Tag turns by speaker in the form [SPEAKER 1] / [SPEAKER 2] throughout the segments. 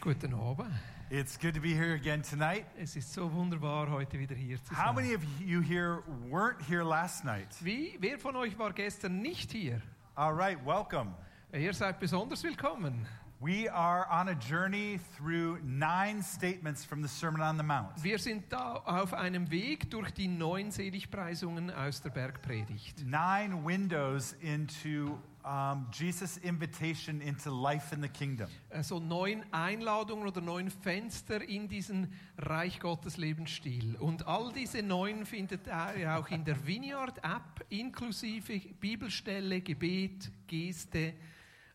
[SPEAKER 1] Guten Abend.
[SPEAKER 2] It's good to be here again tonight.
[SPEAKER 1] Es ist so wunderbar, heute wieder hier zu
[SPEAKER 2] How
[SPEAKER 1] sein.
[SPEAKER 2] many of you here weren't here last night?
[SPEAKER 1] Wie, wer von euch war gestern nicht hier?
[SPEAKER 2] All right, welcome.
[SPEAKER 1] Ihr seid besonders willkommen.
[SPEAKER 2] We are on a journey through nine statements from the Sermon on the Mount.
[SPEAKER 1] Wir sind da auf einem Weg durch die neun Seligpreisungen aus der Bergpredigt.
[SPEAKER 2] Nine windows into um, Jesus' invitation into life in the kingdom.
[SPEAKER 1] Also neun Einladungen oder neun Fenster in diesen Reich Gottes Lebensstil. Und all diese neun findet ihr auch in der Vineyard App inklusive Bibelstelle, Gebet, Geste,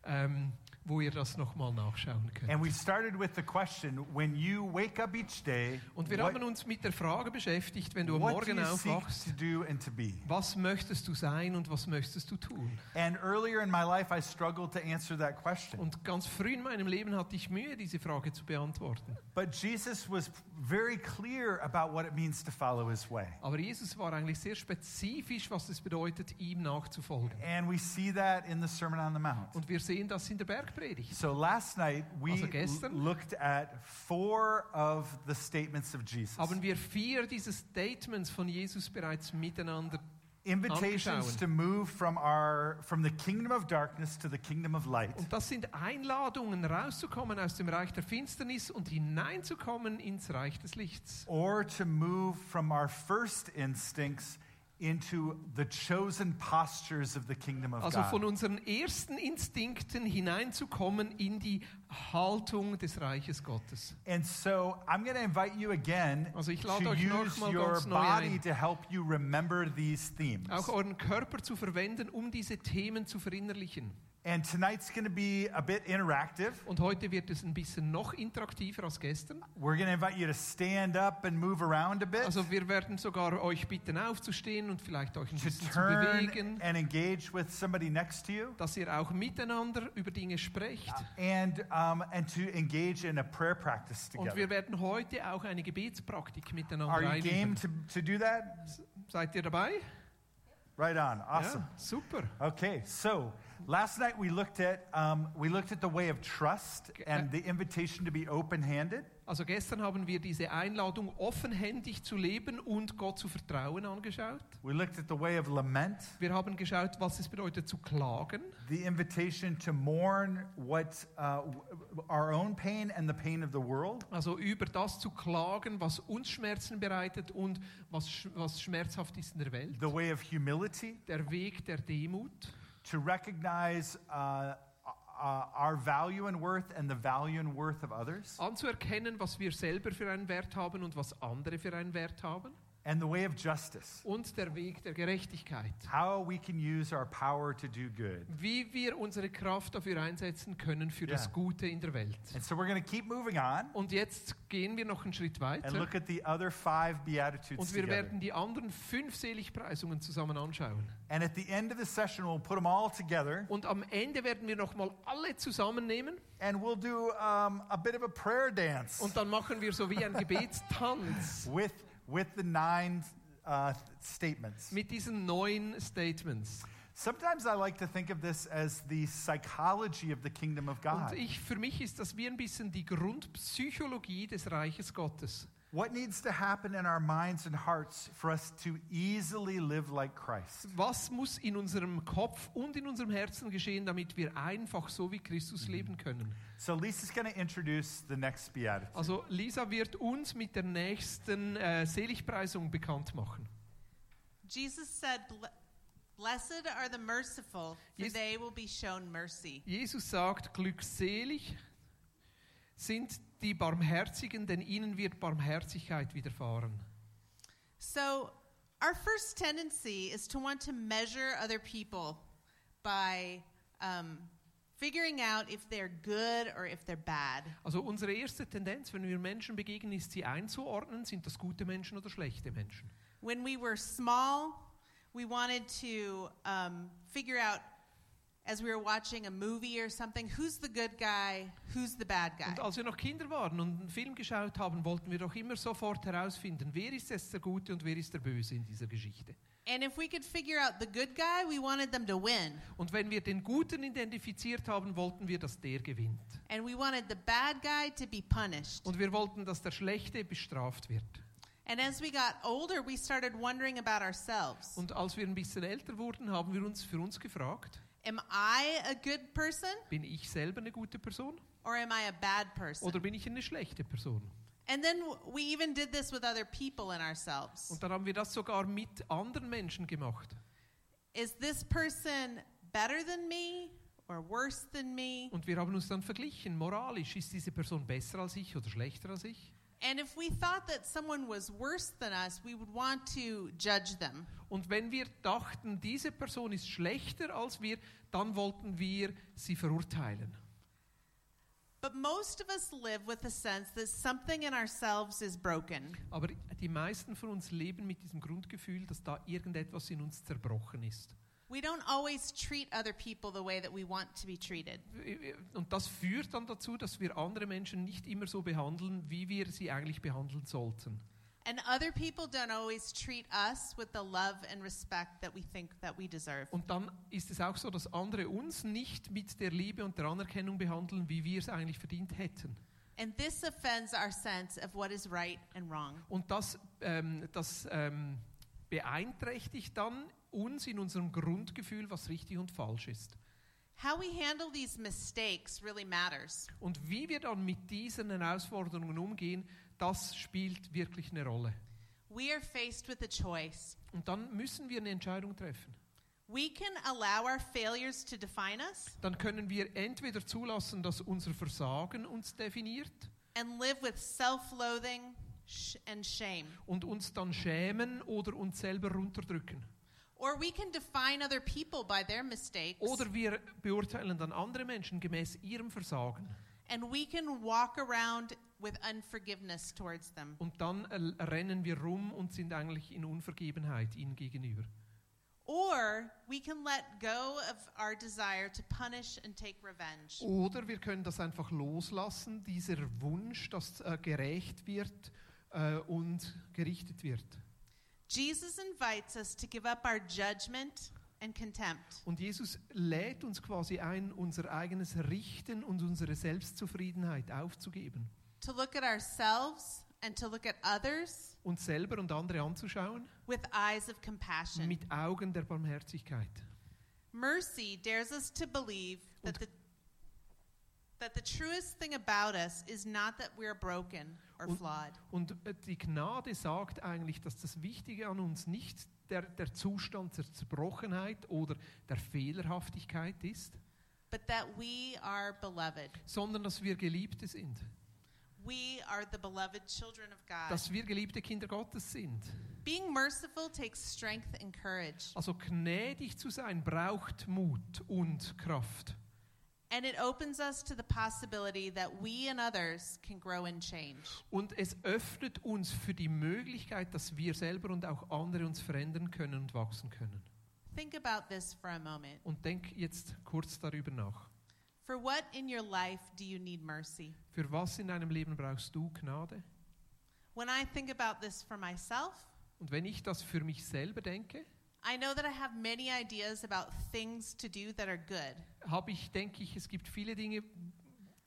[SPEAKER 1] ähm, wo ihr das nochmal nachschauen könnt.
[SPEAKER 2] And we started with the question when you wake up each day,
[SPEAKER 1] Und wir haben uns mit der Frage beschäftigt, wenn du am
[SPEAKER 2] what do
[SPEAKER 1] Morgen
[SPEAKER 2] you seek to
[SPEAKER 1] aufwachst,
[SPEAKER 2] do and to be?
[SPEAKER 1] was möchtest du sein und was möchtest du tun?
[SPEAKER 2] And earlier in my life, I struggled to answer that question.
[SPEAKER 1] Und ganz früh in meinem Leben hatte ich Mühe, diese Frage zu beantworten.
[SPEAKER 2] But Jesus was very clear about what it means to follow his way.
[SPEAKER 1] Aber Jesus war eigentlich sehr spezifisch, was es bedeutet, ihm nachzufolgen.
[SPEAKER 2] And we see that in the Sermon on the Mount.
[SPEAKER 1] Und wir sehen das in der Bergpredigt.
[SPEAKER 2] So last night, we
[SPEAKER 1] Also gestern-
[SPEAKER 2] l- looked at four of the statements of Jesus
[SPEAKER 1] Haben wir vier dieser Statements von Jesus bereits miteinander.
[SPEAKER 2] invitations
[SPEAKER 1] angeschaut.
[SPEAKER 2] to move from, our, from the kingdom of darkness to the kingdom of light.
[SPEAKER 1] Und das sind Einladungen, rauszukommen aus dem Reich der Finsternis und hineinzukommen ins Reich des Lichts.
[SPEAKER 2] Or to move from our first instincts into the chosen postures of the kingdom of
[SPEAKER 1] Also von
[SPEAKER 2] God.
[SPEAKER 1] unseren ersten Instinkten hineinzukommen in die Haltung des Reiches Gottes.
[SPEAKER 2] And so I'm going to invite you again
[SPEAKER 1] Also ich lade
[SPEAKER 2] to
[SPEAKER 1] euch
[SPEAKER 2] use
[SPEAKER 1] nochmal
[SPEAKER 2] your
[SPEAKER 1] ganz neu
[SPEAKER 2] body
[SPEAKER 1] ein.
[SPEAKER 2] to help you remember these themes.
[SPEAKER 1] Auch euren Körper zu verwenden, um diese Themen zu verinnerlichen.
[SPEAKER 2] And tonight's going to be a bit interactive.
[SPEAKER 1] Und heute wird es ein bisschen noch interaktiver als gestern.
[SPEAKER 2] We're going to invite you to stand up and move around a bit,
[SPEAKER 1] Also wir werden sogar euch bitten aufzustehen und vielleicht euch ein
[SPEAKER 2] to
[SPEAKER 1] bisschen zu
[SPEAKER 2] turn
[SPEAKER 1] bewegen,
[SPEAKER 2] and engage with somebody next to you,
[SPEAKER 1] dass ihr auch miteinander über Dinge sprecht.
[SPEAKER 2] and um, and to engage in a prayer practice
[SPEAKER 1] Und wir
[SPEAKER 2] together.
[SPEAKER 1] werden heute auch eine Gebetspraktik
[SPEAKER 2] Are
[SPEAKER 1] miteinander
[SPEAKER 2] you game
[SPEAKER 1] einüben.
[SPEAKER 2] to, to do that?
[SPEAKER 1] Seid ihr dabei?
[SPEAKER 2] Right on. Awesome.
[SPEAKER 1] Ja, super.
[SPEAKER 2] Okay, so last night we looked at um, we looked at the way of trust
[SPEAKER 1] uh,
[SPEAKER 2] and the invitation to be open-handed.
[SPEAKER 1] Also gestern haben wir diese Einladung, offenhändig zu leben und Gott zu vertrauen, angeschaut.
[SPEAKER 2] We looked at the way of lament,
[SPEAKER 1] Wir haben geschaut, was es bedeutet zu klagen,
[SPEAKER 2] the invitation to mourn what uh, w- our own pain and the pain of the world.
[SPEAKER 1] also über das zu klagen, was uns Schmerzen bereitet und was, sch- was schmerzhaft ist in der Welt.
[SPEAKER 2] the way of humility,
[SPEAKER 1] Der Weg der Demut,
[SPEAKER 2] to recognize uh, uh, our value and worth and the value and worth of others,
[SPEAKER 1] anzuerkennen, was wir selber für einen Wert haben und was andere für einen Wert haben.
[SPEAKER 2] and the way of justice,
[SPEAKER 1] Und der Weg der Gerechtigkeit.
[SPEAKER 2] how we can use our power to do good.
[SPEAKER 1] Wie wir unsere Kraft dafür einsetzen können für
[SPEAKER 2] Ja.
[SPEAKER 1] das Gute in der Welt.
[SPEAKER 2] And so we're going to keep moving on
[SPEAKER 1] Und jetzt gehen wir noch einen Schritt
[SPEAKER 2] and
[SPEAKER 1] weiter.
[SPEAKER 2] look at the other five Beatitudes
[SPEAKER 1] Und wir
[SPEAKER 2] together.
[SPEAKER 1] werden die anderen fünf Seligpreisungen zusammen anschauen.
[SPEAKER 2] And at the end of the session, we'll put them all together
[SPEAKER 1] Und am Ende werden wir nochmal alle zusammennehmen
[SPEAKER 2] and we'll do um, a bit of a prayer dance
[SPEAKER 1] und dann machen wir so wie ein Gebetstanz
[SPEAKER 2] with, with the nine uh, statements.
[SPEAKER 1] mit diesen neuen Statements.
[SPEAKER 2] Sometimes I like to think of this as the psychology of the kingdom of God.
[SPEAKER 1] Und ich, für mich ist das wie ein bisschen die Grundpsychologie des Reiches Gottes.
[SPEAKER 2] What needs to happen in our minds and hearts for us to easily live like Christ?
[SPEAKER 1] Was muss in unserem Kopf und in unserem Herzen geschehen, damit wir einfach so wie Christus leben können?
[SPEAKER 2] So Lisa's going to introduce the next beatitude.
[SPEAKER 1] Also Lisa wird uns mit der nächsten äh, Seligpreisung bekannt machen.
[SPEAKER 3] Jesus said, "Ble- Blessed are the merciful, for
[SPEAKER 1] Yes.
[SPEAKER 3] they will be shown mercy.
[SPEAKER 1] Jesus sagt, glückselig sind die Barmherzigen, denn ihnen wird Barmherzigkeit widerfahren.
[SPEAKER 3] So, our first tendency is to want to measure other people by um, figuring out if they're good or if they're bad.
[SPEAKER 1] Also unsere erste Tendenz, wenn wir Menschen begegnen, ist sie einzuordnen, sind das gute Menschen oder schlechte Menschen.
[SPEAKER 3] When we were small, we wanted to um, figure out as we were watching a movie or something, who's the good guy, who's the bad guy.
[SPEAKER 1] Und als wir noch Kinder waren und einen Film geschaut haben, wollten wir doch immer sofort herausfinden, wer ist jetzt der Gute und wer ist der Böse in dieser Geschichte.
[SPEAKER 3] And if we could figure out the good guy, we wanted them to win.
[SPEAKER 1] Und wenn wir den Guten identifiziert haben, wollten wir, dass der gewinnt.
[SPEAKER 3] And we wanted the bad guy to be punished.
[SPEAKER 1] Und wir wollten, dass der Schlechte bestraft wird.
[SPEAKER 3] And as we got older, we started wondering about ourselves.
[SPEAKER 1] Und als wir ein bisschen älter wurden, haben wir uns für uns gefragt,
[SPEAKER 3] Am I a good person
[SPEAKER 1] bin ich selber eine gute Person
[SPEAKER 3] or am I a bad person?
[SPEAKER 1] oder bin ich eine schlechte Person?
[SPEAKER 3] And then w- we even did this with other people and ourselves.
[SPEAKER 1] Und dann haben wir das sogar mit anderen Menschen gemacht.
[SPEAKER 3] Is this person better than me or worse than me?
[SPEAKER 1] Und wir haben uns dann verglichen, moralisch, ist diese Person besser als ich oder schlechter als ich?
[SPEAKER 3] And if we thought that someone was worse than us, we would want to judge them.
[SPEAKER 1] Und wenn wir dachten, diese Person ist schlechter als wir, dann wollten wir sie verurteilen.
[SPEAKER 3] But most of us live with the sense that something in ourselves is broken.
[SPEAKER 1] Aber die meisten von uns leben mit diesem Grundgefühl, dass da irgendetwas in uns zerbrochen ist.
[SPEAKER 3] We don't always treat other people the way that we want to be treated.
[SPEAKER 1] Und das führt dann dazu, dass wir andere Menschen nicht immer so behandeln, wie wir sie eigentlich behandeln sollten.
[SPEAKER 3] And other people don't always treat us with the love and respect that we think that we deserve.
[SPEAKER 1] Und dann ist es auch so, dass andere uns nicht mit der Liebe und der Anerkennung behandeln, wie wir es eigentlich verdient hätten.
[SPEAKER 3] And this offends our sense of what is right and wrong.
[SPEAKER 1] Und das, ähm, das ähm, beeinträchtigt dann uns in unserem Grundgefühl, was richtig und falsch ist.
[SPEAKER 3] How we handle these mistakes really matters.
[SPEAKER 1] Und wie wir dann mit diesen Herausforderungen umgehen, das spielt wirklich eine Rolle.
[SPEAKER 3] We are faced with a choice.
[SPEAKER 1] Und dann müssen wir eine Entscheidung treffen.
[SPEAKER 3] We can allow our failures to define us
[SPEAKER 1] Dann können wir entweder zulassen, dass unser Versagen uns definiert
[SPEAKER 3] and live with self loathing sh- and shame.
[SPEAKER 1] und uns dann schämen oder uns selber runterdrücken.
[SPEAKER 3] Or we can define other people by their mistakes
[SPEAKER 1] Oder wir beurteilen dann andere Menschen gemäß ihrem Versagen.
[SPEAKER 3] and we can walk around with unforgiveness towards them.
[SPEAKER 1] Und dann äh, rennen wir rum und sind eigentlich in Unvergebenheit ihnen gegenüber.
[SPEAKER 3] Or we can let go of our desire to punish and take revenge.
[SPEAKER 1] Oder wir können das einfach loslassen, dieser Wunsch, dass äh, gerecht wird äh, und gerichtet wird.
[SPEAKER 3] Jesus invites us to give up our judgment and contempt.
[SPEAKER 1] Und Jesus lädt uns quasi ein, unser eigenes Richten und unsere Selbstzufriedenheit aufzugeben
[SPEAKER 3] to look at ourselves and to look at others
[SPEAKER 1] uns selber und andere anzuschauen
[SPEAKER 3] with eyes of compassion.
[SPEAKER 1] mit Augen der Barmherzigkeit.
[SPEAKER 3] Mercy dares us to believe that the, that the truest thing about us is not that we are broken or
[SPEAKER 1] Und-
[SPEAKER 3] flawed,
[SPEAKER 1] Und äh, die Gnade sagt eigentlich, dass das Wichtige an uns nicht der, der Zustand der Zerbrochenheit oder der Fehlerhaftigkeit ist,
[SPEAKER 3] but that we are beloved.
[SPEAKER 1] sondern dass wir Geliebte sind,
[SPEAKER 3] We are the beloved children of God.
[SPEAKER 1] dass wir geliebte Kinder Gottes sind.
[SPEAKER 3] Being merciful takes strength and courage,
[SPEAKER 1] Also gnädig zu sein braucht Mut und Kraft.
[SPEAKER 3] and it opens us to the possibility that we and others can grow and change.
[SPEAKER 1] Und es öffnet uns für die Möglichkeit, dass wir selber und auch andere uns verändern können und wachsen können.
[SPEAKER 3] Think about this for a moment.
[SPEAKER 1] Und denk jetzt kurz darüber nach.
[SPEAKER 3] For what in your life do you need mercy?
[SPEAKER 1] Für was in deinem Leben brauchst du Gnade?
[SPEAKER 3] When I think about this for myself,
[SPEAKER 1] Und wenn ich das für mich selber denke,
[SPEAKER 3] I know that I have many ideas about things to do that are good.
[SPEAKER 1] habe ich, denke ich, es gibt viele Dinge,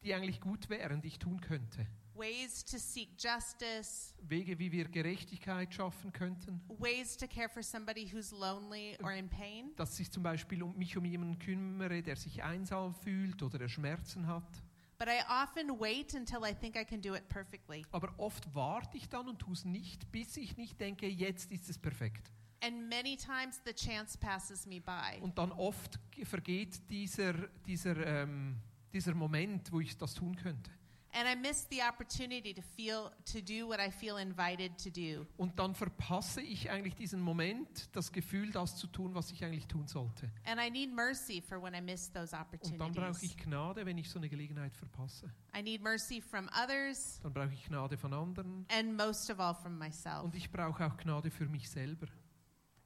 [SPEAKER 1] die eigentlich gut wären, die ich tun könnte.
[SPEAKER 3] Ways to seek justice,
[SPEAKER 1] Wege, wie wir Gerechtigkeit schaffen könnten,
[SPEAKER 3] ways to care for somebody who's lonely or in pain,
[SPEAKER 1] dass ich zum Beispiel um mich um jemanden kümmere, der sich einsam fühlt oder der Schmerzen hat.
[SPEAKER 3] but I often wait until I think I can do it perfectly.
[SPEAKER 1] Aber oft warte ich dann und tue es nicht, bis ich nicht denke, jetzt ist es perfekt.
[SPEAKER 3] And many times the chance passes me by.
[SPEAKER 1] Und dann oft ge- vergeht dieser, dieser, ähm, dieser Moment, wo ich das tun könnte.
[SPEAKER 3] And I miss the opportunity to feel to do what I feel invited to do.
[SPEAKER 1] Und dann verpasse ich eigentlich diesen Moment, das Gefühl, das zu tun, was ich eigentlich tun sollte.
[SPEAKER 3] And I need mercy for when I miss those
[SPEAKER 1] Und dann brauche
[SPEAKER 3] opportunities.
[SPEAKER 1] ich Gnade, wenn ich so eine Gelegenheit verpasse.
[SPEAKER 3] I need mercy from others
[SPEAKER 1] Dann brauche ich Gnade von anderen.
[SPEAKER 3] and most of all from myself.
[SPEAKER 1] Und ich brauche auch Gnade für mich selber.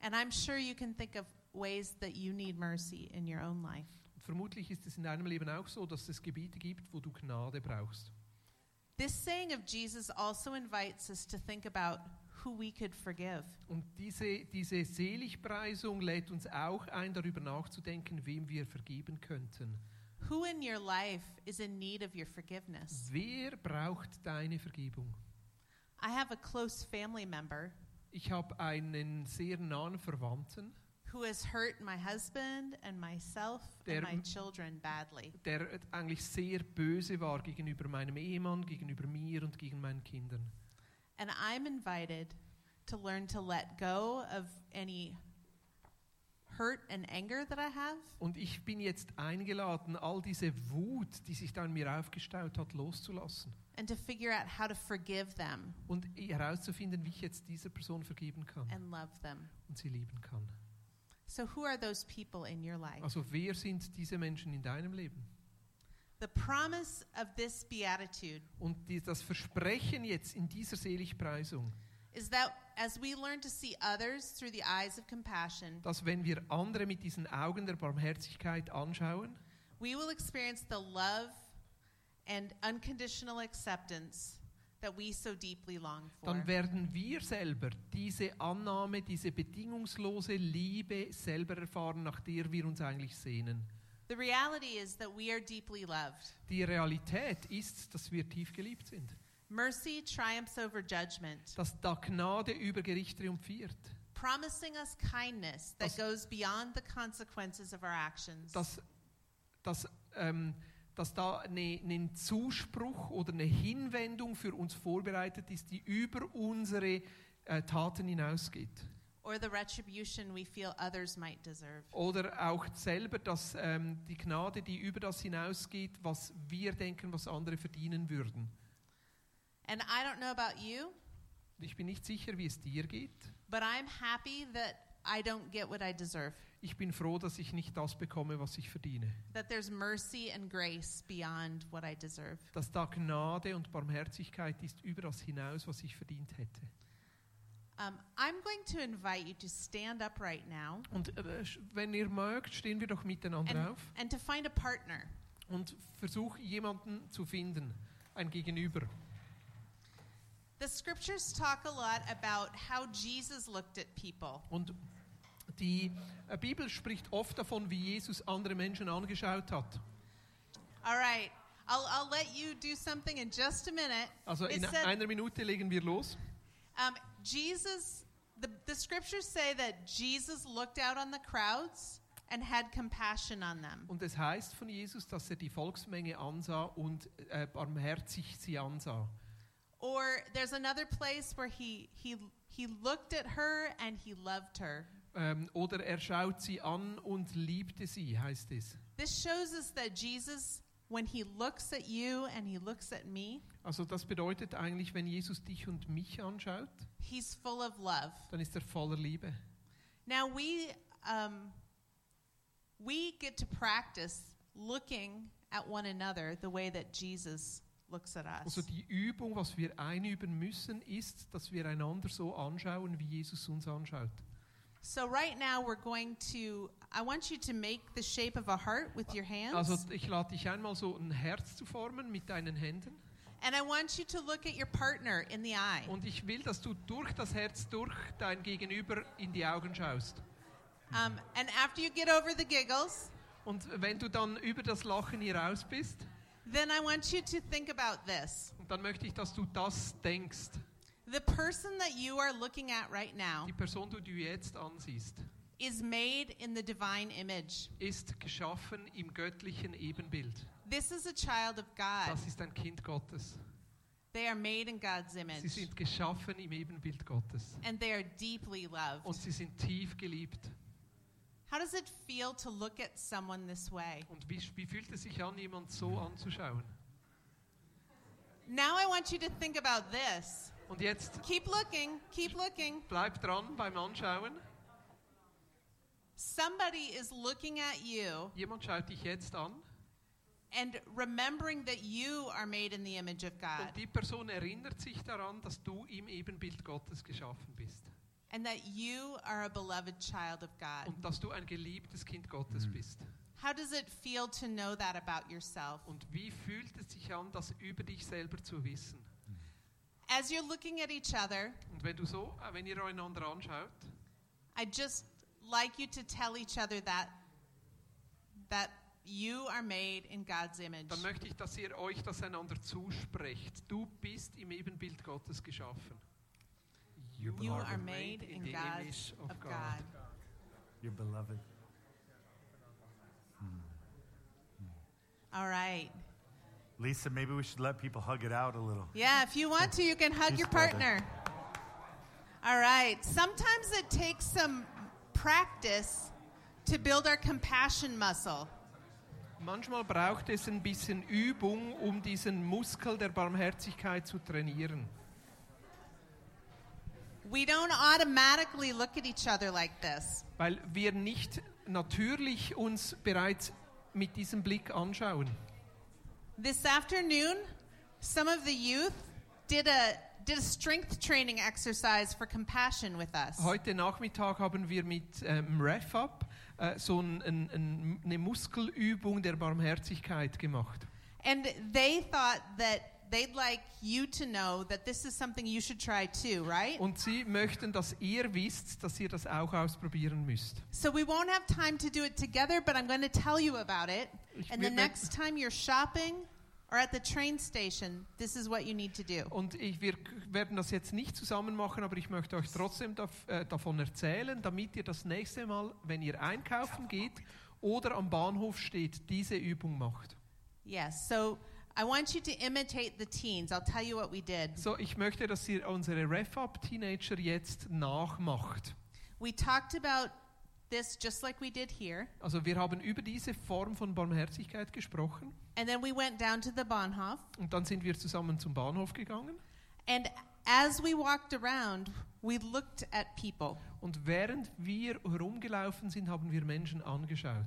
[SPEAKER 3] And I'm sure you can think of ways that you need mercy in your own life.
[SPEAKER 1] Vermutlich ist es in deinem Leben auch so, dass es Gebiete gibt, wo du Gnade brauchst.
[SPEAKER 3] This saying of Jesus also invites us to think about who we could forgive.
[SPEAKER 1] Und diese, diese Seligpreisung lädt uns auch ein, darüber nachzudenken, wem wir vergeben könnten.
[SPEAKER 3] Who in your life is in need of your forgiveness?
[SPEAKER 1] Wer braucht deine Vergebung?
[SPEAKER 3] I have a close family member
[SPEAKER 1] Ich habe einen sehr nahen Verwandten,
[SPEAKER 3] who has hurt my husband and myself
[SPEAKER 1] Der-
[SPEAKER 3] and my children badly.
[SPEAKER 1] der eigentlich sehr böse war gegenüber meinem Ehemann, gegenüber mir und gegen meinen Kindern.
[SPEAKER 3] And I'm invited to learn to let go of any hurt and anger that I have
[SPEAKER 1] Und ich bin jetzt eingeladen, all diese Wut, die sich da in mir aufgestaut hat, loszulassen
[SPEAKER 3] and to figure out how to forgive them
[SPEAKER 1] und herauszufinden, wie ich jetzt dieser Person vergeben kann
[SPEAKER 3] and love them.
[SPEAKER 1] und sie lieben kann.
[SPEAKER 3] So, who are those people in your life?
[SPEAKER 1] Also wer sind diese Menschen in deinem Leben?
[SPEAKER 3] The promise of this beatitude
[SPEAKER 1] Und die, das Versprechen jetzt in dieser Seligpreisung,
[SPEAKER 3] is that as we learn to see others through the eyes of compassion,
[SPEAKER 1] dass wenn wir andere mit diesen Augen der Barmherzigkeit anschauen,
[SPEAKER 3] we will experience the love and unconditional acceptance that we so deeply long for.
[SPEAKER 1] dann werden wir selber diese Annahme, diese bedingungslose Liebe selber erfahren, nach der wir uns eigentlich sehnen.
[SPEAKER 3] The reality is that we are deeply loved.
[SPEAKER 1] Die Realität ist, dass wir tief geliebt sind,
[SPEAKER 3] Mercy triumphs over judgment,
[SPEAKER 1] dass da Gnade über Gericht triumphiert,
[SPEAKER 3] promising us kindness
[SPEAKER 1] Das-
[SPEAKER 3] that goes beyond the consequences of our actions.
[SPEAKER 1] dass, dass, ähm, dass da eine- ein Zuspruch oder eine Hinwendung für uns vorbereitet ist, die über unsere äh, Taten hinausgeht.
[SPEAKER 3] or the retribution we feel others might deserve.
[SPEAKER 1] Oder auch selber, dass ähm, die Gnade, die über das hinausgeht, was wir denken, was andere verdienen würden.
[SPEAKER 3] And I don't know about you,
[SPEAKER 1] Ich bin nicht sicher, wie es dir geht.
[SPEAKER 3] but I'm happy that I don't get what I deserve,
[SPEAKER 1] Ich bin froh, dass ich nicht das bekomme, was ich verdiene.
[SPEAKER 3] that there's mercy and grace beyond what I deserve.
[SPEAKER 1] Dass da Gnade und Barmherzigkeit ist über das hinaus, was ich verdient hätte.
[SPEAKER 3] Um, I'm going to invite you to stand up right now
[SPEAKER 1] Und äh, sch- wenn ihr mögt, stehen wir doch miteinander auf
[SPEAKER 3] and to find a partner.
[SPEAKER 1] und versuch jemanden zu finden, ein Gegenüber.
[SPEAKER 3] The scriptures talk a lot about how Jesus looked at people.
[SPEAKER 1] Und die äh, Bibel spricht oft davon, wie Jesus andere Menschen angeschaut hat.
[SPEAKER 3] All right, I'll, I'll let you do something in just a minute.
[SPEAKER 1] Also
[SPEAKER 3] It
[SPEAKER 1] in
[SPEAKER 3] said-
[SPEAKER 1] einer Minute legen wir los.
[SPEAKER 3] Um, Jesus, the, the scriptures say that Jesus looked out on the crowds and had compassion on them.
[SPEAKER 1] Und es heißt von Jesus, dass er die Volksmenge ansah und äh, barmherzig sie ansah.
[SPEAKER 3] Or there's another place where he, he, he looked at her and he loved her.
[SPEAKER 1] Ähm, oder er schaut sie an und liebte sie, heißt es.
[SPEAKER 3] This shows us that Jesus, when he looks at you and he looks at me,
[SPEAKER 1] Also das bedeutet eigentlich, wenn Jesus dich und mich anschaut,
[SPEAKER 3] he's full of love.
[SPEAKER 1] dann ist er voller Liebe.
[SPEAKER 3] Now we, um, we get to practice looking at one another the way that Jesus looks at us.
[SPEAKER 1] Also die Übung, was wir einüben müssen, ist, dass wir einander so anschauen, wie Jesus uns anschaut.
[SPEAKER 3] So right now we're going to I want you to make the shape of a heart with your hands.
[SPEAKER 1] Also ich lade dich einmal so ein Herz zu formen mit deinen Händen.
[SPEAKER 3] and I want you to look at your partner in the eye.
[SPEAKER 1] Und ich will, dass du durch das Herz, durch dein Gegenüber in die Augen schaust.
[SPEAKER 3] Um, and after you get over the giggles,
[SPEAKER 1] Und wenn du dann über das Lachen hier raus bist,
[SPEAKER 3] then I want you to think about this.
[SPEAKER 1] dann möchte ich, dass du das denkst.
[SPEAKER 3] The person that you are looking at right now
[SPEAKER 1] Die Person, die du jetzt ansiehst,
[SPEAKER 3] is made in the divine image.
[SPEAKER 1] ist geschaffen im göttlichen Ebenbild.
[SPEAKER 3] This is a child of God.
[SPEAKER 1] Das ist ein Kind Gottes.
[SPEAKER 3] They are made in God's
[SPEAKER 1] Sie
[SPEAKER 3] image.
[SPEAKER 1] sind geschaffen im Ebenbild Gottes.
[SPEAKER 3] And they are deeply
[SPEAKER 1] Und
[SPEAKER 3] loved.
[SPEAKER 1] sie sind tief geliebt.
[SPEAKER 3] How does it feel to look at someone this way?
[SPEAKER 1] Und wie, wie fühlt es sich an, jemand so anzuschauen?
[SPEAKER 3] Now I want you to think about this.
[SPEAKER 1] Und jetzt
[SPEAKER 3] Keep looking, keep looking.
[SPEAKER 1] bleib dran beim Anschauen.
[SPEAKER 3] Somebody is looking at you
[SPEAKER 1] Jemand schaut dich jetzt an.
[SPEAKER 3] and remembering that you are made in the image of God.
[SPEAKER 1] Und die Person erinnert sich daran, dass du im Ebenbild Gottes geschaffen bist.
[SPEAKER 3] and that you are a beloved child of God.
[SPEAKER 1] und dass du ein geliebtes Kind Gottes bist.
[SPEAKER 3] How does it feel to know that about yourself?
[SPEAKER 1] Und wie fühlt es sich an, das über dich selber zu wissen?
[SPEAKER 3] As you're looking at each other,
[SPEAKER 1] Und wenn du so, äh, wenn ihr einander anschaut,
[SPEAKER 3] I just like you to tell each other that that you are made in God's image.
[SPEAKER 1] dann möchte ich, dass ihr euch das einander zusprecht. Du bist im Ebenbild Gottes geschaffen.
[SPEAKER 3] You are made in God's of God.
[SPEAKER 2] You're beloved.
[SPEAKER 3] All right.
[SPEAKER 2] Lisa, maybe we should let people hug it out a little.
[SPEAKER 3] Yeah, if you want to, you can hug
[SPEAKER 2] Just
[SPEAKER 3] your
[SPEAKER 2] brother.
[SPEAKER 3] partner. All right. Sometimes it takes some practice to build our compassion muscle.
[SPEAKER 1] Manchmal braucht es ein bisschen Übung, um diesen Muskel der Barmherzigkeit zu trainieren.
[SPEAKER 3] We don't automatically look at each other like this.
[SPEAKER 1] Weil wir nicht natürlich uns bereits mit diesem Blick anschauen.
[SPEAKER 3] This afternoon, some of the youth did a did a strength training exercise for compassion with us.
[SPEAKER 1] Heute Nachmittag haben wir mit ähm, Ref-Up äh, so ein, ein, ein, eine Muskelübung der Barmherzigkeit gemacht.
[SPEAKER 3] And they thought that they'd like you to know that this is something you should try too, right?
[SPEAKER 1] Und sie möchten, dass ihr wisst, dass ihr das auch ausprobieren müsst.
[SPEAKER 3] So we won't have time to do it together, but I'm going to tell you about it.
[SPEAKER 1] Ich-
[SPEAKER 3] And
[SPEAKER 1] wir
[SPEAKER 3] the
[SPEAKER 1] mö-
[SPEAKER 3] next time you're shopping or at the train station, this is what you need to do.
[SPEAKER 1] Und ich, wir k- werden das jetzt nicht zusammen machen, aber ich möchte euch trotzdem dav- äh, davon erzählen, damit ihr das nächste Mal, wenn ihr einkaufen geht oder am Bahnhof steht, diese Übung macht.
[SPEAKER 3] Yes. So I want you to imitate the teens. I'll tell you what we did.
[SPEAKER 1] So, ich möchte, dass ihr unsere Ref-Up-Teenager jetzt nachmacht.
[SPEAKER 3] We talked about this just like we did here.
[SPEAKER 1] Also, wir haben über diese Form von Barmherzigkeit gesprochen
[SPEAKER 3] And then we went down to the Bahnhof.
[SPEAKER 1] und dann sind wir zusammen zum Bahnhof gegangen.
[SPEAKER 3] And as we walked around, we looked at people.
[SPEAKER 1] Und während wir herumgelaufen sind, haben wir Menschen angeschaut.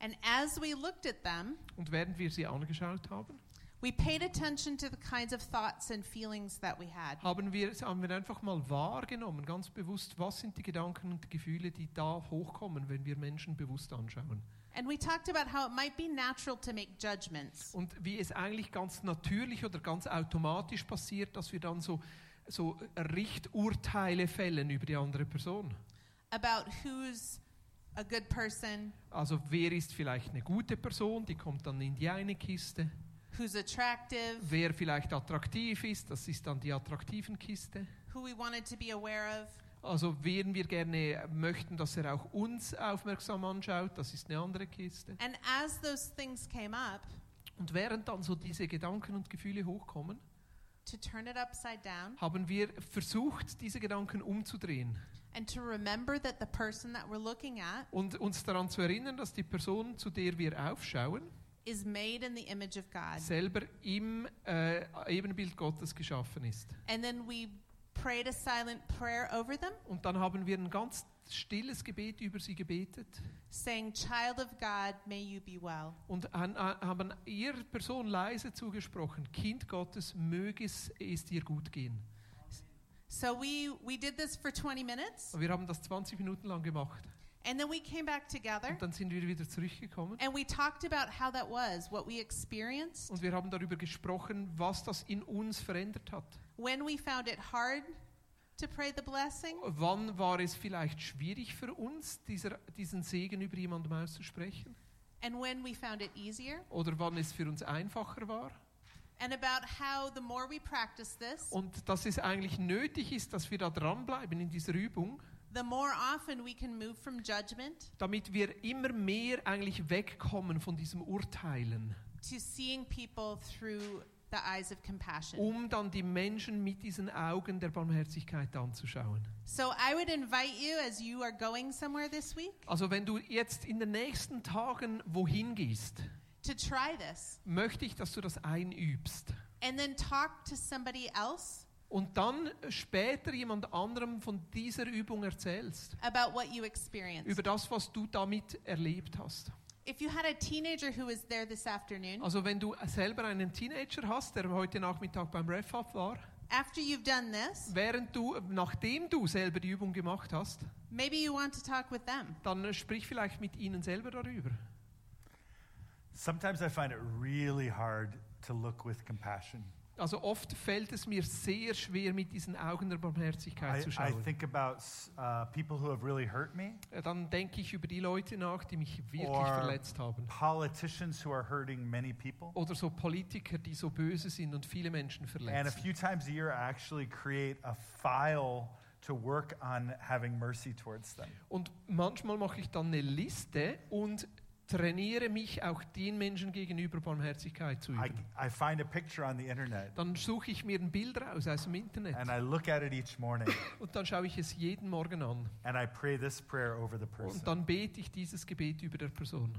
[SPEAKER 3] And as we looked at them,
[SPEAKER 1] Und während wir sie angeschaut haben,
[SPEAKER 3] we paid attention to the kinds of thoughts and feelings that we had.
[SPEAKER 1] haben wir, haben wir einfach mal wahrgenommen, ganz bewusst, was sind die Gedanken und Gefühle, die da hochkommen, wenn wir Menschen bewusst anschauen.
[SPEAKER 3] And we talked about how it might be natural to make judgments.
[SPEAKER 1] Und wie es eigentlich ganz natürlich oder ganz automatisch passiert, dass wir dann so, so Richturteile fällen über die andere Person.
[SPEAKER 3] about who's a good person,
[SPEAKER 1] Also wer ist vielleicht eine gute Person, die kommt dann in die eine Kiste.
[SPEAKER 3] who's attractive,
[SPEAKER 1] Wer vielleicht attraktiv ist, das ist dann die attraktiven Kiste.
[SPEAKER 3] who we wanted to be aware of,
[SPEAKER 1] Also wen wir gerne möchten, dass er auch uns aufmerksam anschaut, das ist eine andere Kiste.
[SPEAKER 3] and as those things came up,
[SPEAKER 1] Und während dann so diese Gedanken und Gefühle hochkommen,
[SPEAKER 3] to turn it upside down
[SPEAKER 1] haben wir versucht, diese Gedanken umzudrehen
[SPEAKER 3] and to remember that the person that we're looking at
[SPEAKER 1] und uns daran zu erinnern, dass die Person, zu der wir aufschauen,
[SPEAKER 3] is made in the image of God.
[SPEAKER 1] selber im äh, Ebenbild Gottes geschaffen ist.
[SPEAKER 3] And then we prayed a silent prayer over them,
[SPEAKER 1] Und dann haben wir ein ganz stilles Gebet über sie gebetet
[SPEAKER 3] saying, Child of God, may you be well.
[SPEAKER 1] und an, an, haben ihr Person leise zugesprochen, Kind Gottes, möge es, es dir gut gehen.
[SPEAKER 3] So we, we did this for 20 minutes,
[SPEAKER 1] Und wir haben das 20 Minuten lang gemacht.
[SPEAKER 3] and then we came back together.
[SPEAKER 1] Und dann sind wir wieder zurückgekommen.
[SPEAKER 3] And we talked about how that was, what we experienced,
[SPEAKER 1] Und wir haben darüber gesprochen, was das in uns verändert hat.
[SPEAKER 3] when we found it hard to pray the blessing,
[SPEAKER 1] Wann war es vielleicht schwierig für uns, dieser, diesen Segen über jemandem auszusprechen?
[SPEAKER 3] and when we found it easier,
[SPEAKER 1] Oder wann es für uns einfacher war?
[SPEAKER 3] and about how the more we practice this,
[SPEAKER 1] Und dass es eigentlich nötig ist, dass wir da dranbleiben in dieser Übung,
[SPEAKER 3] the more often we can move from judgment
[SPEAKER 1] damit wir immer mehr eigentlich wegkommen von diesem Urteilen,
[SPEAKER 3] to seeing people through the eyes of compassion.
[SPEAKER 1] um dann die Menschen mit diesen Augen der Barmherzigkeit anzuschauen.
[SPEAKER 3] So I would invite you as you are going somewhere this week
[SPEAKER 1] Also wenn du jetzt in den nächsten Tagen wohin gehst,
[SPEAKER 3] to try this
[SPEAKER 1] möchte ich, dass du das einübst.
[SPEAKER 3] and then talk to somebody else
[SPEAKER 1] Und dann später jemand anderem von dieser Übung erzählst.
[SPEAKER 3] about what you experienced.
[SPEAKER 1] Über das, was du damit erlebt hast.
[SPEAKER 3] If you had a teenager who was
[SPEAKER 1] Oh.
[SPEAKER 3] there this afternoon,
[SPEAKER 1] Also wenn du selber einen Teenager hast, der heute Nachmittag beim Ref-Up war,
[SPEAKER 3] After you've done this,
[SPEAKER 1] Während du, nachdem du selber die Übung gemacht hast,
[SPEAKER 3] maybe you want to talk with them.
[SPEAKER 1] dann äh, sprich vielleicht mit ihnen selber darüber.
[SPEAKER 2] Sometimes I find it really hard to look with compassion.
[SPEAKER 1] Also oft fällt es mir sehr schwer, mit diesen Augen der Barmherzigkeit
[SPEAKER 2] I,
[SPEAKER 1] zu
[SPEAKER 2] I
[SPEAKER 1] schauen.
[SPEAKER 2] think about s- uh, people who have really hurt me,
[SPEAKER 1] Äh, Dann denke ich über die Leute nach, die mich wirklich
[SPEAKER 2] Or-
[SPEAKER 1] verletzt haben.
[SPEAKER 2] politicians who are hurting many people.
[SPEAKER 1] Oder so Politiker, die so böse sind und viele Menschen
[SPEAKER 2] And a
[SPEAKER 1] verletzen.
[SPEAKER 2] few times a year, I actually create a file to work on having mercy towards them.
[SPEAKER 1] Und manchmal mache ich dann eine Liste und trainiere mich auch den Menschen gegenüber Barmherzigkeit zu
[SPEAKER 2] I,
[SPEAKER 1] üben.
[SPEAKER 2] I find a picture on the internet
[SPEAKER 1] Dann suche ich mir ein Bild raus aus dem Internet
[SPEAKER 2] and I look at it each morning
[SPEAKER 1] und dann schaue ich es jeden Morgen an.
[SPEAKER 2] and I pray this prayer over the
[SPEAKER 1] Und
[SPEAKER 2] person
[SPEAKER 1] dann bete ich dieses Gebet über der Person.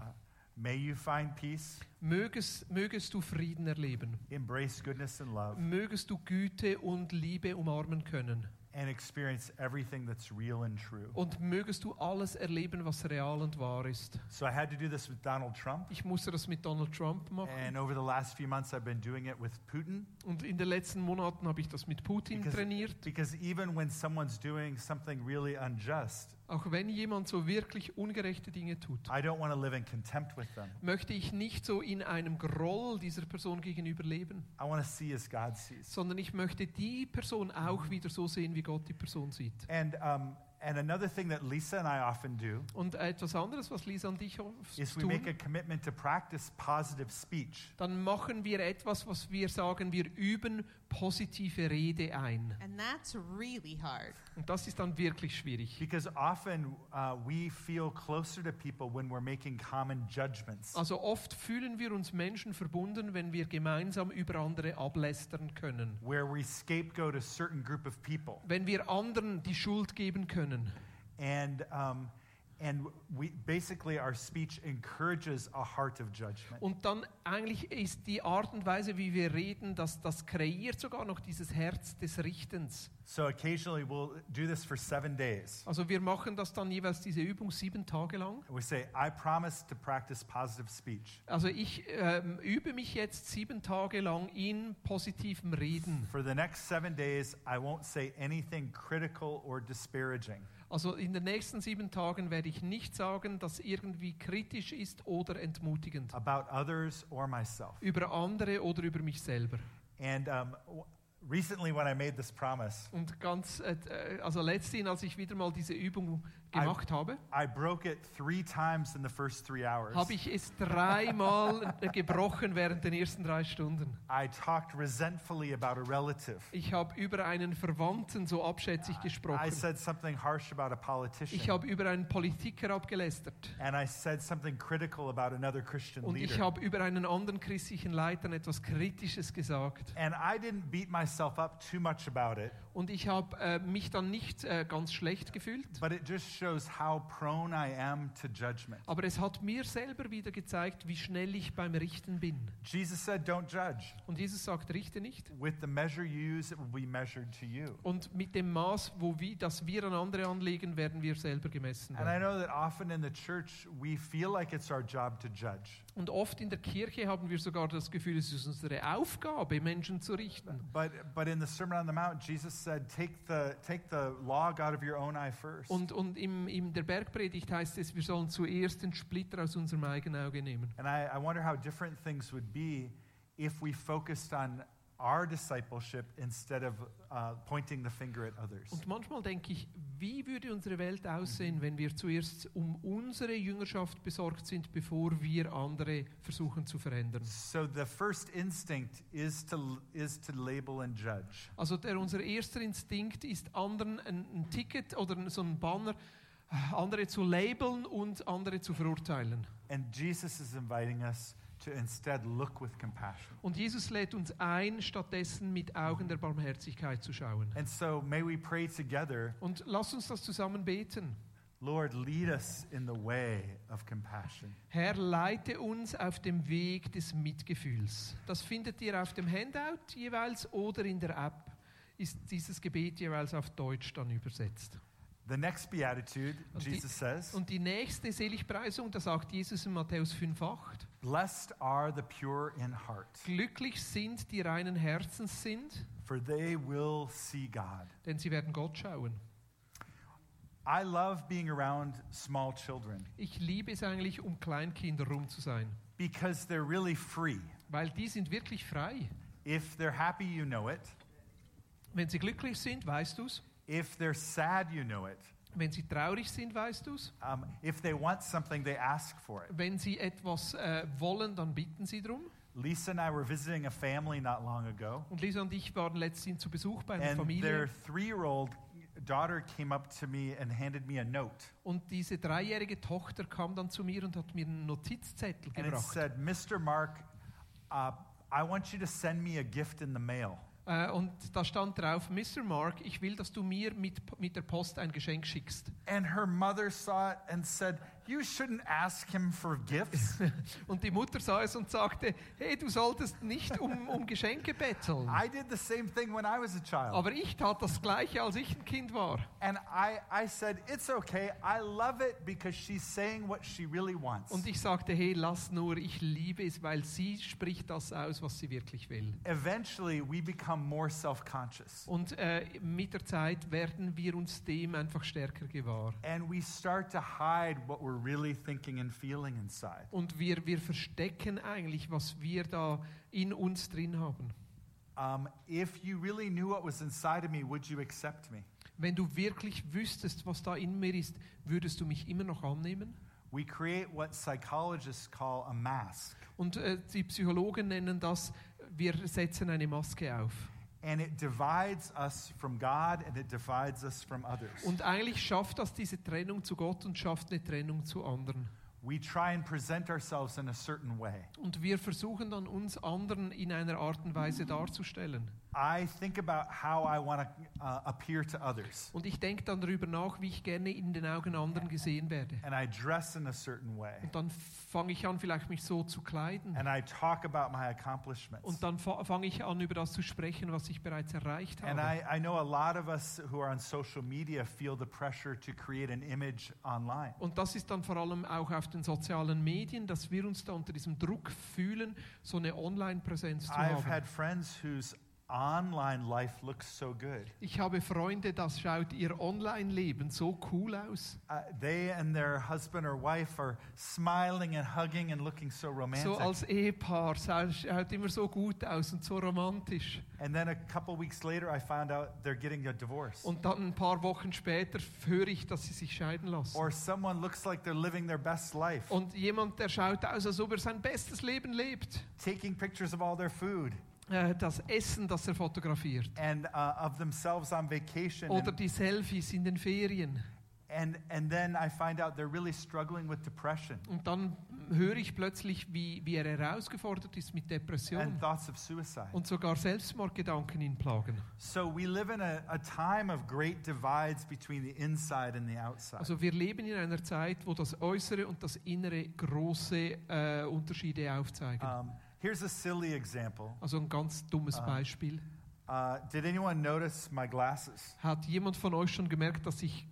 [SPEAKER 2] May you find peace,
[SPEAKER 1] Mögest, mögest du Frieden erleben.
[SPEAKER 2] embrace goodness and love,
[SPEAKER 1] Mögest du Güte und Liebe umarmen können.
[SPEAKER 2] and experience everything that's real and true.
[SPEAKER 1] Und mögest du alles erleben, was real und wahr ist.
[SPEAKER 2] So I had to do this with Donald Trump.
[SPEAKER 1] Ich musste das mit Donald Trump machen.
[SPEAKER 2] And over the last few months, I've been doing it with Putin.
[SPEAKER 1] Und in den letzten Monaten habe ich das mit Putin
[SPEAKER 2] Because-
[SPEAKER 1] trainiert.
[SPEAKER 2] Because even when someone's doing something really unjust,
[SPEAKER 1] Auch wenn jemand so wirklich ungerechte Dinge tut,
[SPEAKER 2] I don't want to live in contempt with them.
[SPEAKER 1] möchte ich nicht so in einem Groll dieser Person gegenüber leben,
[SPEAKER 2] I want to see as God sees.
[SPEAKER 1] sondern ich möchte die Person
[SPEAKER 2] Mhm.
[SPEAKER 1] auch wieder so sehen, wie Gott die Person sieht.
[SPEAKER 2] And, um, and another thing that Lisa and I often do
[SPEAKER 1] Und etwas anderes, was Lisa und ich oft
[SPEAKER 2] is we make a
[SPEAKER 1] tun,
[SPEAKER 2] commitment to practice positive speech.
[SPEAKER 1] dann machen wir etwas, was wir sagen, wir üben positive Rede ein.
[SPEAKER 3] And that's really hard.
[SPEAKER 1] Und das ist dann wirklich schwierig.
[SPEAKER 2] Because often uh, we feel closer to people when we're making common judgments.
[SPEAKER 1] Also oft fühlen wir uns Menschen verbunden, wenn wir gemeinsam über andere ablästern können.
[SPEAKER 2] Where we scapegoat a certain group of people,
[SPEAKER 1] Wenn wir anderen die Schuld geben können.
[SPEAKER 2] and um, and we basically our speech encourages a heart of judgment.
[SPEAKER 1] Und dann eigentlich ist die Art und Weise, wie wir reden, dass das kreiert sogar noch dieses Herz des Richtens.
[SPEAKER 2] So occasionally we'll do this for seven days.
[SPEAKER 1] Also wir machen das dann jeweils diese Übung sieben Tage lang.
[SPEAKER 2] We say, "I promise to practice positive speech
[SPEAKER 1] Also ich ähm, übe mich jetzt sieben Tage lang in positivem Reden.
[SPEAKER 2] for the next seven days. I won't say anything critical or disparaging."
[SPEAKER 1] Also in den nächsten sieben Tagen werde ich nicht sagen, dass irgendwie kritisch ist oder entmutigend
[SPEAKER 2] about others or myself.
[SPEAKER 1] über andere oder über mich selber.
[SPEAKER 2] And um, w- recently, when I made this promise,
[SPEAKER 1] Und ganz, äh, äh, also letzthin, als ich wieder mal diese Übung gemacht habe,
[SPEAKER 2] I broke it three times in the first three hours.
[SPEAKER 1] habe ich es dreimal äh, gebrochen während den ersten drei Stunden.
[SPEAKER 2] I talked resentfully about a relative.
[SPEAKER 1] Ich habe über einen Verwandten so abschätzig
[SPEAKER 2] I
[SPEAKER 1] gesprochen.
[SPEAKER 2] said something harsh about a politician.
[SPEAKER 1] Ich habe über einen Politiker abgelästert.
[SPEAKER 2] and I said something critical about another Christian
[SPEAKER 1] Und ich
[SPEAKER 2] leader.
[SPEAKER 1] habe über einen anderen christlichen Leiter etwas Kritisches gesagt.
[SPEAKER 2] And I didn't beat myself up too much about it,
[SPEAKER 1] Und ich habe äh, mich dann nicht äh, ganz schlecht gefühlt.
[SPEAKER 2] but it just shows how prone I am to judgment.
[SPEAKER 1] Aber es hat mir selber wieder gezeigt, wie schnell ich beim Richten bin.
[SPEAKER 2] Jesus said, Don't judge.
[SPEAKER 1] Und Jesus sagt, richte nicht.
[SPEAKER 2] With the measure you use, it will be measured to you.
[SPEAKER 1] Und mit dem Maß, wo wir, das wir an andere anlegen, werden wir selber gemessen.
[SPEAKER 2] And I
[SPEAKER 1] Werden.
[SPEAKER 2] know that often in the church, we feel like it's our job to judge.
[SPEAKER 1] Und oft in der Kirche haben wir sogar das Gefühl, es ist unsere Aufgabe, Menschen zu richten.
[SPEAKER 2] But, but in the Sermon on the Mount, Jesus said, take the, take the log out of your own eye first.
[SPEAKER 1] Und, und im, in der Bergpredigt heißt es, wir sollen zuerst den Splitter aus unserem eigenen Auge nehmen.
[SPEAKER 2] And I, I wonder how different things would be if we focused on our discipleship instead of uh, pointing the finger at others.
[SPEAKER 1] Und manchmal denke ich, wie würde unsere Welt aussehen, wenn wir zuerst um unsere Jüngerschaft besorgt sind, bevor wir andere versuchen zu verändern.
[SPEAKER 2] So the first instinct is to, is to label and judge.
[SPEAKER 1] Also der, unser erster Instinkt ist, anderen ein, ein Ticket oder ein- so ein Banner, äh, andere zu labeln und andere zu verurteilen.
[SPEAKER 2] And Jesus is inviting us to instead look with compassion.
[SPEAKER 1] Und Jesus lädt uns ein, stattdessen mit Augen der Barmherzigkeit zu schauen.
[SPEAKER 2] And so may we pray together,
[SPEAKER 1] Und lass uns das zusammen beten.
[SPEAKER 2] Lord, lead us in the way of compassion.
[SPEAKER 1] Herr, leite uns auf dem Weg des Mitgefühls. Das findet ihr auf dem Handout jeweils oder in der App ist dieses Gebet jeweils auf Deutsch dann übersetzt.
[SPEAKER 2] The next beatitude,
[SPEAKER 1] Und die-
[SPEAKER 2] Jesus says,
[SPEAKER 1] Und die nächste Seligpreisung, da sagt Jesus in Matthäus 5,8:
[SPEAKER 2] Blessed are the pure in heart,
[SPEAKER 1] Glücklich sind, die reinen Herzens sind,
[SPEAKER 2] for they will see God.
[SPEAKER 1] denn sie werden Gott schauen.
[SPEAKER 2] I love being around small children
[SPEAKER 1] Ich liebe es eigentlich, um Kleinkinder rum zu sein,
[SPEAKER 2] because they're really free.
[SPEAKER 1] weil die sind wirklich frei.
[SPEAKER 2] If they're happy, you know it.
[SPEAKER 1] Wenn sie glücklich sind, weißt du's.
[SPEAKER 2] If they're sad, you know it.
[SPEAKER 1] Wenn sie traurig sind, weißt du's.
[SPEAKER 2] Um, if they want something, they ask for it.
[SPEAKER 1] Wenn sie etwas äh, wollen, dann bitten sie drum.
[SPEAKER 2] Lisa and I were visiting a family not long ago,
[SPEAKER 1] Und Lisa und ich waren letztens zu Besuch bei einer
[SPEAKER 2] and their
[SPEAKER 1] Familie
[SPEAKER 2] three year old daughter came up to me and handed me a note.
[SPEAKER 1] und diese dreijährige Tochter kam dann zu mir und hat mir einen Notizzettel
[SPEAKER 2] And it
[SPEAKER 1] gebracht.
[SPEAKER 2] said, Mr. Mark, uh, I want you to send me a gift in the mail.
[SPEAKER 1] Äh, und da stand drauf, Mr. Mark, ich will, dass du mir mit, mit der Post ein Geschenk schickst.
[SPEAKER 2] And her mother saw it and said, You shouldn't ask him for gifts.
[SPEAKER 1] Und die Mutter sah es und sagte, hey, du solltest nicht um, um Geschenke betteln.
[SPEAKER 2] I did the same thing when I was a child.
[SPEAKER 1] Aber ich tat das Gleiche, als ich ein Kind war.
[SPEAKER 2] And I, I said, It's okay. I love it because she's saying what she really wants.
[SPEAKER 1] Und ich sagte, hey, lass nur, ich liebe es, weil sie spricht das aus, was sie wirklich will.
[SPEAKER 2] Eventually, we become more self conscious
[SPEAKER 1] Und äh, mit der Zeit werden wir uns dem einfach stärker gewahr.
[SPEAKER 2] and we start to hide what we're really thinking and feeling inside.
[SPEAKER 1] Und wir, wir verstecken eigentlich, was wir da in uns drin haben.
[SPEAKER 2] Um, if you really knew what was inside of me, would you accept me?
[SPEAKER 1] Wenn du wirklich wüsstest, was da in mir ist, würdest du mich immer noch annehmen?
[SPEAKER 2] We create what psychologists call a mask,
[SPEAKER 1] Und äh, die Psychologen nennen das, wir setzen eine Maske auf.
[SPEAKER 2] and it divides us from God and it divides us from others.
[SPEAKER 1] Und eigentlich schafft das diese Trennung zu Gott und schafft eine Trennung zu anderen.
[SPEAKER 2] We try and present ourselves in a certain way.
[SPEAKER 1] Und wir versuchen dann uns anderen in einer Art und Weise darzustellen.
[SPEAKER 2] I think about how I want to uh, appear to others,
[SPEAKER 1] Und ich denke dann darüber nach, wie ich gerne in den Augen anderen gesehen werde.
[SPEAKER 2] and I dress in a certain way,
[SPEAKER 1] Und dann fange ich an, vielleicht mich so zu kleiden.
[SPEAKER 2] and I talk about my accomplishments.
[SPEAKER 1] Und dann fa- fange ich an, über das zu sprechen, was ich bereits erreicht
[SPEAKER 2] And
[SPEAKER 1] habe.
[SPEAKER 2] I, I know a lot of us who are on social media feel the pressure to create an image online.
[SPEAKER 1] Und das ist dann vor allem auch auf den sozialen Medien, dass wir uns da unter diesem Druck fühlen, so eine Online-Präsenz zu
[SPEAKER 2] I've
[SPEAKER 1] haben.
[SPEAKER 2] had friends whose online life looks so good.
[SPEAKER 1] Ich habe Freunde, das schaut ihr Online-Leben so cool aus.
[SPEAKER 2] Uh, they and their husband or wife are smiling and hugging and looking so romantic.
[SPEAKER 1] So als Ehepaar scha- schaut immer so gut aus und so romantisch.
[SPEAKER 2] and then a couple weeks later, I found out they're getting a divorce.
[SPEAKER 1] Und dann ein paar Wochen später höre ich, dass sie sich scheiden lassen.
[SPEAKER 2] Or someone looks like they're living their best life,
[SPEAKER 1] Und jemand, der schaut aus, als ob er sein bestes Leben lebt.
[SPEAKER 2] taking pictures of all their food
[SPEAKER 1] Äh, Das Essen, das er fotografiert.
[SPEAKER 2] and uh, of themselves on vacation.
[SPEAKER 1] Oder
[SPEAKER 2] And,
[SPEAKER 1] die Selfies in den Ferien.
[SPEAKER 2] and, and then I find out they're really struggling with depression
[SPEAKER 1] Und dann höre ich plötzlich, wie, wie er herausgefordert ist mit
[SPEAKER 2] and
[SPEAKER 1] Depressionen
[SPEAKER 2] thoughts of suicide.
[SPEAKER 1] und sogar Selbstmordgedanken ihn plagen.
[SPEAKER 2] So we live in a, a time of great divides between the inside and the outside.
[SPEAKER 1] Also wir leben in einer Zeit, wo das Äußere und das Innere große äh, Unterschiede aufzeigen.
[SPEAKER 2] Um, here's a silly example.
[SPEAKER 1] Also ein ganz dummes
[SPEAKER 2] Ah.
[SPEAKER 1] Beispiel.
[SPEAKER 2] Uh, did anyone notice my glasses?
[SPEAKER 1] Hat jemand von euch schon gemerkt, dass ich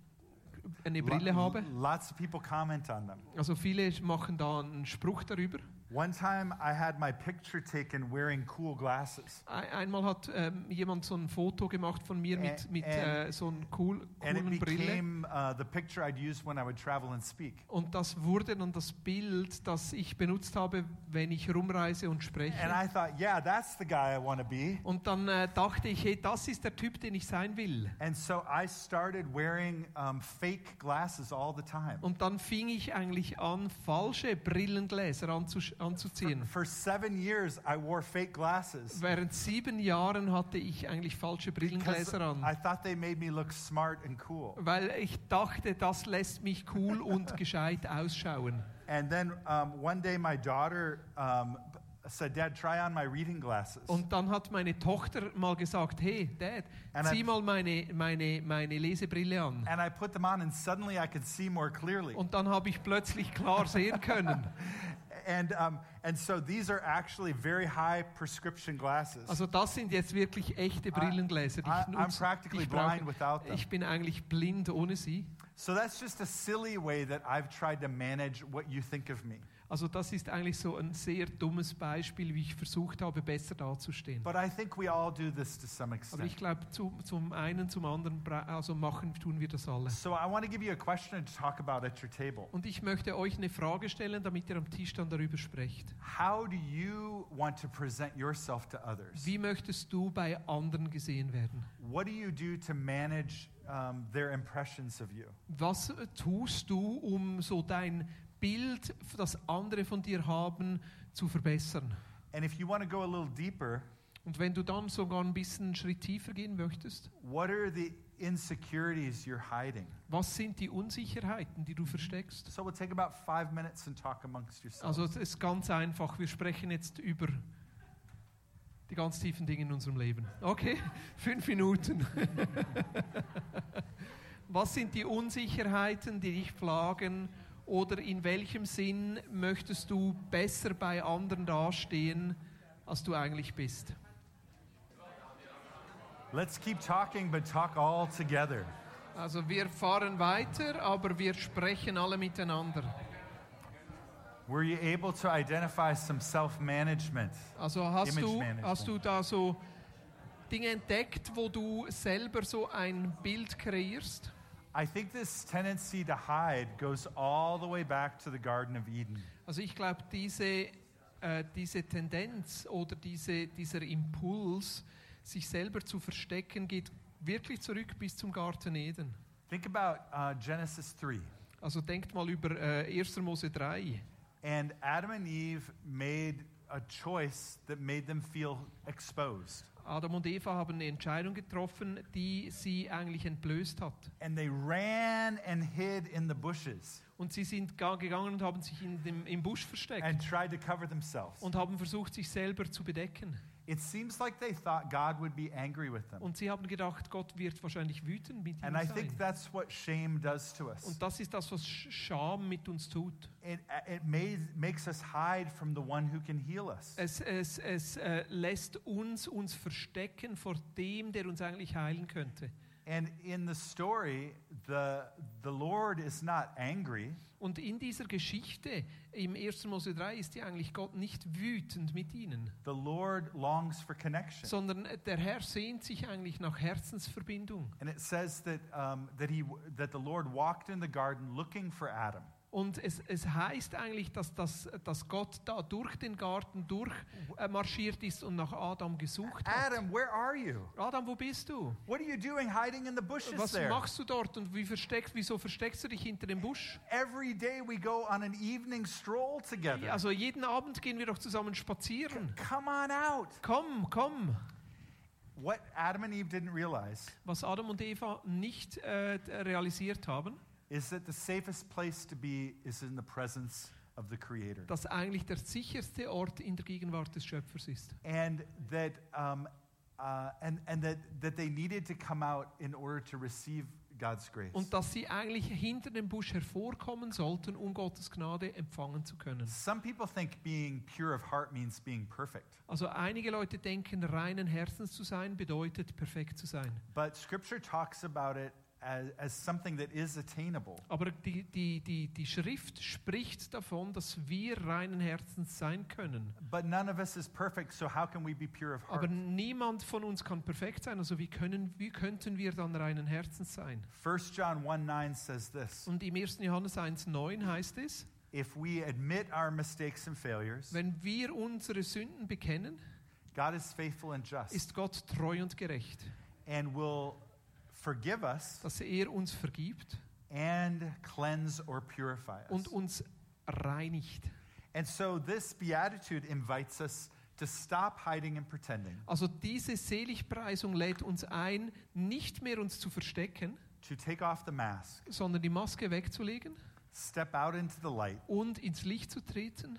[SPEAKER 1] eine Brille
[SPEAKER 2] Lo-
[SPEAKER 1] habe?
[SPEAKER 2] Lots of people comment on them.
[SPEAKER 1] Also viele machen da einen Spruch darüber.
[SPEAKER 2] One time I had my picture taken wearing cool glasses.
[SPEAKER 1] Ein- Einmal hat ähm, jemand so ein Foto gemacht von mir mit,
[SPEAKER 2] Ä-
[SPEAKER 1] mit
[SPEAKER 2] and-
[SPEAKER 1] äh, so einer cool,
[SPEAKER 2] And
[SPEAKER 1] coolen
[SPEAKER 2] it
[SPEAKER 1] Brille.
[SPEAKER 2] became uh, the picture I'd use when I would travel and speak.
[SPEAKER 1] Und das wurde dann das Bild, das ich benutzt habe, wenn ich rumreise und
[SPEAKER 2] And
[SPEAKER 1] spreche.
[SPEAKER 2] I thought, yeah, that's the guy I want to be.
[SPEAKER 1] Und dann äh, dachte ich, hey, das ist der Typ, den ich sein will.
[SPEAKER 2] And so I started wearing um, fake glasses all the time.
[SPEAKER 1] Und dann fing ich eigentlich an, falsche Brillengläser anzusch- anzuziehen.
[SPEAKER 2] For seven years, I wore fake glasses.
[SPEAKER 1] Während sieben Jahren hatte ich eigentlich falsche
[SPEAKER 2] Because
[SPEAKER 1] Brillengläser an.
[SPEAKER 2] I thought they made me look smart and cool.
[SPEAKER 1] Weil ich dachte, das lässt mich cool und gescheit ausschauen.
[SPEAKER 2] And then um, one day my daughter um, said, Dad, try on my reading glasses.
[SPEAKER 1] Und dann hat meine Tochter mal gesagt, hey Dad,
[SPEAKER 2] And I-
[SPEAKER 1] zieh mal meine, meine, meine Lesebrille an.
[SPEAKER 2] And I put them on, and suddenly I could see more clearly.
[SPEAKER 1] Und dann habe ich plötzlich klar sehen können.
[SPEAKER 2] And, um, and so these are actually very high prescription glasses.
[SPEAKER 1] Also das sind jetzt wirklich echte Brillengläser. die
[SPEAKER 2] I-
[SPEAKER 1] Ich,
[SPEAKER 2] I'm
[SPEAKER 1] nutze-
[SPEAKER 2] practically
[SPEAKER 1] ich, brauche-
[SPEAKER 2] blind without them.
[SPEAKER 1] ich bin eigentlich blind ohne sie.
[SPEAKER 2] So that's just a silly way that I've tried to manage what you think of me.
[SPEAKER 1] Also das ist eigentlich so ein sehr dummes Beispiel, wie ich versucht habe, besser dazustehen.
[SPEAKER 2] But I think we all do this to some
[SPEAKER 1] Aber ich
[SPEAKER 2] extent.
[SPEAKER 1] glaube, zum, zum einen, zum anderen, bra- also machen tun wir das alle.
[SPEAKER 2] So I want to give you a question to talk about at your table.
[SPEAKER 1] Und ich möchte euch eine Frage stellen, damit ihr am Tisch dann darüber sprecht.
[SPEAKER 2] How do you want to present yourself to others?
[SPEAKER 1] Wie möchtest du bei anderen gesehen werden?
[SPEAKER 2] What do you do to manage um, their impressions of you?
[SPEAKER 1] Was äh, tust du, um so dein Bild, das andere von dir haben, zu verbessern?
[SPEAKER 2] And if you want to go a little deeper,
[SPEAKER 1] Und wenn du dann sogar ein bisschen einen Schritt tiefer gehen möchtest,
[SPEAKER 2] what are the insecurities you're hiding?
[SPEAKER 1] was sind die Unsicherheiten, die du versteckst?
[SPEAKER 2] So we'll take about five minutes and talk amongst yourselves.
[SPEAKER 1] Also es ist ganz einfach, wir sprechen jetzt über die ganz tiefen Dinge in unserem Leben. Okay, fünf Minuten. Was sind die Unsicherheiten, die dich plagen? Oder in welchem Sinn möchtest du besser bei anderen dastehen, als du eigentlich bist?
[SPEAKER 2] Let's keep talking, but talk all together.
[SPEAKER 1] Also wir fahren weiter, aber wir sprechen alle miteinander.
[SPEAKER 2] Were you able to identify some self management?
[SPEAKER 1] Also hast
[SPEAKER 2] Image
[SPEAKER 1] du,
[SPEAKER 2] Management.
[SPEAKER 1] hast du da so Dinge entdeckt, wo du selber so ein Bild kreierst?
[SPEAKER 2] I think this tendency to hide goes all the way back to the Garden of Eden.
[SPEAKER 1] Also ich glaube, diese, äh, diese Tendenz oder diese, dieser Impuls, sich selber zu verstecken, geht wirklich zurück bis zum Garten Eden.
[SPEAKER 2] Think about uh, Genesis 3.
[SPEAKER 1] Also denkt mal über äh, 1. Mose 3.
[SPEAKER 2] And Adam and Eve made a choice that made them feel exposed.
[SPEAKER 1] Adam und Eva haben eine Entscheidung getroffen, die sie eigentlich entblößt hat.
[SPEAKER 2] And they ran and hid in the bushes
[SPEAKER 1] Und sie sind ga- gegangen und haben sich in dem, im Busch versteckt
[SPEAKER 2] and tried to cover themselves.
[SPEAKER 1] und haben versucht, sich selber zu bedecken.
[SPEAKER 2] It seems like they thought God would be angry with them.
[SPEAKER 1] Und sie haben gedacht, Gott wird wahrscheinlich wütend mit ihnen
[SPEAKER 2] And I
[SPEAKER 1] sein.
[SPEAKER 2] think that's what shame does to us.
[SPEAKER 1] Und das ist das, was Sch- Scham mit uns tut.
[SPEAKER 2] It, it made, makes us hide from the one who can heal us.
[SPEAKER 1] Es, es, es äh, lässt uns uns verstecken vor dem, der uns eigentlich heilen könnte.
[SPEAKER 2] And in the story, the, the Lord is not angry.
[SPEAKER 1] Und in dieser Geschichte im 1. Mose 3 ist ja eigentlich Gott nicht wütend mit ihnen,
[SPEAKER 2] The Lord longs for connection.
[SPEAKER 1] sondern äh, der Herr sehnt sich eigentlich nach Herzensverbindung.
[SPEAKER 2] and it says that, um, that, he, that the Lord walked in the garden looking for Adam.
[SPEAKER 1] Und es, es heißt eigentlich, dass, dass, dass Gott da durch den Garten durch äh, marschiert ist und nach Adam gesucht hat.
[SPEAKER 2] Adam, where are you?
[SPEAKER 1] Adam, wo bist du?
[SPEAKER 2] What are you doing hiding in the bushes
[SPEAKER 1] Was
[SPEAKER 2] there?
[SPEAKER 1] machst du dort und wie versteckst, wieso versteckst du dich hinter dem Busch?
[SPEAKER 2] Every day we go on an evening stroll together.
[SPEAKER 1] Also jeden Abend gehen wir doch zusammen spazieren.
[SPEAKER 2] Come on out.
[SPEAKER 1] Komm, komm.
[SPEAKER 2] What Adam and Eve didn't realize
[SPEAKER 1] Was Adam und Eva nicht äh, d- realisiert haben,
[SPEAKER 2] is that the safest place to be is in the presence of the Creator.
[SPEAKER 1] dass eigentlich der sicherste Ort in der Gegenwart des Schöpfers ist.
[SPEAKER 2] and that um, uh, and and that that they needed to come out in order to receive God's grace.
[SPEAKER 1] Und dass sie eigentlich hinter dem Busch hervorkommen sollten, um Gottes Gnade empfangen zu können.
[SPEAKER 2] Some people think being pure of heart means being perfect,
[SPEAKER 1] Also einige Leute denken, reinen Herzens zu sein bedeutet perfekt zu sein.
[SPEAKER 2] but Scripture talks about it as, as something that is attainable.
[SPEAKER 1] Aber die, die, die, die Schrift spricht davon, dass wir reinen Herzens sein können.
[SPEAKER 2] But none of us is perfect, so how can we be pure of
[SPEAKER 1] Aber
[SPEAKER 2] heart?
[SPEAKER 1] niemand von uns kann perfekt sein. Also wie, können, wie könnten wir dann reinen Herzens sein?
[SPEAKER 2] 1 John 1 9 says this
[SPEAKER 1] Und im 1. Johannes 1.9 heißt es,
[SPEAKER 2] If we admit our mistakes and failures,
[SPEAKER 1] wenn wir unsere Sünden bekennen,
[SPEAKER 2] God is faithful and just
[SPEAKER 1] ist Gott treu und gerecht,
[SPEAKER 2] and will forgive us
[SPEAKER 1] dass er uns vergibt
[SPEAKER 2] and cleanse or purify us.
[SPEAKER 1] und uns reinigt.
[SPEAKER 2] And so this beatitude invites us to stop hiding and pretending,
[SPEAKER 1] Also diese Seligpreisung lädt uns ein, nicht mehr uns zu verstecken,
[SPEAKER 2] to take off the mask,
[SPEAKER 1] sondern die Maske wegzulegen
[SPEAKER 2] step out into the light
[SPEAKER 1] und ins Licht zu treten,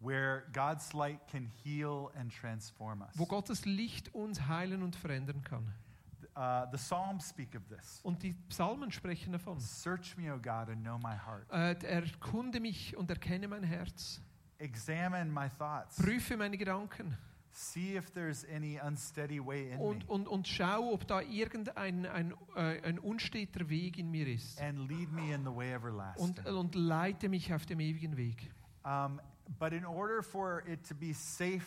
[SPEAKER 2] where God's light can heal and transform us.
[SPEAKER 1] wo Gottes Licht uns heilen und verändern kann.
[SPEAKER 2] Uh, the Psalms speak of this.
[SPEAKER 1] Und die Psalmen sprechen davon.
[SPEAKER 2] Search me, O God, and know my heart.
[SPEAKER 1] Äh, erkunde mich und erkenne mein Herz.
[SPEAKER 2] examine my thoughts,
[SPEAKER 1] Prüfe meine Gedanken
[SPEAKER 2] see if there's any unsteady way in me,
[SPEAKER 1] und, und, und schaue, ob da irgendein ein, äh, ein unsteter Weg in mir ist.
[SPEAKER 2] and lead me in the way everlasting.
[SPEAKER 1] Und, äh, und leite mich auf dem ewigen Weg.
[SPEAKER 2] Um, but in order for it to be safe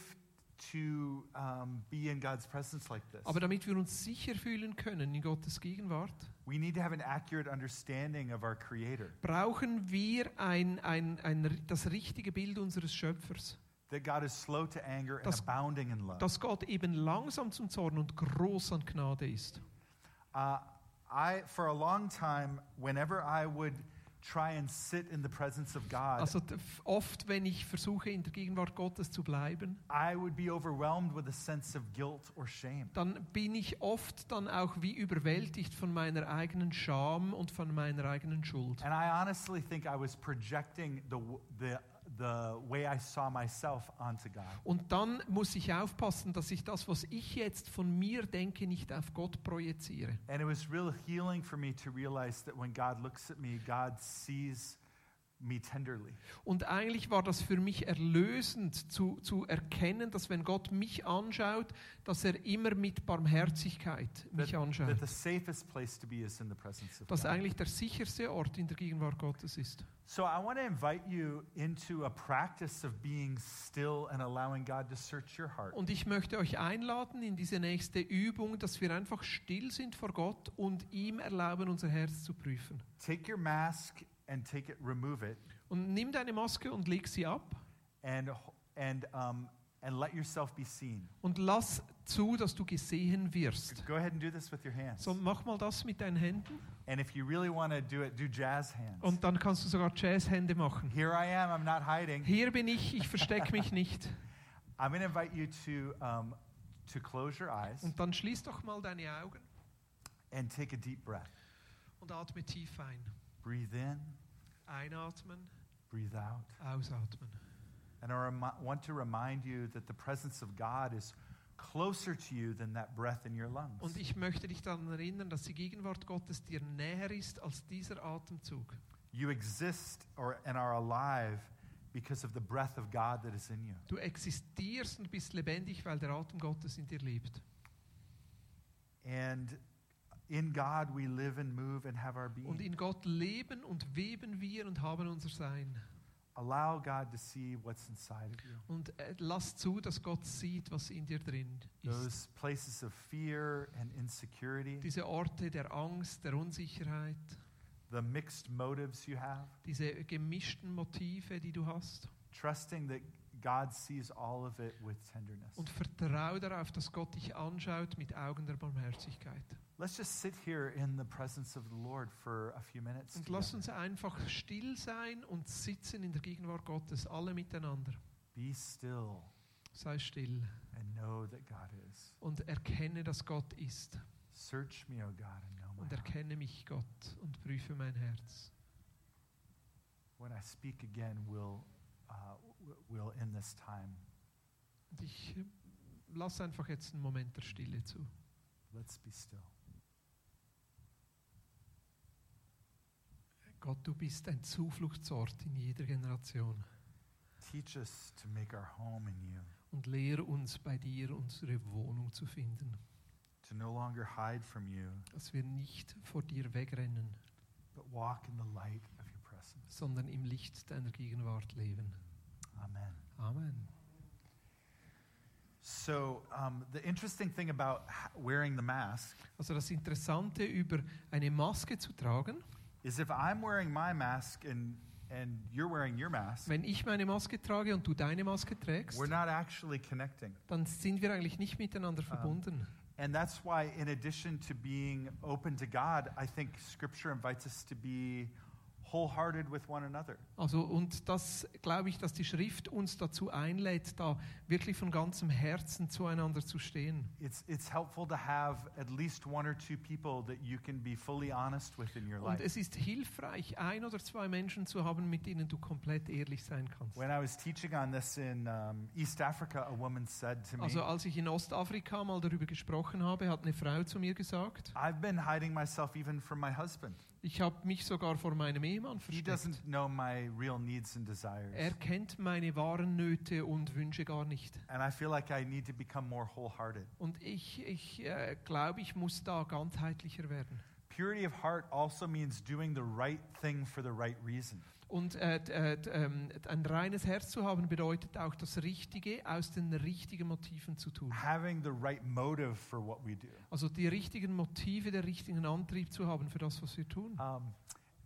[SPEAKER 2] to um, be in God's presence like this,
[SPEAKER 1] Aber damit wir uns sicher fühlen können in Gottes Gegenwart,
[SPEAKER 2] we need to have an accurate understanding of our Creator.
[SPEAKER 1] brauchen wir ein, ein, ein, das richtige Bild unseres Schöpfers.
[SPEAKER 2] That God is slow to anger and
[SPEAKER 1] Das-
[SPEAKER 2] abounding in love.
[SPEAKER 1] Dass Gott eben langsam zum Zorn und groß an Gnade ist.
[SPEAKER 2] Uh, I, for a long time, whenever I would try and sit in the presence of God,
[SPEAKER 1] Also t- f- oft, wenn ich versuche, in der Gegenwart Gottes zu bleiben,
[SPEAKER 2] I would be overwhelmed with a sense of guilt or shame.
[SPEAKER 1] dann bin ich oft dann auch wie überwältigt von meiner eigenen Scham und von meiner eigenen Schuld.
[SPEAKER 2] And I honestly think I was projecting the, w- the, the way I saw myself onto God.
[SPEAKER 1] Und dann muss ich aufpassen, dass ich das, was ich jetzt von mir denke, nicht auf Gott projiziere.
[SPEAKER 2] And it was real healing for me to realize that when God looks at me, God sees me tenderly.
[SPEAKER 1] Und eigentlich war das für mich erlösend zu, zu erkennen, dass wenn Gott mich anschaut, dass er immer mit Barmherzigkeit mich anschaut.
[SPEAKER 2] That the safest place to be is in the presence of
[SPEAKER 1] Dass
[SPEAKER 2] God.
[SPEAKER 1] eigentlich der sicherste Ort in der Gegenwart Gottes ist.
[SPEAKER 2] So I want to invite you into a practice of being still and allowing God to search your heart.
[SPEAKER 1] Und ich möchte euch einladen in diese nächste Übung, dass wir einfach still sind vor Gott und ihm erlauben, unser Herz zu prüfen.
[SPEAKER 2] Take your mask and take it, remove it,
[SPEAKER 1] Und nimm deine Maske und leg sie ab
[SPEAKER 2] and and um, and let yourself be seen.
[SPEAKER 1] und lass zu, dass du gesehen wirst.
[SPEAKER 2] Go ahead and do this with your hands.
[SPEAKER 1] So mach mal das mit deinen Händen
[SPEAKER 2] and if you really want to do it, do jazz hands.
[SPEAKER 1] und dann kannst du sogar Jazzhände machen.
[SPEAKER 2] Here I am. I'm not hiding.
[SPEAKER 1] Hier bin ich, ich verstecke mich nicht.
[SPEAKER 2] I'm going to invite you to um, to close your eyes
[SPEAKER 1] Und dann schließ doch mal deine Augen
[SPEAKER 2] and take a deep breath.
[SPEAKER 1] und atme tief ein.
[SPEAKER 2] Breathe in,
[SPEAKER 1] Einatmen,
[SPEAKER 2] breathe out.
[SPEAKER 1] ausatmen.
[SPEAKER 2] And I remi- want to remind you that the presence of God is closer to you than that breath in your lungs.
[SPEAKER 1] Und ich möchte dich daran erinnern, dass die Gegenwart Gottes dir näher ist als dieser Atemzug.
[SPEAKER 2] You exist or, and are alive because of the breath of God that is in you.
[SPEAKER 1] Du existierst und bist lebendig, weil der Atem Gottes in dir lebt.
[SPEAKER 2] And in God, we live and move and have our
[SPEAKER 1] Und
[SPEAKER 2] being.
[SPEAKER 1] in Gott leben und weben wir und haben unser Sein.
[SPEAKER 2] Allow God to see what's inside of you.
[SPEAKER 1] Und äh, lass zu, dass Gott sieht, was in dir drin ist.
[SPEAKER 2] Those places of fear and insecurity,
[SPEAKER 1] Diese Orte der Angst, der Unsicherheit,
[SPEAKER 2] the mixed motives you have,
[SPEAKER 1] diese gemischten Motive, die du hast.
[SPEAKER 2] trusting that God sees all of it with tenderness.
[SPEAKER 1] Und vertraue darauf, dass Gott dich anschaut mit Augen der Barmherzigkeit.
[SPEAKER 2] Let's just sit here in the presence of the Lord for a few minutes.
[SPEAKER 1] Und lass
[SPEAKER 2] together.
[SPEAKER 1] uns einfach still sein und sitzen in der Gegenwart Gottes, alle miteinander.
[SPEAKER 2] Be still
[SPEAKER 1] Sei still
[SPEAKER 2] and know that God is.
[SPEAKER 1] und erkenne, dass Gott ist.
[SPEAKER 2] Search me, O God, and know
[SPEAKER 1] Und
[SPEAKER 2] my heart.
[SPEAKER 1] erkenne mich, Gott, und prüfe mein Herz.
[SPEAKER 2] When I speak again, we'll, uh, w- we'll end this time.
[SPEAKER 1] Und ich äh, lass einfach jetzt einen Moment der Stille zu.
[SPEAKER 2] Let's be still.
[SPEAKER 1] Gott, du bist ein Zufluchtsort in jeder Generation.
[SPEAKER 2] Teach us to make our home in you,
[SPEAKER 1] Und lehre uns bei dir unsere Wohnung zu finden,
[SPEAKER 2] to no longer hide from you,
[SPEAKER 1] dass wir nicht vor dir wegrennen.
[SPEAKER 2] but walk in the light of your presence.
[SPEAKER 1] sondern im Licht deiner Gegenwart leben.
[SPEAKER 2] Amen.
[SPEAKER 1] Amen.
[SPEAKER 2] So, um, the interesting thing about h- wearing the mask
[SPEAKER 1] Also das Interessante über eine Maske zu tragen,
[SPEAKER 2] is if I'm wearing my mask and, and you're wearing your mask,
[SPEAKER 1] wenn ich meine Maske trage und du deine Maske trägst,
[SPEAKER 2] we're not Ah. actually connecting.
[SPEAKER 1] dann sind wir eigentlich nicht miteinander verbunden.
[SPEAKER 2] And that's why, in addition to being open to God, I think Scripture invites us to be wholehearted with one another.
[SPEAKER 1] Also und das glaube ich, dass die Schrift uns dazu einlädt, da wirklich von ganzem Herzen zueinander zu stehen.
[SPEAKER 2] It's, it's helpful to have at least one or two people that you can be fully honest with in your
[SPEAKER 1] Und
[SPEAKER 2] life.
[SPEAKER 1] es ist hilfreich, ein oder zwei Menschen zu haben, mit denen du komplett ehrlich sein kannst.
[SPEAKER 2] When I was teaching on this in um, East Africa, a woman said to me,
[SPEAKER 1] Also als ich in Ostafrika mal darüber gesprochen habe, hat eine Frau zu mir gesagt,
[SPEAKER 2] I've been hiding myself even from my husband.
[SPEAKER 1] Ich habe mich sogar vor meinem Ehemann
[SPEAKER 2] He
[SPEAKER 1] versteckt.
[SPEAKER 2] doesn't know my real needs and desires.
[SPEAKER 1] Er kennt meine wahren Nöte und Wünsche gar nicht.
[SPEAKER 2] And I feel like I need to become more wholehearted.
[SPEAKER 1] Und ich, ich äh, glaube, ich muss da ganzheitlicher werden.
[SPEAKER 2] Purity of heart also means doing the right thing for the right reason.
[SPEAKER 1] Und äh, d- äh, d- ähm, ein reines Herz zu haben bedeutet auch das Richtige aus den richtigen Motiven zu tun.
[SPEAKER 2] Having the right motive for what we do.
[SPEAKER 1] Also die richtigen Motive, den richtigen Antrieb zu haben für das, was wir tun.
[SPEAKER 2] Um,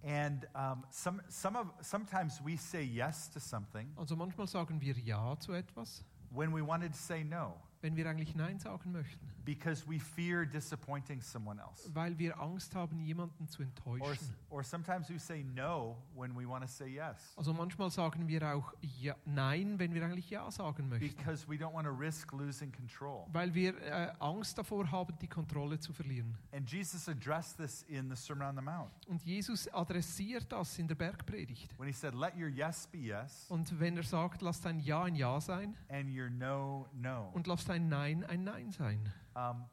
[SPEAKER 2] and um, some, some of, sometimes we say yes to something
[SPEAKER 1] Also manchmal sagen wir Ja zu etwas,
[SPEAKER 2] when we wanted to say no
[SPEAKER 1] wenn wir eigentlich Nein sagen möchten,
[SPEAKER 2] because we fear disappointing someone else.
[SPEAKER 1] weil wir Angst haben, jemanden zu
[SPEAKER 2] Or, s-
[SPEAKER 1] enttäuschen.
[SPEAKER 2] or sometimes we say no when we want to say yes
[SPEAKER 1] Also manchmal sagen wir auch ja, Nein, wenn wir eigentlich Ja sagen möchten,
[SPEAKER 2] because we don't want to risk losing control.
[SPEAKER 1] weil wir äh, Angst davor haben, die Kontrolle zu verlieren.
[SPEAKER 2] And Jesus addressed this in the Sermon on the Mount
[SPEAKER 1] Und Jesus adressiert das in der Bergpredigt.
[SPEAKER 2] when he said, Let your yes be yes
[SPEAKER 1] Und wenn er sagt, lass dein Ja ein Ja sein
[SPEAKER 2] and your no, no.
[SPEAKER 1] und lass dein Nein ein Nein sein.
[SPEAKER 2] Um,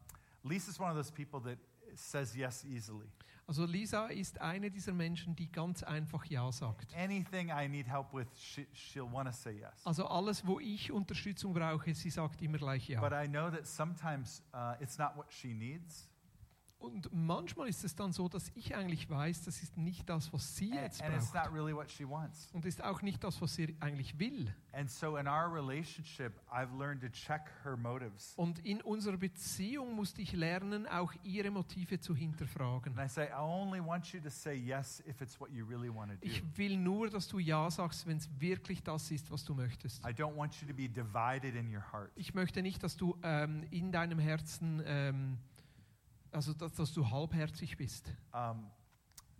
[SPEAKER 2] Lisa's one of those people that says yes easily.
[SPEAKER 1] Also Lisa ist eine dieser Menschen, die ganz einfach Ja sagt.
[SPEAKER 2] Anything I need help with, she, she'll want to say yes.
[SPEAKER 1] Also alles, wo ich Unterstützung brauche, sie sagt immer gleich
[SPEAKER 2] But
[SPEAKER 1] Ja.
[SPEAKER 2] I know that sometimes uh, it's not what she needs.
[SPEAKER 1] Und manchmal ist es dann so, dass ich eigentlich weiß, das ist nicht das, was sie
[SPEAKER 2] a-
[SPEAKER 1] jetzt
[SPEAKER 2] and it's not
[SPEAKER 1] braucht.
[SPEAKER 2] really what she wants.
[SPEAKER 1] Und ist auch nicht das, was sie eigentlich will.
[SPEAKER 2] And so in our relationship, I've learned to check her motives.
[SPEAKER 1] Und in unserer Beziehung musste ich lernen, auch ihre Motive zu hinterfragen.
[SPEAKER 2] And I say, I only want you to say yes if it's what you really want to do.
[SPEAKER 1] Ich will nur, dass du Ja sagst, wenn es wirklich das ist, was du möchtest.
[SPEAKER 2] I don't want you to be divided in your heart.
[SPEAKER 1] Ich möchte nicht, dass du ähm, in deinem Herzen, ähm, also dass, dass du halbherzig bist.
[SPEAKER 2] Um,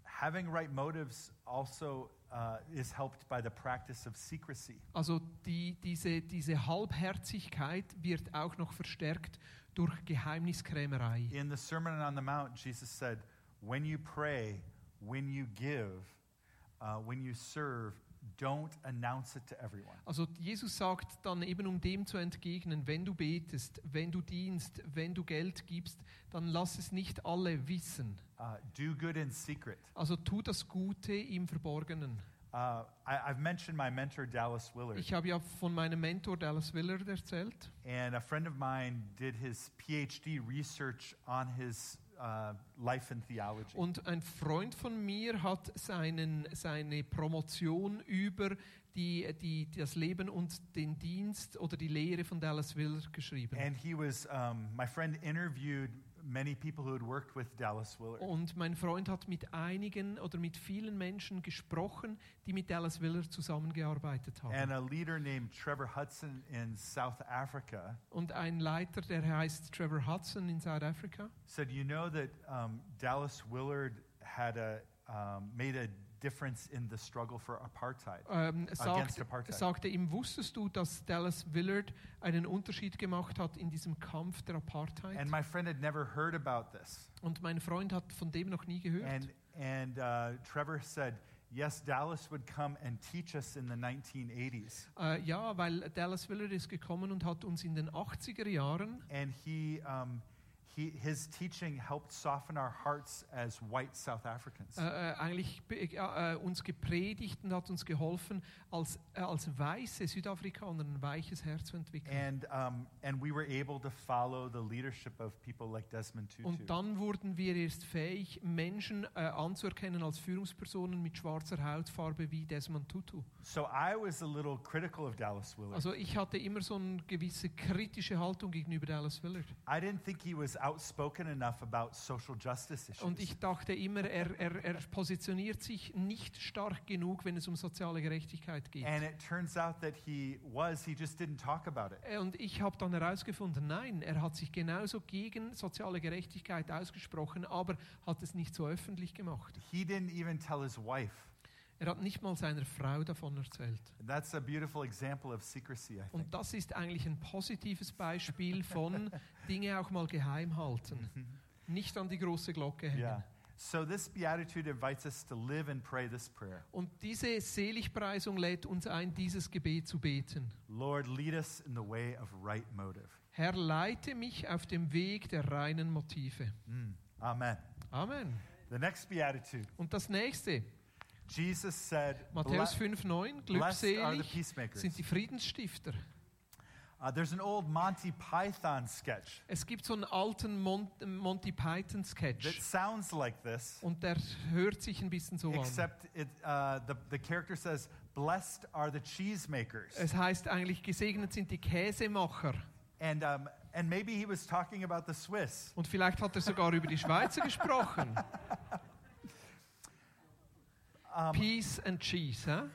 [SPEAKER 2] having right motives also uh, is helped by the practice of secrecy.
[SPEAKER 1] Also die, diese, diese Halbherzigkeit wird auch noch verstärkt durch Geheimniskrämerei.
[SPEAKER 2] In the Sermon on the Mount, Jesus said, When you pray, when you give, uh, when you serve, don't announce it to everyone.
[SPEAKER 1] Also Jesus sagt dann eben, um dem zu entgegnen, wenn du betest, wenn du dienst, wenn du Geld gibst, dann lass es nicht alle wissen.
[SPEAKER 2] Uh, do good in secret.
[SPEAKER 1] Also tu das Gute im Verborgenen.
[SPEAKER 2] Uh, I, I've mentioned my mentor, Dallas Willard,
[SPEAKER 1] Ich habe ja von meinem Mentor Dallas Willard erzählt.
[SPEAKER 2] and a friend of mine did his PhD research on his uh, life in theology.
[SPEAKER 1] Und ein Freund von mir hat seinen, seine Promotion über die, die, das Leben und den Dienst oder die Lehre von Dallas Willard geschrieben.
[SPEAKER 2] And he was, um, my friend interviewed many people who had worked with Dallas Willard.
[SPEAKER 1] Und mein Freund hat mit einigen oder mit vielen Menschen gesprochen, die mit Dallas Willard zusammengearbeitet haben.
[SPEAKER 2] And a leader named Trevor Hudson in South Africa
[SPEAKER 1] und ein Leiter, der heißt Trevor Hudson in Südafrika,
[SPEAKER 2] said, You know that um, Dallas Willard had a, um, made a difference in the struggle for apartheid.
[SPEAKER 1] ähm,
[SPEAKER 2] Against
[SPEAKER 1] sagt,
[SPEAKER 2] apartheid.
[SPEAKER 1] sagte ihm, wusstest du, dass Dallas Willard einen Unterschied gemacht hat in diesem Kampf der Apartheid?
[SPEAKER 2] And my friend had never heard about this.
[SPEAKER 1] Und mein Freund hat von dem noch nie gehört.
[SPEAKER 2] And, and uh, Trevor said, Yes, Dallas would come and teach us in the 1980s.
[SPEAKER 1] Äh, ja, weil Dallas Willard ist gekommen und hat uns in den 80er Jahren,
[SPEAKER 2] And he, um, he, his teaching helped soften our hearts as white South Africans.
[SPEAKER 1] äh, äh, eigentlich be- äh, äh, uns gepredigt und hat uns geholfen, als, äh, als weiße Südafrikaner ein weiches Herz zu entwickeln.
[SPEAKER 2] and, um, and we were able to follow the leadership of people like Desmond Tutu.
[SPEAKER 1] Und dann wurden wir erst fähig, Menschen äh, anzuerkennen als Führungspersonen mit schwarzer Hautfarbe wie Desmond Tutu.
[SPEAKER 2] So I was a little critical of Dallas Willard.
[SPEAKER 1] Also ich hatte immer so eine gewisse kritische Haltung gegenüber Dallas Willard.
[SPEAKER 2] I didn't think he was outspoken enough about social justice issues.
[SPEAKER 1] Und ich dachte immer, er, er, er positioniert sich nicht stark genug, wenn es um soziale Gerechtigkeit geht.
[SPEAKER 2] and it turns out that he was, he just didn't talk about it.
[SPEAKER 1] Äh, Und ich habe dann herausgefunden, nein, er hat sich genauso gegen soziale Gerechtigkeit ausgesprochen, aber hat es nicht so öffentlich gemacht.
[SPEAKER 2] He didn't even tell his wife.
[SPEAKER 1] Er hat nicht mal seiner Frau davon erzählt.
[SPEAKER 2] That's a beautiful example of secrecy, I think.
[SPEAKER 1] Und das ist eigentlich ein positives Beispiel von Dinge auch mal geheim halten. Nicht an die große Glocke hängen.
[SPEAKER 2] Yeah. So this beatitude invites us to live and pray this prayer.
[SPEAKER 1] Und diese Seligpreisung lädt uns ein, dieses Gebet zu beten.
[SPEAKER 2] Lord, lead us in the way of right motive.
[SPEAKER 1] Herr, leite mich auf dem Weg der reinen Motive.
[SPEAKER 2] Mm. Amen.
[SPEAKER 1] Amen.
[SPEAKER 2] The next beatitude
[SPEAKER 1] Und das nächste,
[SPEAKER 2] Jesus said,
[SPEAKER 1] Matthäus
[SPEAKER 2] "Ble-
[SPEAKER 1] 5,9,
[SPEAKER 2] Blessed are uh, the
[SPEAKER 1] glückselig
[SPEAKER 2] peacemakers.
[SPEAKER 1] sind die Friedensstifter.
[SPEAKER 2] Uh, there's an old Monty Python sketch
[SPEAKER 1] Es gibt so einen alten Mon Monty
[SPEAKER 2] that
[SPEAKER 1] Python-Sketch
[SPEAKER 2] sounds like this,
[SPEAKER 1] und der hört sich ein bisschen so an.
[SPEAKER 2] except it, uh, the, the character says, Blessed are the cheesemakers.
[SPEAKER 1] Es heißt eigentlich, gesegnet sind die Käsemacher.
[SPEAKER 2] And, um, and maybe he was talking about the Swiss.
[SPEAKER 1] Und vielleicht hat er sogar über die Schweizer gesprochen. Peace and Cheese, hä?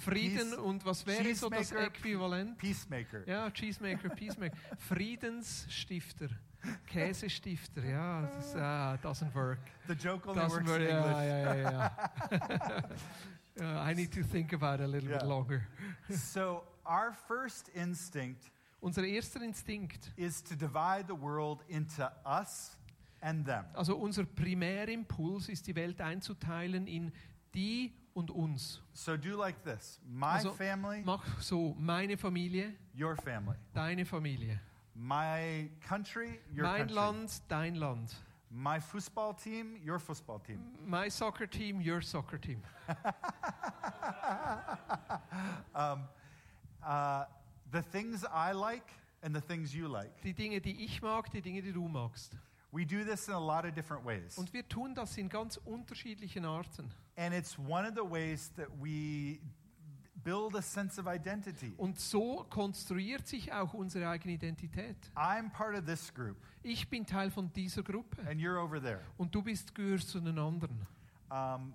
[SPEAKER 1] Frieden
[SPEAKER 2] Um, Peace-
[SPEAKER 1] und was wäre so das
[SPEAKER 2] Cheesemaker,
[SPEAKER 1] Äquivalent?
[SPEAKER 2] Peacemaker.
[SPEAKER 1] Ja, Cheesemaker, Peacemaker. Friedensstifter, Käsestifter, ja, das ah, doesn't work.
[SPEAKER 2] The joke only
[SPEAKER 1] Doesn't
[SPEAKER 2] works
[SPEAKER 1] work,
[SPEAKER 2] in English.
[SPEAKER 1] ja, ja, ja, ja. Ja, I need to think about it a little bit
[SPEAKER 2] Yeah.
[SPEAKER 1] longer.
[SPEAKER 2] So, our first instinct
[SPEAKER 1] Unser erster Instinkt,
[SPEAKER 2] is to divide the world into us and them.
[SPEAKER 1] also unser Primärimpuls ist, die Welt einzuteilen in die und uns.
[SPEAKER 2] So, do like this my
[SPEAKER 1] Also,
[SPEAKER 2] family,
[SPEAKER 1] Mach so meine Familie,
[SPEAKER 2] your family.
[SPEAKER 1] deine Familie.
[SPEAKER 2] My country, your
[SPEAKER 1] mein
[SPEAKER 2] country.
[SPEAKER 1] Land, dein Land.
[SPEAKER 2] My football team, your football team.
[SPEAKER 1] My soccer team, your soccer team.
[SPEAKER 2] Um, uh, the things I like and the things you like.
[SPEAKER 1] Die Dinge, die ich mag, die Dinge, die du magst.
[SPEAKER 2] We do this in a lot of different ways.
[SPEAKER 1] Und wir tun das in ganz unterschiedlichen Arten.
[SPEAKER 2] And it's one of the ways that we build a sense of identity.
[SPEAKER 1] Und so konstruiert sich auch unsere eigene Identität.
[SPEAKER 2] I'm part of this group,
[SPEAKER 1] Ich bin Teil von dieser Gruppe
[SPEAKER 2] and you're over there.
[SPEAKER 1] und du bist gehörst zu den anderen.
[SPEAKER 2] Um,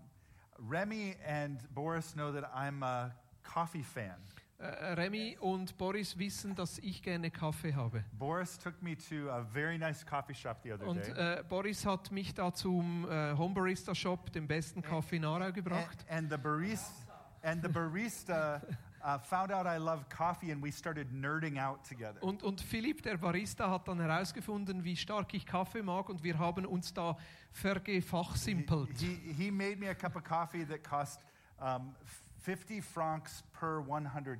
[SPEAKER 2] Remy and Boris know that I'm a coffee fan.
[SPEAKER 1] Äh, Remy und Boris wissen, dass ich gerne Kaffee habe.
[SPEAKER 2] Boris took me to a very nice coffee shop the other
[SPEAKER 1] Und
[SPEAKER 2] day.
[SPEAKER 1] äh, Boris hat mich da zum äh, Homebarista Shop, dem
[SPEAKER 2] Äh,
[SPEAKER 1] besten Kaffee in Aarau,
[SPEAKER 2] and,
[SPEAKER 1] gebracht.
[SPEAKER 2] and the barista, and the barista uh, found out I love coffee, and we started nerding out together.
[SPEAKER 1] Und, und Philipp, der Barista, hat dann herausgefunden, wie stark ich Kaffee mag und wir haben uns da
[SPEAKER 2] He,
[SPEAKER 1] vergefachsimpelt.
[SPEAKER 2] he, he made me a cup of coffee that cost um, 50 francs per 100 uh,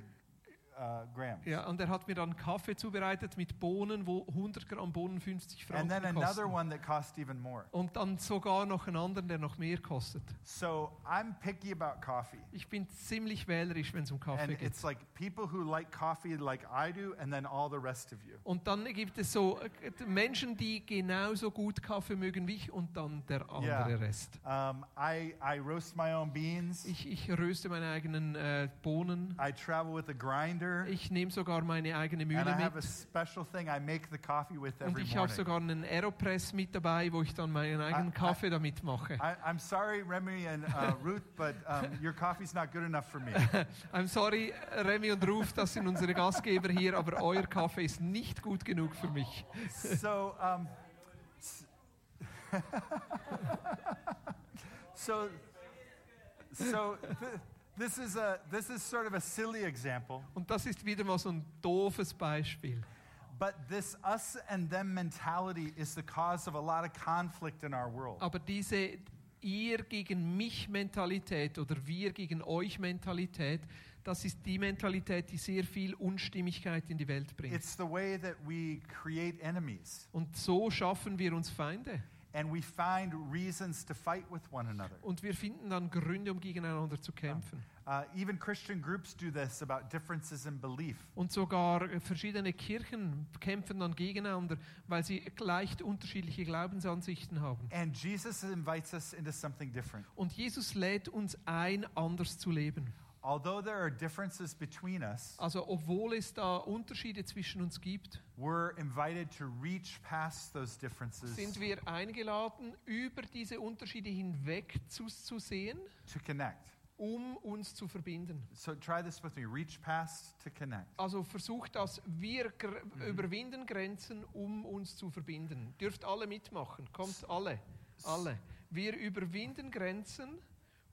[SPEAKER 2] grams.
[SPEAKER 1] Ja, und er hat mir dann Kaffee zubereitet mit Bohnen, wo 100 Gramm Bohnen 50
[SPEAKER 2] And then
[SPEAKER 1] Franken
[SPEAKER 2] another
[SPEAKER 1] kosten.
[SPEAKER 2] one that cost even more.
[SPEAKER 1] Und dann sogar noch einen anderen, der noch mehr kostet.
[SPEAKER 2] So I'm picky about coffee.
[SPEAKER 1] Ich bin ziemlich wählerisch, wenn es um Kaffee
[SPEAKER 2] And
[SPEAKER 1] geht.
[SPEAKER 2] it's like people who like coffee like I do, and then all the rest of you.
[SPEAKER 1] Und dann gibt es so äh, Menschen, die genauso gut Kaffee mögen wie ich und dann der andere
[SPEAKER 2] Ja.
[SPEAKER 1] Rest.
[SPEAKER 2] Um, I, I roast my own beans.
[SPEAKER 1] Ich, ich röste meine eigenen äh, Bohnen.
[SPEAKER 2] I travel with a grinder.
[SPEAKER 1] Ich nehme sogar meine eigene
[SPEAKER 2] And
[SPEAKER 1] Mühle
[SPEAKER 2] I have a
[SPEAKER 1] mit.
[SPEAKER 2] special thing I make the coffee with
[SPEAKER 1] Und
[SPEAKER 2] every
[SPEAKER 1] ich habe
[SPEAKER 2] morning.
[SPEAKER 1] sogar einen Aeropress mit dabei, wo ich dann meinen eigenen
[SPEAKER 2] I-
[SPEAKER 1] Kaffee damit mache.
[SPEAKER 2] I, I'm sorry, Remy and uh, Ruth, but um, your coffee's not good enough for me.
[SPEAKER 1] I'm sorry, Remy und Ruf, das sind unsere Gastgeber hier, aber euer Kaffee ist nicht gut genug für mich.
[SPEAKER 2] So, um, s- so, so th- this is a this is sort of a silly example,
[SPEAKER 1] Und das ist wieder mal so ein doofes Beispiel.
[SPEAKER 2] but this us and them mentality is the cause of a lot of conflict in our world.
[SPEAKER 1] Aber diese ihr gegen mich Mentalität oder wir gegen euch Mentalität, das ist die Mentalität, die sehr viel Unstimmigkeit in die Welt bringt.
[SPEAKER 2] It's the way that we create enemies
[SPEAKER 1] Und so schaffen wir uns Feinde.
[SPEAKER 2] and we find reasons to fight with one another.
[SPEAKER 1] Und wir finden dann Gründe, um gegeneinander zu kämpfen.
[SPEAKER 2] Uh, even Christian groups do this about differences in belief.
[SPEAKER 1] Und sogar äh, verschiedene Kirchen kämpfen dann gegeneinander, weil sie leicht unterschiedliche Glaubensansichten haben.
[SPEAKER 2] And Jesus invites us into something different.
[SPEAKER 1] Und Jesus lädt uns ein, anders zu leben.
[SPEAKER 2] Although there are differences between us,
[SPEAKER 1] Also obwohl es da Unterschiede zwischen uns gibt,
[SPEAKER 2] we're invited to reach past those differences
[SPEAKER 1] sind wir eingeladen, über diese Unterschiede hinweg zu, zu sehen,
[SPEAKER 2] to connect.
[SPEAKER 1] um uns zu verbinden.
[SPEAKER 2] So try this with me reach past to connect.
[SPEAKER 1] Also versucht das, wir gr überwinden Grenzen, um uns zu verbinden. Dürft alle mitmachen, kommt alle, alle. Wir überwinden Grenzen,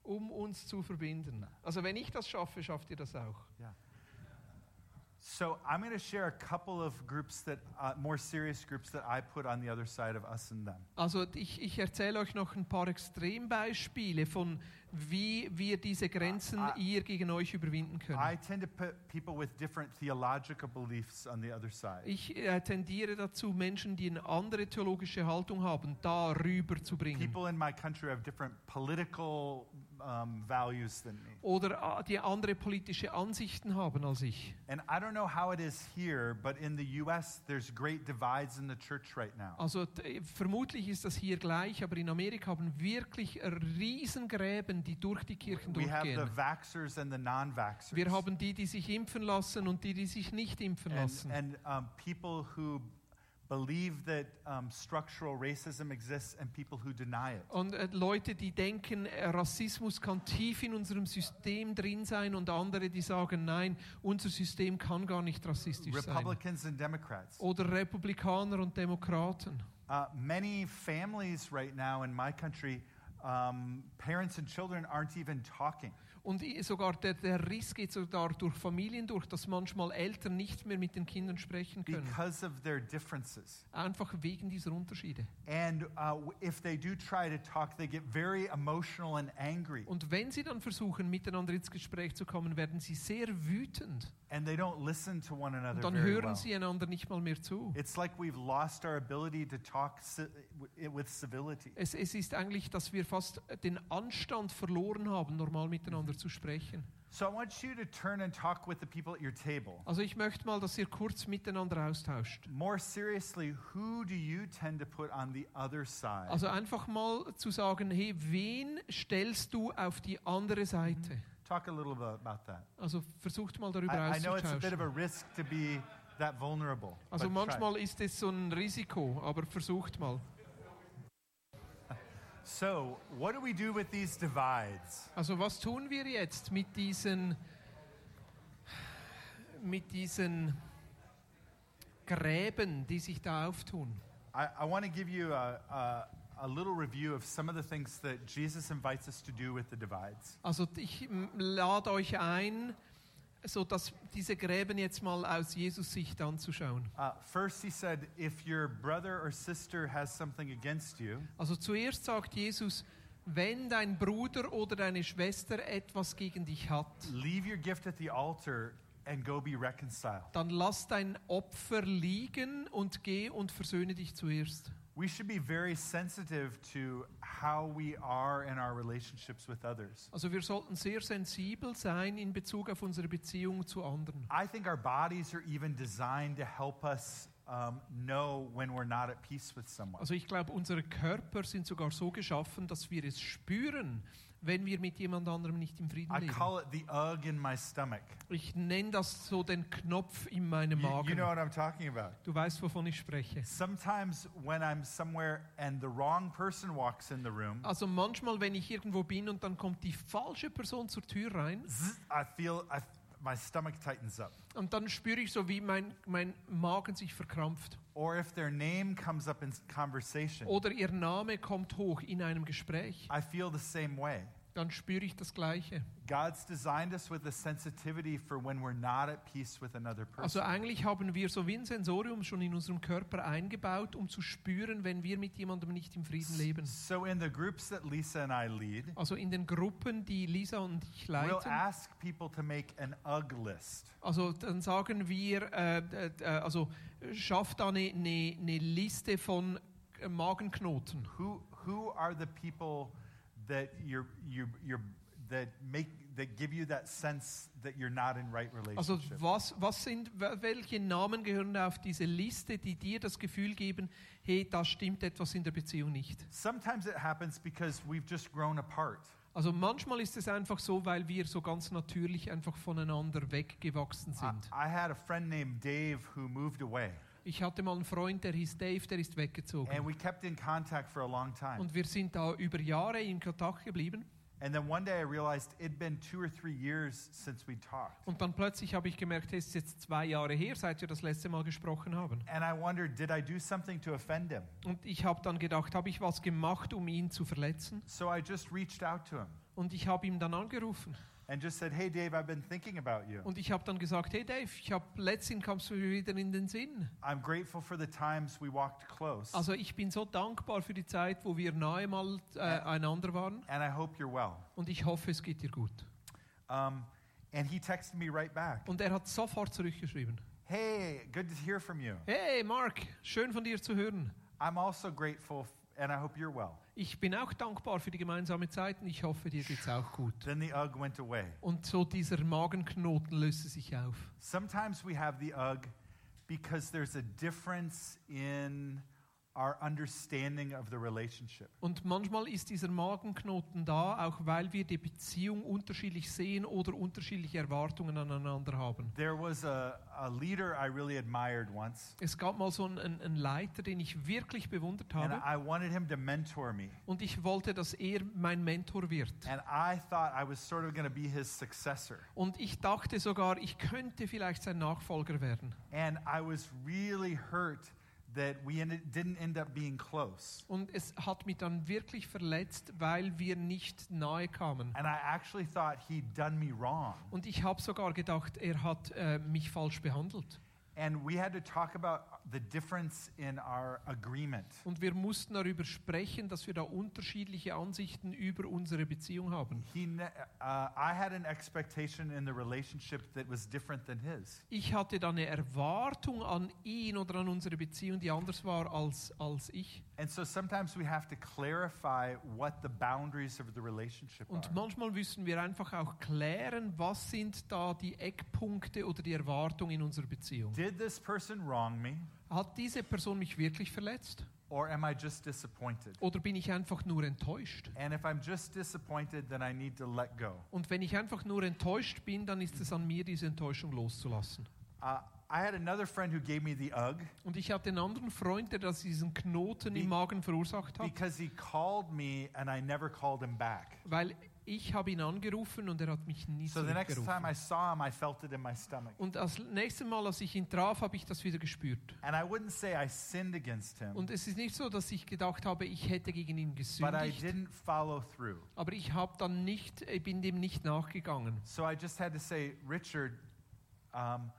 [SPEAKER 1] um uns zu verbinden. Also wenn ich das schaffe, schafft ihr das auch.
[SPEAKER 2] Yeah. So I'm going to share a couple of groups that, uh, more serious groups that I put on the other side of us and them.
[SPEAKER 1] Also ich, ich erzähle euch noch ein paar Extrembeispiele von, wie wir diese Grenzen
[SPEAKER 2] Ah, ah.
[SPEAKER 1] ihr gegen euch überwinden
[SPEAKER 2] I
[SPEAKER 1] können.
[SPEAKER 2] tend to put people with different theological beliefs on the other side.
[SPEAKER 1] Ich äh, tendiere dazu, Menschen, die eine andere theologische Haltung haben, da rüber zu bringen.
[SPEAKER 2] People in my country have different political um, values than me.
[SPEAKER 1] Oder äh, die andere politische Ansichten haben als ich.
[SPEAKER 2] And I don't know how it is here, but in the U.S., there's great divides in the church right now.
[SPEAKER 1] Also t- vermutlich ist das hier gleich, aber in Amerika haben wirklich Riesengräben, die durch die Kirchen
[SPEAKER 2] We have the
[SPEAKER 1] durchgehen.
[SPEAKER 2] vaxxers and the non
[SPEAKER 1] Wir
[SPEAKER 2] vaxxers.
[SPEAKER 1] haben die, die sich impfen lassen und die, die sich nicht impfen
[SPEAKER 2] And,
[SPEAKER 1] lassen.
[SPEAKER 2] and um, people who believe that um, structural racism exists and people who deny it.
[SPEAKER 1] Und äh, Leute, die denken, äh, Rassismus kann tief in unserem System drin sein und andere, die sagen, nein, unser System kann gar nicht rassistisch sein.
[SPEAKER 2] Republicans and Democrats.
[SPEAKER 1] Oder Republikaner und Demokraten.
[SPEAKER 2] Uh, many families right now in my country, um, parents and children aren't even talking.
[SPEAKER 1] Und i- sogar der, der Riss geht sogar durch Familien durch, dass manchmal Eltern nicht mehr mit den Kindern sprechen können.
[SPEAKER 2] because of their differences.
[SPEAKER 1] Einfach wegen dieser Unterschiede.
[SPEAKER 2] And uh, w- if they do try to talk, they get very emotional and angry,
[SPEAKER 1] Und wenn sie dann versuchen, miteinander ins Gespräch zu kommen, werden sie sehr wütend.
[SPEAKER 2] and they don't listen to one another.
[SPEAKER 1] Und dann
[SPEAKER 2] very
[SPEAKER 1] hören
[SPEAKER 2] well.
[SPEAKER 1] sie einander nicht mal mehr zu.
[SPEAKER 2] It's like we've lost our ability to talk ci- w- with civility.
[SPEAKER 1] Es, es ist eigentlich, dass wir fast den Anstand verloren haben, normal miteinander zu sprechen.
[SPEAKER 2] So I want you to turn and talk with the people at your table.
[SPEAKER 1] Also ich möchte mal, dass ihr kurz miteinander austauscht.
[SPEAKER 2] More seriously, who do you tend to put on the other side?
[SPEAKER 1] Also einfach mal zu sagen, hey, wen stellst du auf die andere Seite?
[SPEAKER 2] Talk a little bit about that.
[SPEAKER 1] Also versucht mal
[SPEAKER 2] I,
[SPEAKER 1] darüber
[SPEAKER 2] Mhm. I know it's a bit of a
[SPEAKER 1] auszutauschen.
[SPEAKER 2] risk to be that vulnerable.
[SPEAKER 1] Also
[SPEAKER 2] but try.
[SPEAKER 1] manchmal ist es so ein Risiko, aber versucht mal.
[SPEAKER 2] So, what do we do with these divides?
[SPEAKER 1] Also was tun wir jetzt mit diesen, mit diesen Gräben, die sich da auftun?
[SPEAKER 2] I, I want to give you a, a, a little review of some of the things that Jesus invites us to do with the divides.
[SPEAKER 1] Also ich m, lade euch ein, so dass diese Gräben jetzt mal aus Jesus Sicht anzuschauen.
[SPEAKER 2] Uh, first, he said, if your brother or sister has something against you,
[SPEAKER 1] Also zuerst sagt Jesus, wenn dein Bruder oder deine Schwester etwas gegen dich hat,
[SPEAKER 2] leave your gift at the altar and go be reconciled.
[SPEAKER 1] dann lass dein Opfer liegen und geh und versöhne dich zuerst.
[SPEAKER 2] We should be very sensitive to how we are in our relationships with others.
[SPEAKER 1] Also wir sollten sehr sensibel sein in Bezug auf unsere Beziehung zu anderen.
[SPEAKER 2] I think our bodies are even designed to help us um, know when we're not at peace with someone.
[SPEAKER 1] Also ich glaube, unsere Körper sind sogar so geschaffen, dass wir es spüren, wenn wir mit jemand anderem nicht im Frieden
[SPEAKER 2] I
[SPEAKER 1] leben.
[SPEAKER 2] call it the ugh in my stomach.
[SPEAKER 1] Ich nenne das so den Knopf in meinem
[SPEAKER 2] You-
[SPEAKER 1] Magen.
[SPEAKER 2] you know what I'm talking about.
[SPEAKER 1] du weißt, wovon ich spreche.
[SPEAKER 2] Sometimes when I'm somewhere and the wrong person walks in the room,
[SPEAKER 1] Also manchmal, wenn ich irgendwo bin und dann kommt die falsche Person zur Tür rein
[SPEAKER 2] zzz, I feel I, my stomach tightens up.
[SPEAKER 1] und dann spüre ich so, wie mein, mein Magen sich verkrampft.
[SPEAKER 2] Or if their name comes up in s- conversation,
[SPEAKER 1] Oder ihr Name kommt hoch in einem Gespräch,
[SPEAKER 2] I feel the same way.
[SPEAKER 1] dann spüre ich das Gleiche.
[SPEAKER 2] God's designed us with a sensitivity for when we're not at peace with another
[SPEAKER 1] Also
[SPEAKER 2] person.
[SPEAKER 1] eigentlich haben wir so wie ein Sensorium schon in unserem Körper eingebaut, um zu spüren, wenn wir mit jemandem nicht im Frieden leben.
[SPEAKER 2] So in the groups that Lisa and I lead,
[SPEAKER 1] Also in den Gruppen, die Lisa und ich
[SPEAKER 2] we'll
[SPEAKER 1] leiten,
[SPEAKER 2] ask people to make an ugh list.
[SPEAKER 1] Also dann sagen wir, äh, d- d- äh, also schafft da eine, eine, eine Liste von äh, Magenknoten.
[SPEAKER 2] Who who are the people that you're you you're that make that give you that sense that you're not in right
[SPEAKER 1] Also
[SPEAKER 2] relationship?
[SPEAKER 1] was, was sind, wel- welche Namen gehören auf diese Liste, die dir das Gefühl geben, hey, da stimmt etwas in der Beziehung nicht.
[SPEAKER 2] Sometimes it happens because we've just grown apart.
[SPEAKER 1] Also manchmal ist es einfach so, weil wir so ganz natürlich einfach voneinander weggewachsen
[SPEAKER 2] I,
[SPEAKER 1] sind.
[SPEAKER 2] I had a friend named Dave who moved away,
[SPEAKER 1] Ich hatte mal einen Freund, der hieß Dave, der ist
[SPEAKER 2] and
[SPEAKER 1] weggezogen.
[SPEAKER 2] we kept in contact for a long time.
[SPEAKER 1] Und wir sind da über Jahre in Kontakt geblieben.
[SPEAKER 2] And then one day I realized it'd been two or three years since we talked,
[SPEAKER 1] Und dann plötzlich habe ich gemerkt, es ist jetzt zwei Jahre her, seit wir das letzte Mal gesprochen haben.
[SPEAKER 2] and I wondered, did I do something to offend him?
[SPEAKER 1] Und ich habe dann gedacht, habe ich was gemacht, um ihn zu verletzen?
[SPEAKER 2] So I just reached out to him,
[SPEAKER 1] Und ich habe ihm dann angerufen.
[SPEAKER 2] and just said, Hey, Dave, I've been thinking about you.
[SPEAKER 1] Und ich habe dann gesagt, hey Dave, ich habe letztens kamst du mir wieder in den Sinn.
[SPEAKER 2] I'm grateful for the times we walked close,
[SPEAKER 1] Also ich bin so dankbar für die Zeit, wo wir nahe mal äh, einander waren
[SPEAKER 2] and I hope you're well.
[SPEAKER 1] und ich hoffe, es geht dir gut.
[SPEAKER 2] Um, and he texted me right back
[SPEAKER 1] Und er hat sofort zurückgeschrieben.
[SPEAKER 2] Hey, good to hear from you.
[SPEAKER 1] Hey Mark, schön von dir zu hören.
[SPEAKER 2] I'm also grateful, f- and I hope you're well.
[SPEAKER 1] Ich bin auch dankbar für die gemeinsame Zeit und ich hoffe, dir geht's auch gut.
[SPEAKER 2] Then the UG went away.
[SPEAKER 1] Und so dieser Magenknoten löste sich auf.
[SPEAKER 2] Sometimes we have the UG because there's a difference in our understanding of the relationship.
[SPEAKER 1] Und manchmal ist dieser Magenknoten da, auch weil wir die Beziehung unterschiedlich sehen oder unterschiedliche Erwartungen aneinander haben.
[SPEAKER 2] There was a, a leader I really admired once,
[SPEAKER 1] Es gab mal so einen, einen einen Leiter, den ich wirklich bewundert
[SPEAKER 2] and
[SPEAKER 1] habe.
[SPEAKER 2] I wanted him to mentor me.
[SPEAKER 1] Und ich wollte, dass er mein Mentor wird.
[SPEAKER 2] And I thought I was sort of going to be his successor.
[SPEAKER 1] Und ich dachte sogar, ich könnte vielleicht sein Nachfolger werden.
[SPEAKER 2] And I was really hurt that we ended, didn't end up being close.
[SPEAKER 1] Und es hat mich dann wirklich verletzt, weil wir nicht nahe kamen.
[SPEAKER 2] And I actually thought he'd done me wrong.
[SPEAKER 1] Und ich habe sogar gedacht, er hat äh, mich falsch behandelt.
[SPEAKER 2] And we had to talk about the difference in our agreement.
[SPEAKER 1] Und wir mussten darüber sprechen, dass wir da unterschiedliche Ansichten über unsere Beziehung haben.
[SPEAKER 2] He ne- uh, I had an expectation in the relationship that was different than his.
[SPEAKER 1] Ich hatte da eine Erwartung an ihn oder an unsere Beziehung, die anders war als, als ich.
[SPEAKER 2] And so sometimes we have to clarify what the boundaries of the relationship
[SPEAKER 1] Und
[SPEAKER 2] are.
[SPEAKER 1] manchmal müssen wir einfach auch klären, was sind da die Eckpunkte oder die Erwartungen in unserer Beziehung.
[SPEAKER 2] Did this person wrong me,
[SPEAKER 1] Hat diese Person mich wirklich verletzt?
[SPEAKER 2] or am I just disappointed?
[SPEAKER 1] Oder bin ich einfach nur enttäuscht?
[SPEAKER 2] And if I'm just disappointed, then I need to let go.
[SPEAKER 1] Und wenn ich einfach nur enttäuscht bin, dann ist es an mir, diese Enttäuschung loszulassen.
[SPEAKER 2] Uh, I had another friend who gave me the ugh
[SPEAKER 1] Und ich hatte einen anderen Freund, der das diesen Knoten
[SPEAKER 2] Wie-
[SPEAKER 1] im Magen verursacht hat,
[SPEAKER 2] because he called me and I never called him back.
[SPEAKER 1] weil ich habe ihn angerufen und er hat mich nie
[SPEAKER 2] So the next time I
[SPEAKER 1] zurückgerufen.
[SPEAKER 2] saw him, I felt it in my stomach.
[SPEAKER 1] Und das nächste Mal, als ich ihn traf, habe ich das wieder gespürt.
[SPEAKER 2] And I wouldn't say I sinned against him,
[SPEAKER 1] Und es ist nicht so, dass ich gedacht habe, ich hätte gegen ihn
[SPEAKER 2] but I
[SPEAKER 1] gesündigt,
[SPEAKER 2] didn't follow through.
[SPEAKER 1] aber ich habe dann nicht, ich bin dem nicht nachgegangen.
[SPEAKER 2] So I just had to say, Richard, um,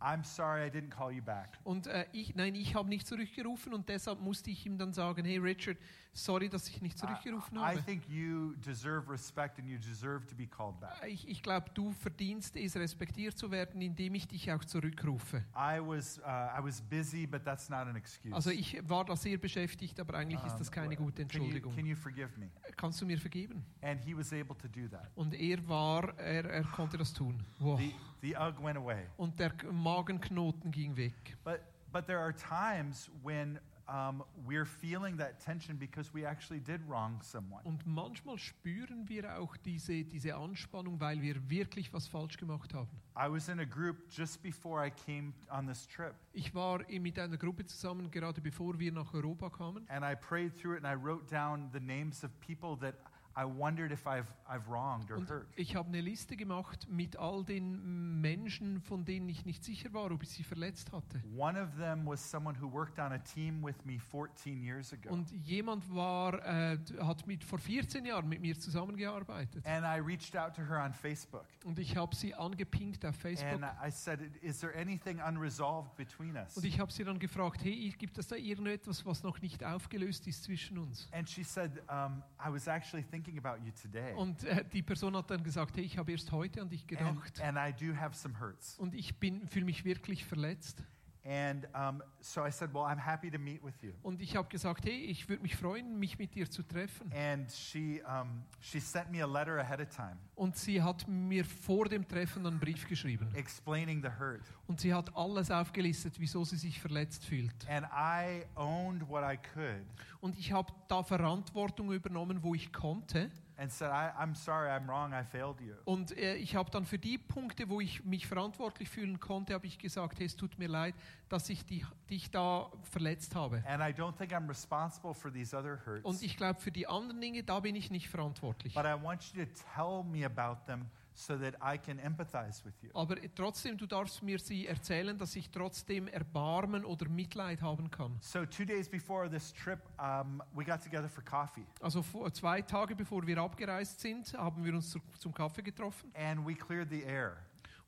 [SPEAKER 2] I'm sorry I didn't call you back.
[SPEAKER 1] Und äh, ich, nein, ich habe nicht zurückgerufen und deshalb musste ich ihm dann sagen, hey Richard, sorry, dass ich nicht zurückgerufen
[SPEAKER 2] Ah, I, I
[SPEAKER 1] habe.
[SPEAKER 2] think you deserve respect and you deserve to be called back.
[SPEAKER 1] Äh, Ich, ich glaube, du verdienst es, respektiert zu werden, indem ich dich auch zurückrufe.
[SPEAKER 2] I was, uh, I was busy, but that's not an excuse.
[SPEAKER 1] Also ich war da sehr beschäftigt, aber eigentlich ist das
[SPEAKER 2] Um,
[SPEAKER 1] keine
[SPEAKER 2] well,
[SPEAKER 1] gute Entschuldigung.
[SPEAKER 2] Can you, can you forgive me?
[SPEAKER 1] Kannst du mir vergeben?
[SPEAKER 2] And he was able to do that.
[SPEAKER 1] Und er war, er, er konnte das tun. Wow.
[SPEAKER 2] The, the UG went away.
[SPEAKER 1] Und der K- Magenknoten ging weg.
[SPEAKER 2] But, but there are times when um, we're feeling that tension because we actually did wrong someone.
[SPEAKER 1] Und manchmal spüren wir auch diese, diese Anspannung, weil wir wirklich was falsch gemacht haben.
[SPEAKER 2] I was in a group just before I came on this trip,
[SPEAKER 1] Ich war i- mit einer Gruppe zusammen, gerade bevor wir nach Europa kamen.
[SPEAKER 2] and I prayed through it and I wrote down the names of people that I wondered if I've, I've wronged or
[SPEAKER 1] Und
[SPEAKER 2] hurt.
[SPEAKER 1] ich habe eine Liste gemacht mit all den Menschen, von denen ich nicht sicher war, ob ich sie verletzt hatte.
[SPEAKER 2] One of them was someone who worked on a team with me 14 years ago.
[SPEAKER 1] Und jemand war, äh, d- hat mit, vor 14 Jahren mit mir zusammengearbeitet.
[SPEAKER 2] And I reached out to her on Facebook.
[SPEAKER 1] Und ich habe sie angepinkt auf
[SPEAKER 2] And
[SPEAKER 1] Facebook.
[SPEAKER 2] I said, Is there anything unresolved between us?
[SPEAKER 1] Und ich habe sie dann gefragt, hey, gibt es da irgendetwas, was noch nicht aufgelöst ist zwischen uns?
[SPEAKER 2] And she said, um, I was actually thinking about you today.
[SPEAKER 1] Und äh, die Person hat dann gesagt, hey, ich habe erst heute an dich
[SPEAKER 2] And,
[SPEAKER 1] gedacht.
[SPEAKER 2] and I do have some hurts.
[SPEAKER 1] und ich fühle mich wirklich verletzt.
[SPEAKER 2] And um, so I said, Well, I'm happy to meet with you.
[SPEAKER 1] Und ich habe gesagt, hey, ich würde mich freuen, mich mit dir zu treffen.
[SPEAKER 2] And she, um, she sent me a letter ahead of time
[SPEAKER 1] Und sie hat mir vor dem Treffen einen Brief
[SPEAKER 2] Äh.
[SPEAKER 1] geschrieben.
[SPEAKER 2] explaining the hurt.
[SPEAKER 1] Und sie hat alles aufgelistet, wieso sie sich verletzt fühlt.
[SPEAKER 2] And I owned what I could
[SPEAKER 1] Und ich habe da Verantwortung übernommen, wo ich konnte.
[SPEAKER 2] and said, I, I'm sorry, I'm wrong, I failed you.
[SPEAKER 1] Und äh, ich habe dann für die Punkte, wo ich mich verantwortlich fühlen konnte, habe ich gesagt, hey, es tut mir leid, dass ich die, dich da verletzt habe.
[SPEAKER 2] And I don't think I'm responsible for these other hurts.
[SPEAKER 1] Und ich glaube, für die anderen Dinge, da bin ich nicht verantwortlich.
[SPEAKER 2] But I want you to tell me about them so that I can empathize with you.
[SPEAKER 1] Aber trotzdem, du darfst mir sie erzählen, dass ich trotzdem Erbarmen oder Mitleid haben kann.
[SPEAKER 2] So, two days before this trip, um, we got together for coffee
[SPEAKER 1] Also vor, zwei Tage bevor wir abgereist sind, haben wir uns zu, zum Kaffee getroffen
[SPEAKER 2] and we cleared the air.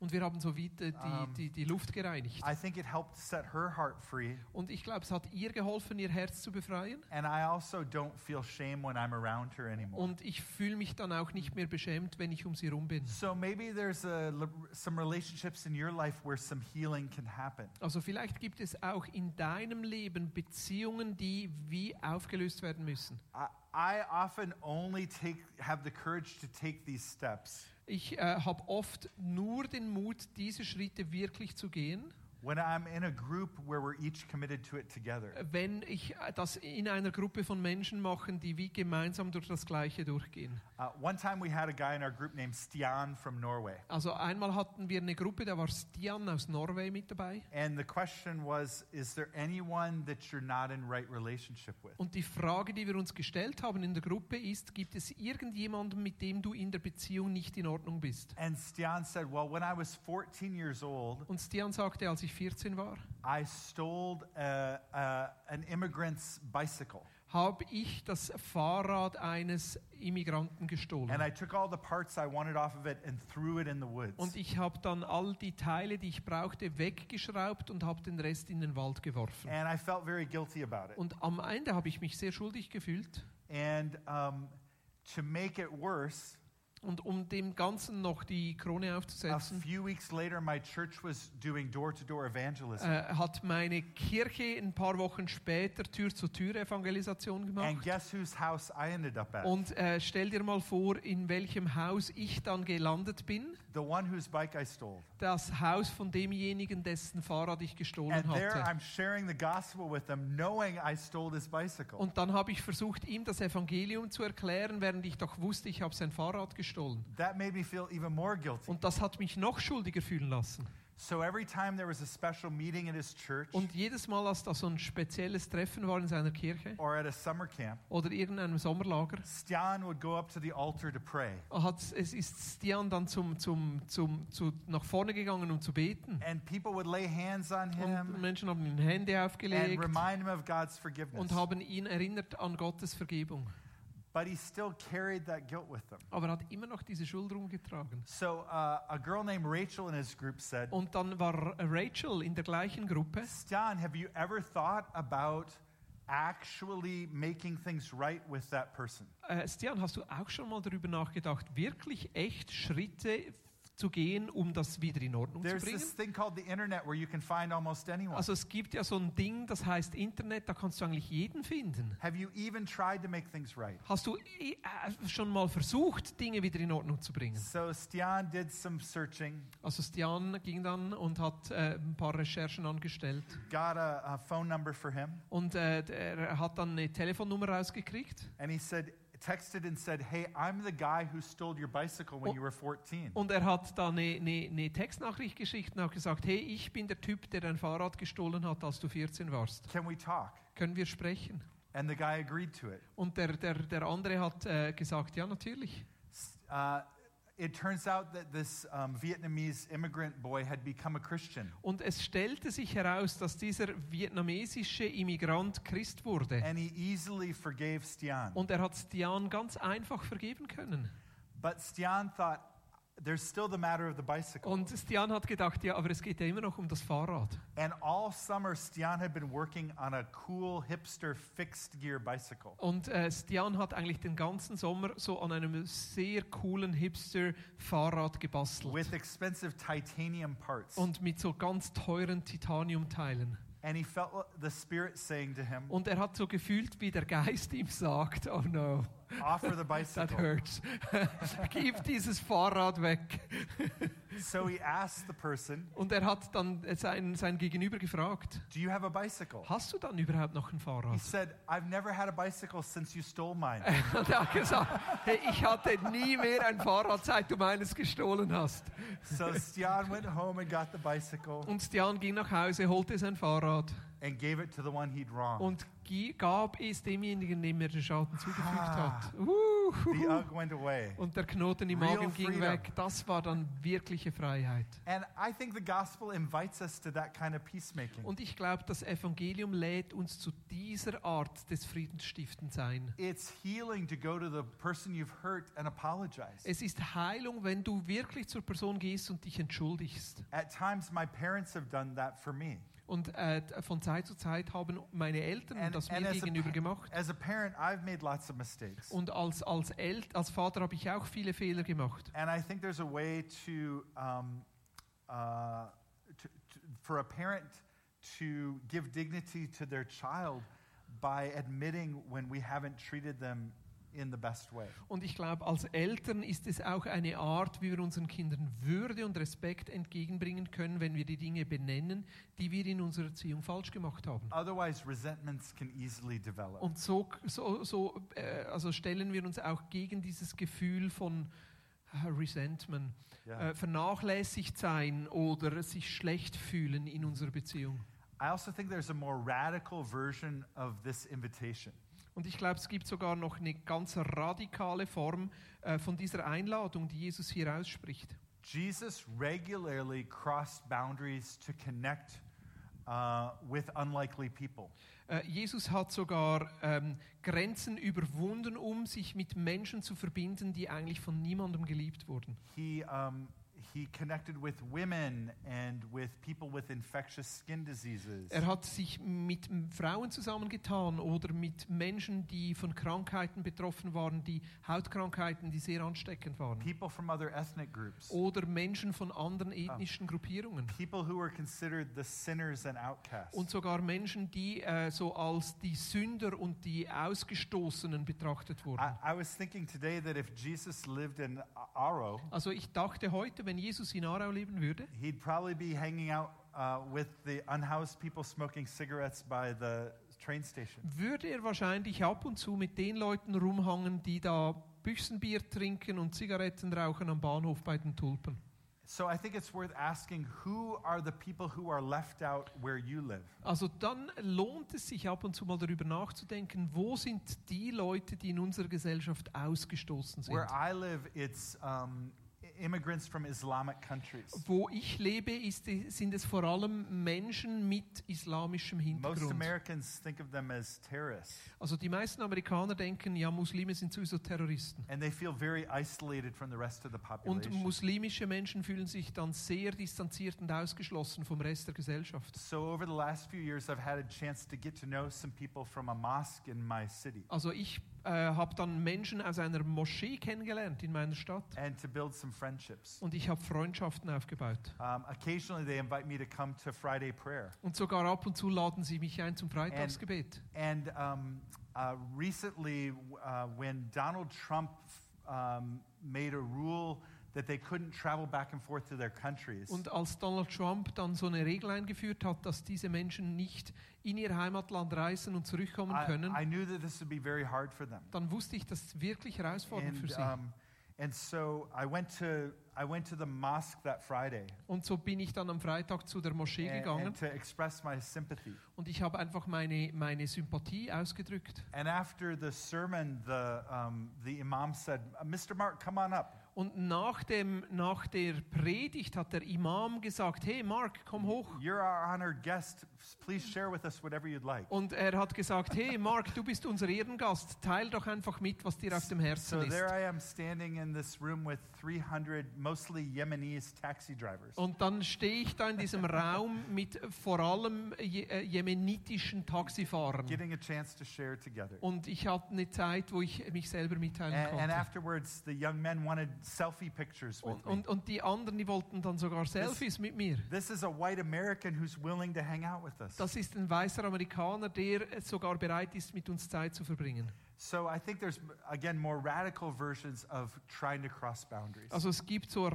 [SPEAKER 1] und wir haben so wieder die,
[SPEAKER 2] Ähm.
[SPEAKER 1] die, die Luft gereinigt.
[SPEAKER 2] I think it helped set her heart free.
[SPEAKER 1] Und ich glaube, es hat ihr geholfen, ihr Herz zu befreien.
[SPEAKER 2] And I also don't feel shame when I'm around her anymore.
[SPEAKER 1] Und ich fühle mich dann auch nicht mehr beschämt, wenn ich um sie rum bin.
[SPEAKER 2] So maybe there's a, some relationships in your life where some healing can happen.
[SPEAKER 1] Also vielleicht gibt es auch in deinem Leben Beziehungen, die wie aufgelöst werden müssen.
[SPEAKER 2] I, I often only take have the courage to take these steps
[SPEAKER 1] Ich äh, habe oft nur den Mut, diese Schritte wirklich zu gehen,
[SPEAKER 2] when I'm in a group where we're each committed to it together.
[SPEAKER 1] wenn ich äh, das in einer Gruppe von Menschen mache, die wie gemeinsam durch das Gleiche durchgehen.
[SPEAKER 2] Uh, one time we had a guy in our group named Stian from Norway,
[SPEAKER 1] Also einmal hatten wir eine Gruppe, da war Stian aus Norway mit dabei.
[SPEAKER 2] and the question was, "Is there anyone that you're not in right relationship with?"
[SPEAKER 1] Und die Frage, die wir uns gestellt haben in der Gruppe ist, gibt es irgendjemanden, mit dem du in der Beziehung nicht in Ordnung bist?
[SPEAKER 2] And Stian said, "Well, when I was 14 years old,
[SPEAKER 1] Und Stian sagte, als ich 14 war,
[SPEAKER 2] I stole uh, uh, an immigrant's bicycle,
[SPEAKER 1] habe ich das Fahrrad eines Immigranten gestohlen.
[SPEAKER 2] and I took all the parts I wanted off of it and threw it in the woods."
[SPEAKER 1] Und ich habe dann all die Teile, die ich brauchte, weggeschraubt und habe den Rest in den Wald geworfen.
[SPEAKER 2] And I felt very guilty about it.
[SPEAKER 1] Und am Ende habe ich mich sehr schuldig gefühlt.
[SPEAKER 2] And um, to make it worse,
[SPEAKER 1] Und um dem Ganzen noch die Krone
[SPEAKER 2] a
[SPEAKER 1] aufzusetzen,
[SPEAKER 2] few weeks later, my church was doing door to door
[SPEAKER 1] äh,
[SPEAKER 2] evangelism.
[SPEAKER 1] hat meine Kirche ein paar Wochen später Tür-zu-Tür-Evangelisation gemacht.
[SPEAKER 2] And guess whose house I ended up at?
[SPEAKER 1] Und äh, stell dir mal vor, in welchem Haus ich dann gelandet bin.
[SPEAKER 2] The one whose bike I stole.
[SPEAKER 1] Das Haus von demjenigen, dessen Fahrrad ich gestohlen
[SPEAKER 2] And there
[SPEAKER 1] hatte.
[SPEAKER 2] I'm sharing the gospel with them, knowing I stole his bicycle.
[SPEAKER 1] Und dann habe ich versucht, ihm das Evangelium zu erklären, während ich doch wusste, ich habe sein Fahrrad gestohlen.
[SPEAKER 2] That made me feel even more guilty.
[SPEAKER 1] Und das hat mich noch schuldiger fühlen lassen.
[SPEAKER 2] So every time there was a special meeting at his church
[SPEAKER 1] Und jedes Mal, als da so ein spezielles Treffen war in seiner Kirche
[SPEAKER 2] or at a summer camp,
[SPEAKER 1] oder irgendeinem Sommerlager,
[SPEAKER 2] Stian would go up to the altar to pray.
[SPEAKER 1] hat, es ist Stian dann zum, zum, zum, zu, nach vorne gegangen, um zu beten.
[SPEAKER 2] And people would lay hands on
[SPEAKER 1] Und
[SPEAKER 2] him
[SPEAKER 1] Menschen haben ihm Hände
[SPEAKER 2] um, and
[SPEAKER 1] aufgelegt
[SPEAKER 2] remind him of God's forgiveness.
[SPEAKER 1] und haben ihn erinnert an Gottes Vergebung.
[SPEAKER 2] But he still carried that guilt with him.
[SPEAKER 1] Aber er hat immer noch diese Schuld rumgetragen.
[SPEAKER 2] So uh, a girl named Rachel in his group said,
[SPEAKER 1] Und dann war Rachel in der gleichen Gruppe.
[SPEAKER 2] Stan, have you ever thought about actually making things right with that person?
[SPEAKER 1] Äh, Stian, hast du auch schon mal darüber nachgedacht, wirklich echt Schritte zu gehen, um das wieder in Ordnung
[SPEAKER 2] There's
[SPEAKER 1] zu
[SPEAKER 2] this
[SPEAKER 1] bringen?
[SPEAKER 2] thing called the internet where you can find almost anyone.
[SPEAKER 1] Also es gibt ja so ein Ding, das heißt Internet, da kannst du eigentlich jeden finden.
[SPEAKER 2] Have you even tried to make things right?
[SPEAKER 1] Hast du eh, äh, schon mal versucht, Dinge wieder in Ordnung zu bringen?
[SPEAKER 2] So Stian did some searching,
[SPEAKER 1] Also Stian ging dann und hat äh, ein paar Recherchen angestellt
[SPEAKER 2] got a, a phone number for him,
[SPEAKER 1] und äh, d- er hat dann eine Telefonnummer rausgekriegt.
[SPEAKER 2] and he said, texted and said, Hey, I'm the guy who stole your bicycle when you were 14.
[SPEAKER 1] Und er hat da eine, eine, eine Textnachricht geschickt und hat gesagt, hey, ich bin der Typ, der dein Fahrrad gestohlen hat, als du 14 warst.
[SPEAKER 2] Can we talk?
[SPEAKER 1] Können wir sprechen?
[SPEAKER 2] And the guy agreed to it.
[SPEAKER 1] Und der, der, der andere hat äh, gesagt, ja, natürlich.
[SPEAKER 2] S- Uh, it turns out that this um, Vietnamese immigrant boy had become a Christian.
[SPEAKER 1] Und es stellte sich heraus, dass dieser vietnamesische Immigrant Christ wurde.
[SPEAKER 2] and he easily forgave Stian.
[SPEAKER 1] Und er hat Stian ganz einfach vergeben können.
[SPEAKER 2] But Stian thought, there's still the matter of the bicycle.
[SPEAKER 1] Und Stian hat gedacht, ja, aber es geht ja immer noch um das Fahrrad.
[SPEAKER 2] And all summer, Stian had been working on a cool hipster fixed gear bicycle.
[SPEAKER 1] Und äh, Stian hat eigentlich den ganzen Sommer so an einem sehr coolen Hipster-Fahrrad gebastelt.
[SPEAKER 2] With expensive titanium parts.
[SPEAKER 1] und mit so ganz teuren Titaniumteilen.
[SPEAKER 2] And he felt the Spirit saying to him,
[SPEAKER 1] Und er hat so gefühlt, wie der Geist ihm sagt, oh no,
[SPEAKER 2] Offer the
[SPEAKER 1] that
[SPEAKER 2] bicycle.
[SPEAKER 1] hurts. Gib dieses Fahrrad weg.
[SPEAKER 2] So he asked the person,
[SPEAKER 1] Und er hat dann sein, sein Gegenüber gefragt,
[SPEAKER 2] Do you have a bicycle?
[SPEAKER 1] hast du dann überhaupt noch ein
[SPEAKER 2] He
[SPEAKER 1] Fahrrad?
[SPEAKER 2] said, I've never had a bicycle since you stole mine.
[SPEAKER 1] Und er hat gesagt, hey, ich hatte nie mehr ein Fahrrad, seit du meines gestohlen hast.
[SPEAKER 2] So Stian went home and got the bicycle
[SPEAKER 1] Und Stian ging nach Hause, holte sein Fahrrad
[SPEAKER 2] and gave it to the one he'd wronged.
[SPEAKER 1] und gi- gab es demjenigen, dem er den Schaden zugefügt
[SPEAKER 2] Ah.
[SPEAKER 1] hat. Uhuhu.
[SPEAKER 2] The ugh went away.
[SPEAKER 1] Und der Knoten im
[SPEAKER 2] Real
[SPEAKER 1] Magen ging
[SPEAKER 2] freedom.
[SPEAKER 1] weg. Das war dann wirkliche Freiheit.
[SPEAKER 2] And I think the gospel invites us to that kind of peacemaking.
[SPEAKER 1] Und ich glaube, das Evangelium lädt uns zu dieser Art des Friedensstiftens ein.
[SPEAKER 2] It's healing to go to the person you've hurt and apologize.
[SPEAKER 1] Es ist Heilung, wenn du wirklich zur Person gehst und dich entschuldigst.
[SPEAKER 2] At times, my parents have done that for me.
[SPEAKER 1] Und äh, von Zeit zu Zeit haben meine Eltern
[SPEAKER 2] And-
[SPEAKER 1] das
[SPEAKER 2] and
[SPEAKER 1] mir
[SPEAKER 2] as a
[SPEAKER 1] gegenüber
[SPEAKER 2] pa-
[SPEAKER 1] gemacht.
[SPEAKER 2] As a parent, I've made lots of mistakes.
[SPEAKER 1] Und als, als, El als Vater habe ich auch viele Fehler gemacht.
[SPEAKER 2] And I think there's a way to, um, uh, to, to for a parent to give dignity to their child by admitting when we haven't treated them in the best way.
[SPEAKER 1] Und ich glaube, als Eltern ist es auch eine Art, wie wir unseren Kindern Würde und Respekt entgegenbringen können, wenn wir die Dinge benennen, die wir in unserer Erziehung falsch gemacht haben.
[SPEAKER 2] Otherwise, resentments can easily develop.
[SPEAKER 1] Und so, so, so äh, also stellen wir uns auch gegen dieses Gefühl von äh, Resentment,
[SPEAKER 2] Yeah.
[SPEAKER 1] äh, vernachlässigt sein oder sich schlecht fühlen in unserer Beziehung.
[SPEAKER 2] I also think there's a more radical version of this invitation.
[SPEAKER 1] Und ich glaube, es gibt sogar noch eine ganz radikale Form äh, von dieser Einladung, die Jesus hier ausspricht.
[SPEAKER 2] Jesus regularly crossed boundaries to connect uh, with unlikely people.
[SPEAKER 1] Äh, Jesus hat sogar ähm, Grenzen überwunden, um sich mit Menschen zu verbinden, die eigentlich von niemandem geliebt wurden.
[SPEAKER 2] He, um, he connected with women and with people with infectious skin diseases.
[SPEAKER 1] Er hat sich mit m- Frauen zusammengetan oder mit Menschen, die von Krankheiten betroffen waren, die Hautkrankheiten, die sehr ansteckend waren.
[SPEAKER 2] People from other ethnic groups.
[SPEAKER 1] Oder Menschen von anderen ethnischen Gruppierungen.
[SPEAKER 2] People who were considered the sinners and outcasts.
[SPEAKER 1] Und sogar Menschen, die äh, so als die Sünder und die Ausgestoßenen betrachtet
[SPEAKER 2] I,
[SPEAKER 1] wurden.
[SPEAKER 2] I was thinking today that if Jesus lived in Aro,
[SPEAKER 1] Also ich dachte heute, wenn Jesus in Aarau leben würde,
[SPEAKER 2] he'd probably be hanging out uh, with the unhoused people smoking cigarettes by the train station.
[SPEAKER 1] würde er wahrscheinlich ab und zu mit den Leuten rumhangen, die da Büchsenbier trinken und Zigaretten rauchen am Bahnhof bei den Tulpen.
[SPEAKER 2] So I think it's worth asking who are the people who are left out where you live?
[SPEAKER 1] Also dann lohnt es sich ab und zu mal darüber nachzudenken, wo sind die Leute, die in unserer Gesellschaft ausgestoßen sind.
[SPEAKER 2] Where I live, it's um, i- immigrants from Islamic countries.
[SPEAKER 1] Wo ich lebe, ist, sind es vor allem Menschen mit islamischem
[SPEAKER 2] Most
[SPEAKER 1] Hintergrund.
[SPEAKER 2] Americans think of them as terrorists,
[SPEAKER 1] Also die meisten Amerikaner denken, ja, Muslime sind sowieso Terroristen.
[SPEAKER 2] and they feel very isolated from the rest of the
[SPEAKER 1] Und
[SPEAKER 2] population.
[SPEAKER 1] muslimische Menschen fühlen sich dann sehr distanziert und ausgeschlossen vom Rest der Gesellschaft.
[SPEAKER 2] So over the last few years, I've had a chance to get to know some people from a mosque in my city
[SPEAKER 1] Also ich äh, habe dann Menschen aus einer Moschee kennengelernt in meiner Stadt
[SPEAKER 2] and to build some friendships.
[SPEAKER 1] und ich habe Freundschaften aufgebaut.
[SPEAKER 2] Um, occasionally, they invite me to come to Friday prayer.
[SPEAKER 1] Und sogar ab und zu laden sie mich ein zum
[SPEAKER 2] Ähm,
[SPEAKER 1] Freitagsgebet.
[SPEAKER 2] And um, uh, recently, uh, when Donald Trump um, made a rule that they couldn't travel back and forth to their countries,
[SPEAKER 1] Und als Donald Trump dann so eine Regel eingeführt hat, dass diese Menschen nicht in ihr Heimatland reisen und zurückkommen
[SPEAKER 2] I,
[SPEAKER 1] können,
[SPEAKER 2] I knew that this would be very hard for them.
[SPEAKER 1] dann wusste ich, das ist wirklich herausfordernd für
[SPEAKER 2] And,
[SPEAKER 1] sie.
[SPEAKER 2] um, and so I went to I went to the mosque that Friday
[SPEAKER 1] und so bin ich dann am Freitag zu der Moschee
[SPEAKER 2] and,
[SPEAKER 1] gegangen
[SPEAKER 2] and to express my sympathy.
[SPEAKER 1] und ich habe einfach meine, meine Sympathie ausgedrückt.
[SPEAKER 2] And after the sermon, the um, the imam said, "Mr. Mark, come on up.
[SPEAKER 1] Und nach, dem, nach der Predigt hat der Imam gesagt, hey Mark, komm hoch.
[SPEAKER 2] You're our honored guest. Please share with us whatever you'd like."
[SPEAKER 1] Und er hat gesagt, hey Mark, du bist unser Ehrengast, teil doch einfach mit, was dir auf dem
[SPEAKER 2] So
[SPEAKER 1] Herzen ist.
[SPEAKER 2] there I am standing in this room with 300 mostly Yemenis taxi drivers.
[SPEAKER 1] Und dann stehe ich da in diesem Raum mit vor allem je, äh, jemenitischen Taxifahrern.
[SPEAKER 2] Getting a chance to share together.
[SPEAKER 1] Und ich hatte eine Zeit, wo ich mich selber
[SPEAKER 2] And,
[SPEAKER 1] mitteilen
[SPEAKER 2] Äh, and
[SPEAKER 1] konnte.
[SPEAKER 2] afterwards, the young men wanted selfie pictures with
[SPEAKER 1] Und,
[SPEAKER 2] me.
[SPEAKER 1] und, und die anderen, die wollten dann sogar Selfies mit mir.
[SPEAKER 2] This is a white American who's willing to hang out with us.
[SPEAKER 1] Das ist ein weißer Amerikaner, der sogar bereit ist, mit uns Zeit zu verbringen.
[SPEAKER 2] So I think there's, again, more radical versions of trying to cross boundaries.
[SPEAKER 1] Also es gibt so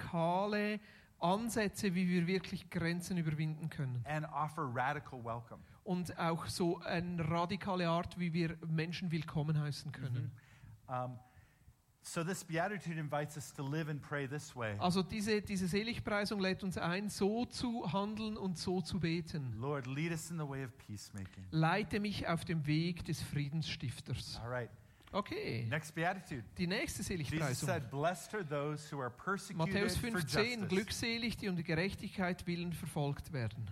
[SPEAKER 1] radikale Ansätze, wie wir wirklich Grenzen überwinden können.
[SPEAKER 2] And offer radical welcome.
[SPEAKER 1] Und auch so
[SPEAKER 2] Mhm.
[SPEAKER 1] eine radikale Art, wie wir Menschen willkommen heißen können.
[SPEAKER 2] Um, So this beatitude invites us to live and pray this way.
[SPEAKER 1] Also diese, diese Seligpreisung lädt uns ein, so zu handeln und so zu beten.
[SPEAKER 2] Lord, lead us in the way of peacemaking.
[SPEAKER 1] Leite mich auf dem Weg des Friedensstifters.
[SPEAKER 2] All right.
[SPEAKER 1] Okay,
[SPEAKER 2] Next beatitude.
[SPEAKER 1] die nächste
[SPEAKER 2] Jesus
[SPEAKER 1] Seligpreisung.
[SPEAKER 2] said, "Blessed are those who are persecuted
[SPEAKER 1] Matthäus
[SPEAKER 2] for
[SPEAKER 1] 15,
[SPEAKER 2] justice."
[SPEAKER 1] glückselig, die um die Gerechtigkeit willen verfolgt werden.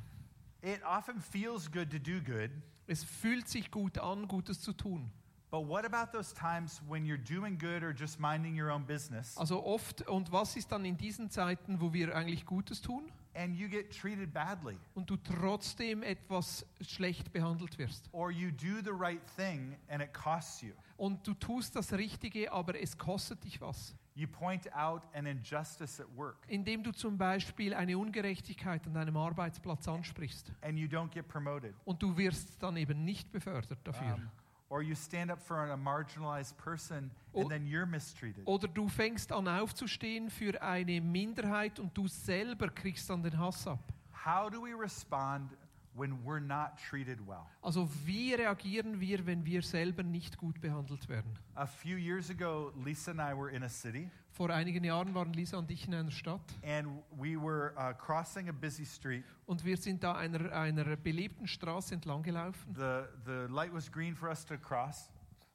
[SPEAKER 2] It often feels good to do good,
[SPEAKER 1] Es fühlt sich gut an, Gutes zu tun.
[SPEAKER 2] but what about those times when you're doing good or just minding your own business
[SPEAKER 1] Also oft, und was ist dann in diesen Zeiten, wo wir eigentlich Gutes tun
[SPEAKER 2] and you get treated badly?
[SPEAKER 1] und du trotzdem etwas schlecht behandelt wirst?
[SPEAKER 2] Or you do the right thing and it costs you.
[SPEAKER 1] Und du tust das Richtige, aber es kostet dich was.
[SPEAKER 2] You point out an injustice at work
[SPEAKER 1] Indem du zum Beispiel eine Ungerechtigkeit an deinem Arbeitsplatz ansprichst
[SPEAKER 2] and you don't get promoted.
[SPEAKER 1] und du wirst dann eben nicht befördert dafür.
[SPEAKER 2] Um, or you stand up for a marginalized person
[SPEAKER 1] O-
[SPEAKER 2] and then you're mistreated.
[SPEAKER 1] Oder du fängst an aufzustehen für eine Minderheit und du selber kriegst dann den Hass ab.
[SPEAKER 2] How do we respond when we're not treated well?
[SPEAKER 1] Also wie reagieren wir, wenn wir selber nicht gut behandelt werden?
[SPEAKER 2] A few years ago, Lisa and I were in a city
[SPEAKER 1] Vor einigen Jahren waren Lisa und ich in einer Stadt
[SPEAKER 2] and we were uh, crossing a busy street.
[SPEAKER 1] und wir sind da einer, einer belebten Straße entlang gelaufen
[SPEAKER 2] The, the light was green for us to cross,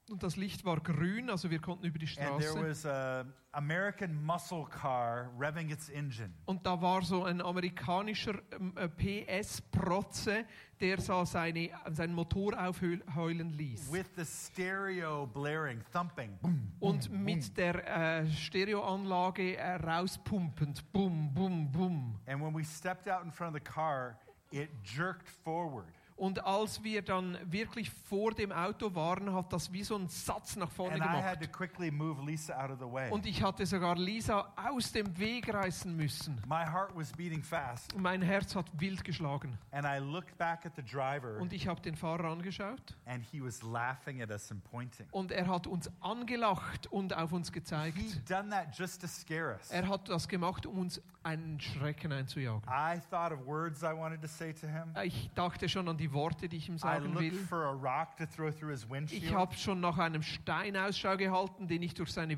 [SPEAKER 1] und das Licht war grün, also wir konnten über die
[SPEAKER 2] and there
[SPEAKER 1] Straße.
[SPEAKER 2] was an American muscle car revving its engine.
[SPEAKER 1] Und da war so ein amerikanischer ähm, äh, PS-Protze, der so seine, seinen Motor aufheulen ließ.
[SPEAKER 2] with the stereo blaring, thumping. Boom.
[SPEAKER 1] Und mit der äh, Stereoanlage äh, rauspumpend. Bum, bum, bum.
[SPEAKER 2] And when we stepped out in front of the car, it jerked forward.
[SPEAKER 1] Und als wir dann wirklich vor dem Auto waren, hat das wie so einen Satz nach vorne
[SPEAKER 2] And I had to
[SPEAKER 1] gemacht.
[SPEAKER 2] quickly move Lisa out of the way.
[SPEAKER 1] Und ich hatte sogar Lisa aus dem Weg reißen müssen.
[SPEAKER 2] My heart was beating fast,
[SPEAKER 1] Mein Herz hat wild geschlagen.
[SPEAKER 2] and I looked back at the driver,
[SPEAKER 1] Und ich habe den Fahrer angeschaut.
[SPEAKER 2] and he was laughing at us and pointing.
[SPEAKER 1] Und er hat uns angelacht und auf uns gezeigt.
[SPEAKER 2] He'd done that just to scare us.
[SPEAKER 1] Er hat das gemacht, um uns einen Schrecken einzujagen.
[SPEAKER 2] I thought of words I wanted to say to him.
[SPEAKER 1] Ich dachte schon an die Worte, die ich ihm
[SPEAKER 2] I
[SPEAKER 1] sagen
[SPEAKER 2] looked
[SPEAKER 1] will.
[SPEAKER 2] for a rock to throw through his
[SPEAKER 1] Ich
[SPEAKER 2] windshield.
[SPEAKER 1] habe schon nach einem Stein Ausschau gehalten, den ich durch seine
[SPEAKER 2] I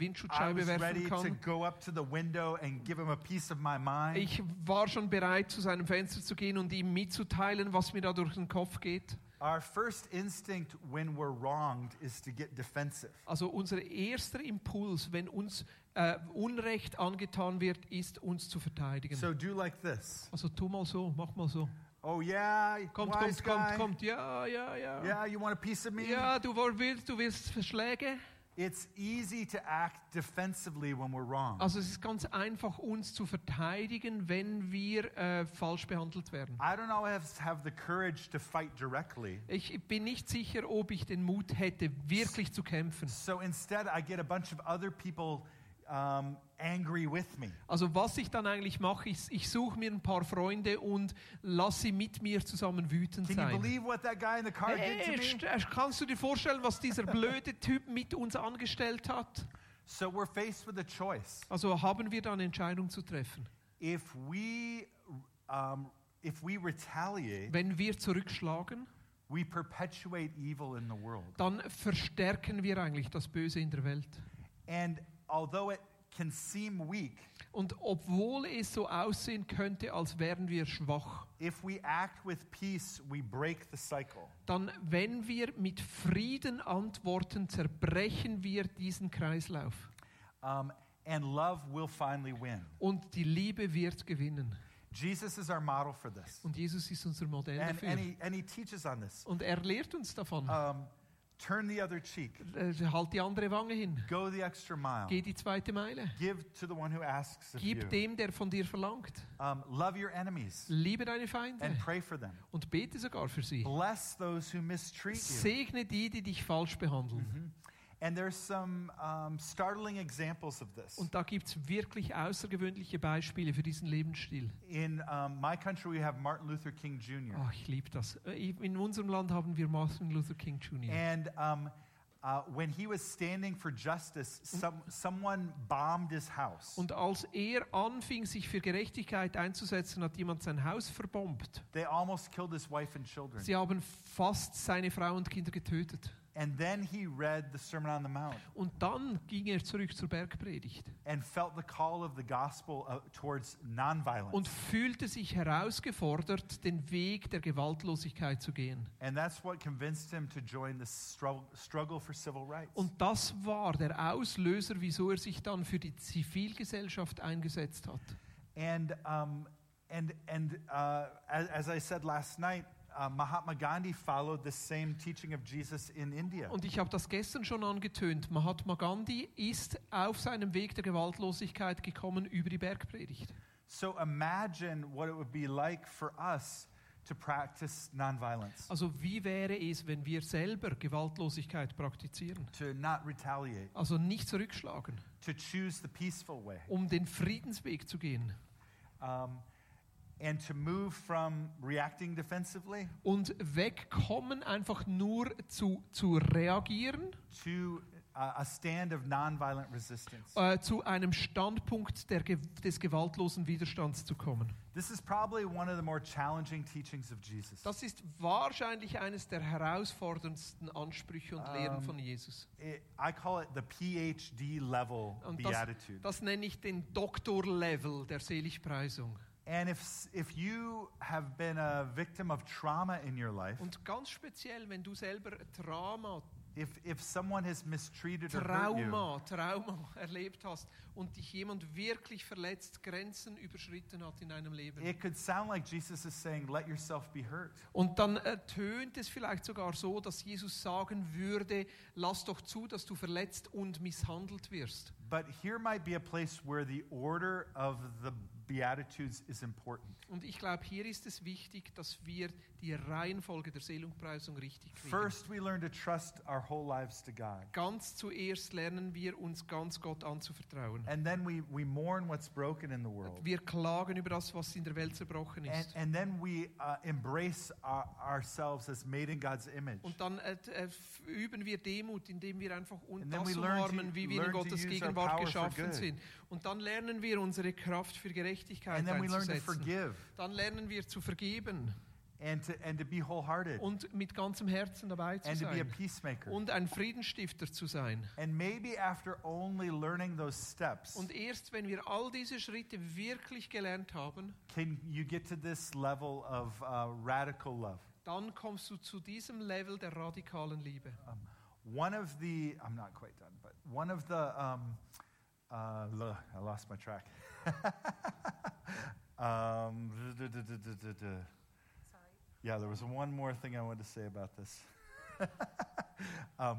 [SPEAKER 2] was
[SPEAKER 1] Windschutzscheibe
[SPEAKER 2] ready
[SPEAKER 1] werfen
[SPEAKER 2] to
[SPEAKER 1] kann.
[SPEAKER 2] go up to the window and give him a piece of my mind.
[SPEAKER 1] Ich war schon bereit, zu seinem Fenster zu gehen und ihm mitzuteilen, was mir da durch den Kopf geht.
[SPEAKER 2] Our first instinct when we're wronged is to get defensive.
[SPEAKER 1] Also unser erster Impuls, wenn uns äh, Unrecht angetan wird, ist, uns zu verteidigen.
[SPEAKER 2] So do like this.
[SPEAKER 1] Also tu mal so, mach mal so.
[SPEAKER 2] Oh yeah,
[SPEAKER 1] Kommt,
[SPEAKER 2] wise
[SPEAKER 1] kommt, kommt,
[SPEAKER 2] guy.
[SPEAKER 1] kommt. Ja, ja, ja.
[SPEAKER 2] Yeah, you want a piece of me?
[SPEAKER 1] Ja, du wohl willst, du willst Verschläge.
[SPEAKER 2] It's easy to act defensively when we're wrong.
[SPEAKER 1] Also es ist ganz einfach, uns zu verteidigen, wenn wir äh, falsch behandelt werden.
[SPEAKER 2] I don't always have the courage to fight directly.
[SPEAKER 1] Ich bin nicht sicher, ob ich den Mut hätte, wirklich zu kämpfen.
[SPEAKER 2] So instead, I get a bunch of other people um, angry with me.
[SPEAKER 1] Also was ich dann eigentlich mache, ist, ich suche mir ein paar Freunde und lasse sie mit mir zusammen wütend
[SPEAKER 2] Can you
[SPEAKER 1] sein.
[SPEAKER 2] believe what that guy in the car did to
[SPEAKER 1] Hey,
[SPEAKER 2] me?
[SPEAKER 1] st- äh, kannst du dir vorstellen, was dieser blöde Typ mit uns angestellt hat?
[SPEAKER 2] So we're faced with a choice.
[SPEAKER 1] Also haben wir da eine Entscheidung zu treffen.
[SPEAKER 2] If we, um, if we retaliate,
[SPEAKER 1] Wenn wir zurückschlagen,
[SPEAKER 2] We perpetuate evil in the world.
[SPEAKER 1] dann verstärken wir eigentlich das Böse in der Welt.
[SPEAKER 2] And although it can seem weak,
[SPEAKER 1] Und obwohl es so aussehen könnte, als wären wir schwach,
[SPEAKER 2] if we act with peace, we break the cycle.
[SPEAKER 1] dann, wenn wir mit Frieden antworten, zerbrechen wir diesen Kreislauf.
[SPEAKER 2] Um, and love will finally win.
[SPEAKER 1] Und die Liebe wird gewinnen.
[SPEAKER 2] Jesus is our model for this.
[SPEAKER 1] Und Jesus ist unser Modell
[SPEAKER 2] And, and,
[SPEAKER 1] dafür.
[SPEAKER 2] he, and he teaches on this.
[SPEAKER 1] Und er lehrt uns davon.
[SPEAKER 2] Um, turn the other cheek,
[SPEAKER 1] Äh, Halt die andere Wange hin.
[SPEAKER 2] go the extra mile,
[SPEAKER 1] Geh die zweite Meile.
[SPEAKER 2] give to the one who asks of
[SPEAKER 1] Gib
[SPEAKER 2] you,
[SPEAKER 1] dem, der von dir verlangt.
[SPEAKER 2] um, love your enemies,
[SPEAKER 1] Liebe deine
[SPEAKER 2] and
[SPEAKER 1] Feinde
[SPEAKER 2] pray for them.
[SPEAKER 1] und bete sogar für sie.
[SPEAKER 2] Bless those who mistreat you.
[SPEAKER 1] Segne die, die dich falsch behandeln.
[SPEAKER 2] And there's some um, startling examples of this.
[SPEAKER 1] Und da gibt es wirklich außergewöhnliche Beispiele für diesen Lebensstil.
[SPEAKER 2] In um, my country, we have Martin Luther King Jr.
[SPEAKER 1] Ach, ich liebe das. Äh, In unserem Land haben wir Martin Luther King Jr.
[SPEAKER 2] And um, uh, when he was standing for justice, some, someone bombed his house.
[SPEAKER 1] Mm. Und als er anfing, sich für Gerechtigkeit einzusetzen, hat jemand sein Haus verbombt.
[SPEAKER 2] They almost killed his wife and children.
[SPEAKER 1] Sie haben fast seine Frau und Kinder getötet.
[SPEAKER 2] And then he read the Sermon on the Mount
[SPEAKER 1] Und dann ging er zurück zur Bergpredigt
[SPEAKER 2] and felt the call of the gospel uh, towards nonviolence.
[SPEAKER 1] und fühlte sich herausgefordert, den Weg der Gewaltlosigkeit zu gehen.
[SPEAKER 2] and that's what convinced him to join the struggle, struggle for civil rights.
[SPEAKER 1] Und das war der Auslöser, wieso er sich dann für die Zivilgesellschaft eingesetzt hat.
[SPEAKER 2] And um, and and uh, as, as I said last night, uh, Mahatma Gandhi followed the same teaching of Jesus in India.
[SPEAKER 1] Und ich habe das gestern schon angetönt. Mahatma Gandhi ist auf seinem Weg der Gewaltlosigkeit gekommen über die Bergpredigt.
[SPEAKER 2] So imagine what it would be like for us to practice nonviolence,
[SPEAKER 1] Also wie wäre es, wenn wir selber Gewaltlosigkeit praktizieren?
[SPEAKER 2] to not retaliate,
[SPEAKER 1] Also nicht zurückschlagen,
[SPEAKER 2] to choose the peaceful way,
[SPEAKER 1] um den Friedensweg zu gehen
[SPEAKER 2] um, and to move from reacting defensively
[SPEAKER 1] und wegkommen einfach nur zu, zu reagieren
[SPEAKER 2] to uh, a stand of nonviolent resistance.
[SPEAKER 1] äh, zu einem Standpunkt der, Ge- des gewaltlosen Widerstands zu kommen.
[SPEAKER 2] This is probably one of the more challenging teachings of Jesus.
[SPEAKER 1] Das ist wahrscheinlich eines der herausforderndsten Ansprüche und Lehren
[SPEAKER 2] Ähm,
[SPEAKER 1] von Jesus.
[SPEAKER 2] It- I call it the PhD level
[SPEAKER 1] Und das,
[SPEAKER 2] beatitude.
[SPEAKER 1] das nenne ich den Doktorlevel der Seligpreisung.
[SPEAKER 2] And if, s- if you have been a victim of trauma in your life,
[SPEAKER 1] Und ganz speziell, wenn du selber Trauma,
[SPEAKER 2] if, if someone has mistreated or hurt you,
[SPEAKER 1] Trauma, Trauma erlebt hast und dich jemand wirklich verletzt, Grenzen überschritten hat in deinem Leben.
[SPEAKER 2] it could sound like Jesus is saying, let yourself be hurt.
[SPEAKER 1] Und dann äh, tönt es vielleicht sogar so, dass Jesus sagen würde, lass doch zu, dass du verletzt und misshandelt wirst.
[SPEAKER 2] But here might be a place where the order of the beatitudes is important.
[SPEAKER 1] Und ich glaube, hier ist es wichtig, dass wir die Reihenfolge der Seligpreisung richtig kriegen.
[SPEAKER 2] First, we learn to trust our whole lives to God.
[SPEAKER 1] Ganz zuerst lernen wir uns ganz Gott anzuvertrauen.
[SPEAKER 2] And then we, we mourn what's broken in the world.
[SPEAKER 1] Wir klagen über das, was in der Welt zerbrochen
[SPEAKER 2] And,
[SPEAKER 1] ist.
[SPEAKER 2] and then we uh, embrace our, ourselves as made in God's image.
[SPEAKER 1] Und dann äh, t- äh, f- üben wir Demut, indem wir einfach uns
[SPEAKER 2] And then we
[SPEAKER 1] das
[SPEAKER 2] learn to-
[SPEAKER 1] umarmen, wie wir
[SPEAKER 2] learn
[SPEAKER 1] in
[SPEAKER 2] to
[SPEAKER 1] Gottes
[SPEAKER 2] use our
[SPEAKER 1] Gegenwart
[SPEAKER 2] power for
[SPEAKER 1] geschaffen
[SPEAKER 2] good.
[SPEAKER 1] sind. Und dann lernen wir unsere Kraft für Gerechtigkeit
[SPEAKER 2] And then we learn to
[SPEAKER 1] einzusetzen.
[SPEAKER 2] forgive
[SPEAKER 1] Dann lernen wir zu vergeben
[SPEAKER 2] and to, and to be wholehearted
[SPEAKER 1] und mit ganzem Herzen dabei zu
[SPEAKER 2] and to be a
[SPEAKER 1] sein
[SPEAKER 2] peacemaker.
[SPEAKER 1] und ein Friedensstifter zu sein.
[SPEAKER 2] And maybe after only learning those steps,
[SPEAKER 1] Und erst wenn wir all diese Schritte wirklich gelernt haben,
[SPEAKER 2] can you get to this level of uh, radical love.
[SPEAKER 1] dann kommst du zu diesem Level der radikalen Liebe.
[SPEAKER 2] Um, one of the, I'm not quite done, but one of the, um, uh, l- I lost my track. um, duh, duh, duh, duh, duh, duh, duh. Yeah, there was one more thing I wanted to say about this. um,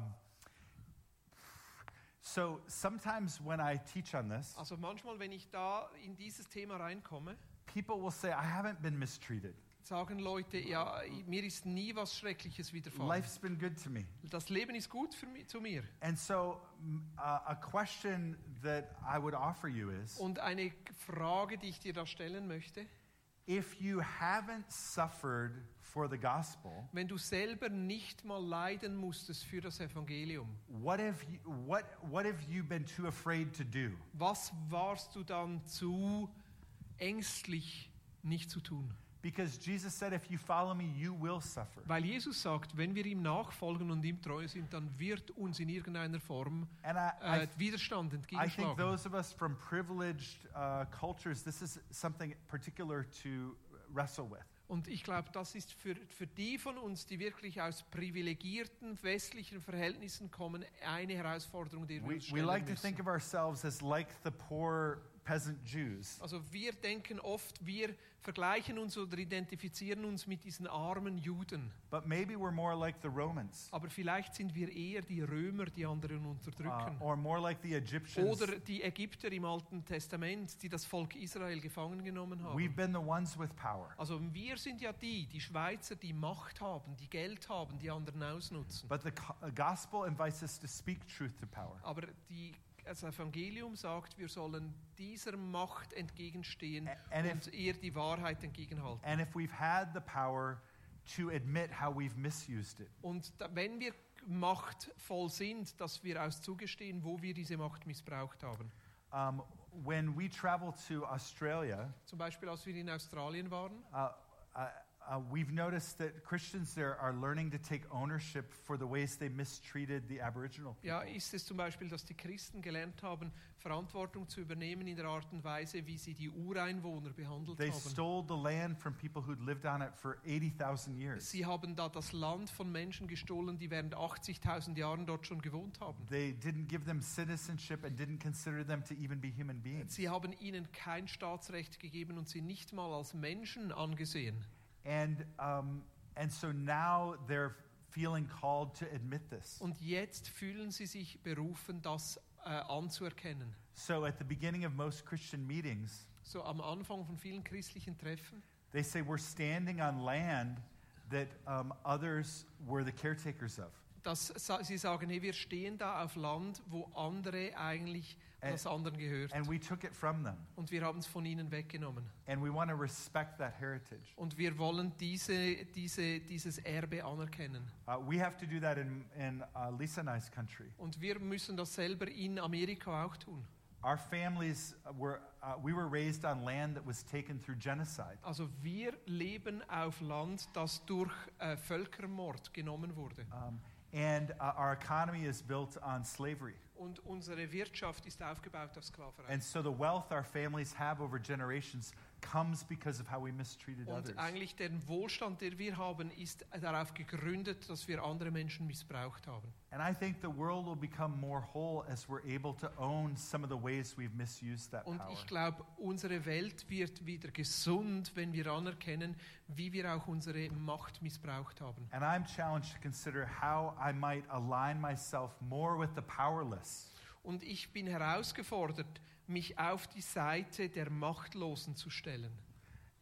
[SPEAKER 2] so sometimes when I teach on this,
[SPEAKER 1] Also manchmal, wenn ich da in dieses Thema reinkomme,
[SPEAKER 2] people will say, I haven't been mistreated.
[SPEAKER 1] sagen Leute, ja, mir ist nie was Schreckliches widerfahren.
[SPEAKER 2] Life's been good to me.
[SPEAKER 1] Das Leben ist gut für mich, zu mir.
[SPEAKER 2] And so, mm, uh, a question that I would offer you is
[SPEAKER 1] Und eine Frage, die ich dir da stellen möchte,
[SPEAKER 2] if you haven't suffered for the gospel,
[SPEAKER 1] wenn du selber nicht mal leiden musstest für das Evangelium,
[SPEAKER 2] what have you, what, what have you been too afraid to do?
[SPEAKER 1] was warst du dann zu ängstlich nicht zu tun?
[SPEAKER 2] Because Jesus said, if you follow me, you will suffer.
[SPEAKER 1] Weil Jesus sagt, wenn wir ihm nachfolgen und ihm treu sind, dann wird uns in irgendeiner Form
[SPEAKER 2] And I, I,
[SPEAKER 1] äh, Widerstand
[SPEAKER 2] I think
[SPEAKER 1] entgegenschlagen.
[SPEAKER 2] those of us from privileged uh, cultures, this is something particular to wrestle with.
[SPEAKER 1] Und ich glaube, das ist für, für die von uns, die wirklich aus privilegierten westlichen Verhältnissen kommen, eine Herausforderung, die wir
[SPEAKER 2] We,
[SPEAKER 1] uns
[SPEAKER 2] we
[SPEAKER 1] stellen
[SPEAKER 2] like to
[SPEAKER 1] müssen.
[SPEAKER 2] think of ourselves as like the poor peasant Jews.
[SPEAKER 1] also wir denken oft, wir vergleichen uns oder identifizieren uns mit diesen armen Juden.
[SPEAKER 2] But maybe we're more like the Romans,
[SPEAKER 1] Aber vielleicht sind wir eher die Römer, die anderen
[SPEAKER 2] uh,
[SPEAKER 1] unterdrücken.
[SPEAKER 2] or more like the Egyptians.
[SPEAKER 1] oder die Ägypter im Alten Testament, die das Volk Israel gefangen genommen haben.
[SPEAKER 2] We've been the ones with power.
[SPEAKER 1] also wir sind ja die, die Schweizer, die Macht haben, die Geld haben, die anderen ausnutzen.
[SPEAKER 2] But the co- uh, gospel invites us to speak truth to power.
[SPEAKER 1] Aber die, das Evangelium sagt, wir sollen dieser Macht entgegenstehen
[SPEAKER 2] A- and if-
[SPEAKER 1] und ihr die Wahrheit entgegenhalten.
[SPEAKER 2] And if we've had the power to admit how we've misused it,
[SPEAKER 1] Und da, wenn wir machtvoll sind, dass wir aus zugestehen, wo wir diese Macht missbraucht haben.
[SPEAKER 2] um, when we travel to Australia,
[SPEAKER 1] Zum Beispiel, als wir in Australien waren,
[SPEAKER 2] uh, uh, uh, we've noticed that Christians there are learning to take ownership for the ways they mistreated the Aboriginal people.
[SPEAKER 1] Ja, ist es zum Beispiel, dass die Christen gelernt haben, Verantwortung zu übernehmen in der Art und Weise, wie sie die Ureinwohner behandelt
[SPEAKER 2] They
[SPEAKER 1] haben.
[SPEAKER 2] stole the land from people who'd lived on it for 80,000 years.
[SPEAKER 1] Sie haben da das Land von Menschen gestohlen, die während 80.000 Jahren dort schon gewohnt haben.
[SPEAKER 2] They didn't give them citizenship and didn't consider them to even be human beings.
[SPEAKER 1] Sie haben ihnen kein Staatsrecht gegeben und sie nicht mal als Menschen angesehen.
[SPEAKER 2] And, um, and so now they're feeling called to admit this.
[SPEAKER 1] Und jetzt fühlen sie sich berufen, das äh, anzuerkennen.
[SPEAKER 2] So at the beginning of most Christian meetings,
[SPEAKER 1] So am Anfang von vielen christlichen Treffen
[SPEAKER 2] they say we're standing on land that um, others were the caretakers of.
[SPEAKER 1] dass sa- sie sagen, hey, wir stehen da auf Land, wo andere eigentlich
[SPEAKER 2] Äh,
[SPEAKER 1] das anderen gehört.
[SPEAKER 2] And we took it from them.
[SPEAKER 1] Und wir haben es von ihnen weggenommen.
[SPEAKER 2] And we want to respect that heritage.
[SPEAKER 1] Und wir wollen diese, diese, dieses Erbe anerkennen.
[SPEAKER 2] Uh, we have to do that in, in uh, Lisa and I's country.
[SPEAKER 1] Und wir müssen das selber in Amerika auch tun.
[SPEAKER 2] Our families were, uh, we were raised on land that was taken through genocide.
[SPEAKER 1] Also wir leben auf Land, das durch äh, Völkermord genommen wurde.
[SPEAKER 2] Um, and uh, our economy is built on slavery.
[SPEAKER 1] Und unsere Wirtschaft ist aufgebaut auf Sklaverei.
[SPEAKER 2] And so the wealth our families have over generations comes because of how we mistreated
[SPEAKER 1] Und
[SPEAKER 2] others.
[SPEAKER 1] eigentlich der Wohlstand, den wir haben, ist darauf gegründet, dass wir andere Menschen missbraucht haben.
[SPEAKER 2] And I think the world will become more whole as we're able to own some of the ways we've misused that
[SPEAKER 1] Und
[SPEAKER 2] power.
[SPEAKER 1] ich glaube, unsere Welt wird wieder gesund, wenn wir anerkennen, wie wir auch unsere Macht missbraucht haben.
[SPEAKER 2] And I'm challenged to consider how I might align myself more with the powerless
[SPEAKER 1] Und ich bin herausgefordert, mich auf die Seite der Machtlosen zu stellen.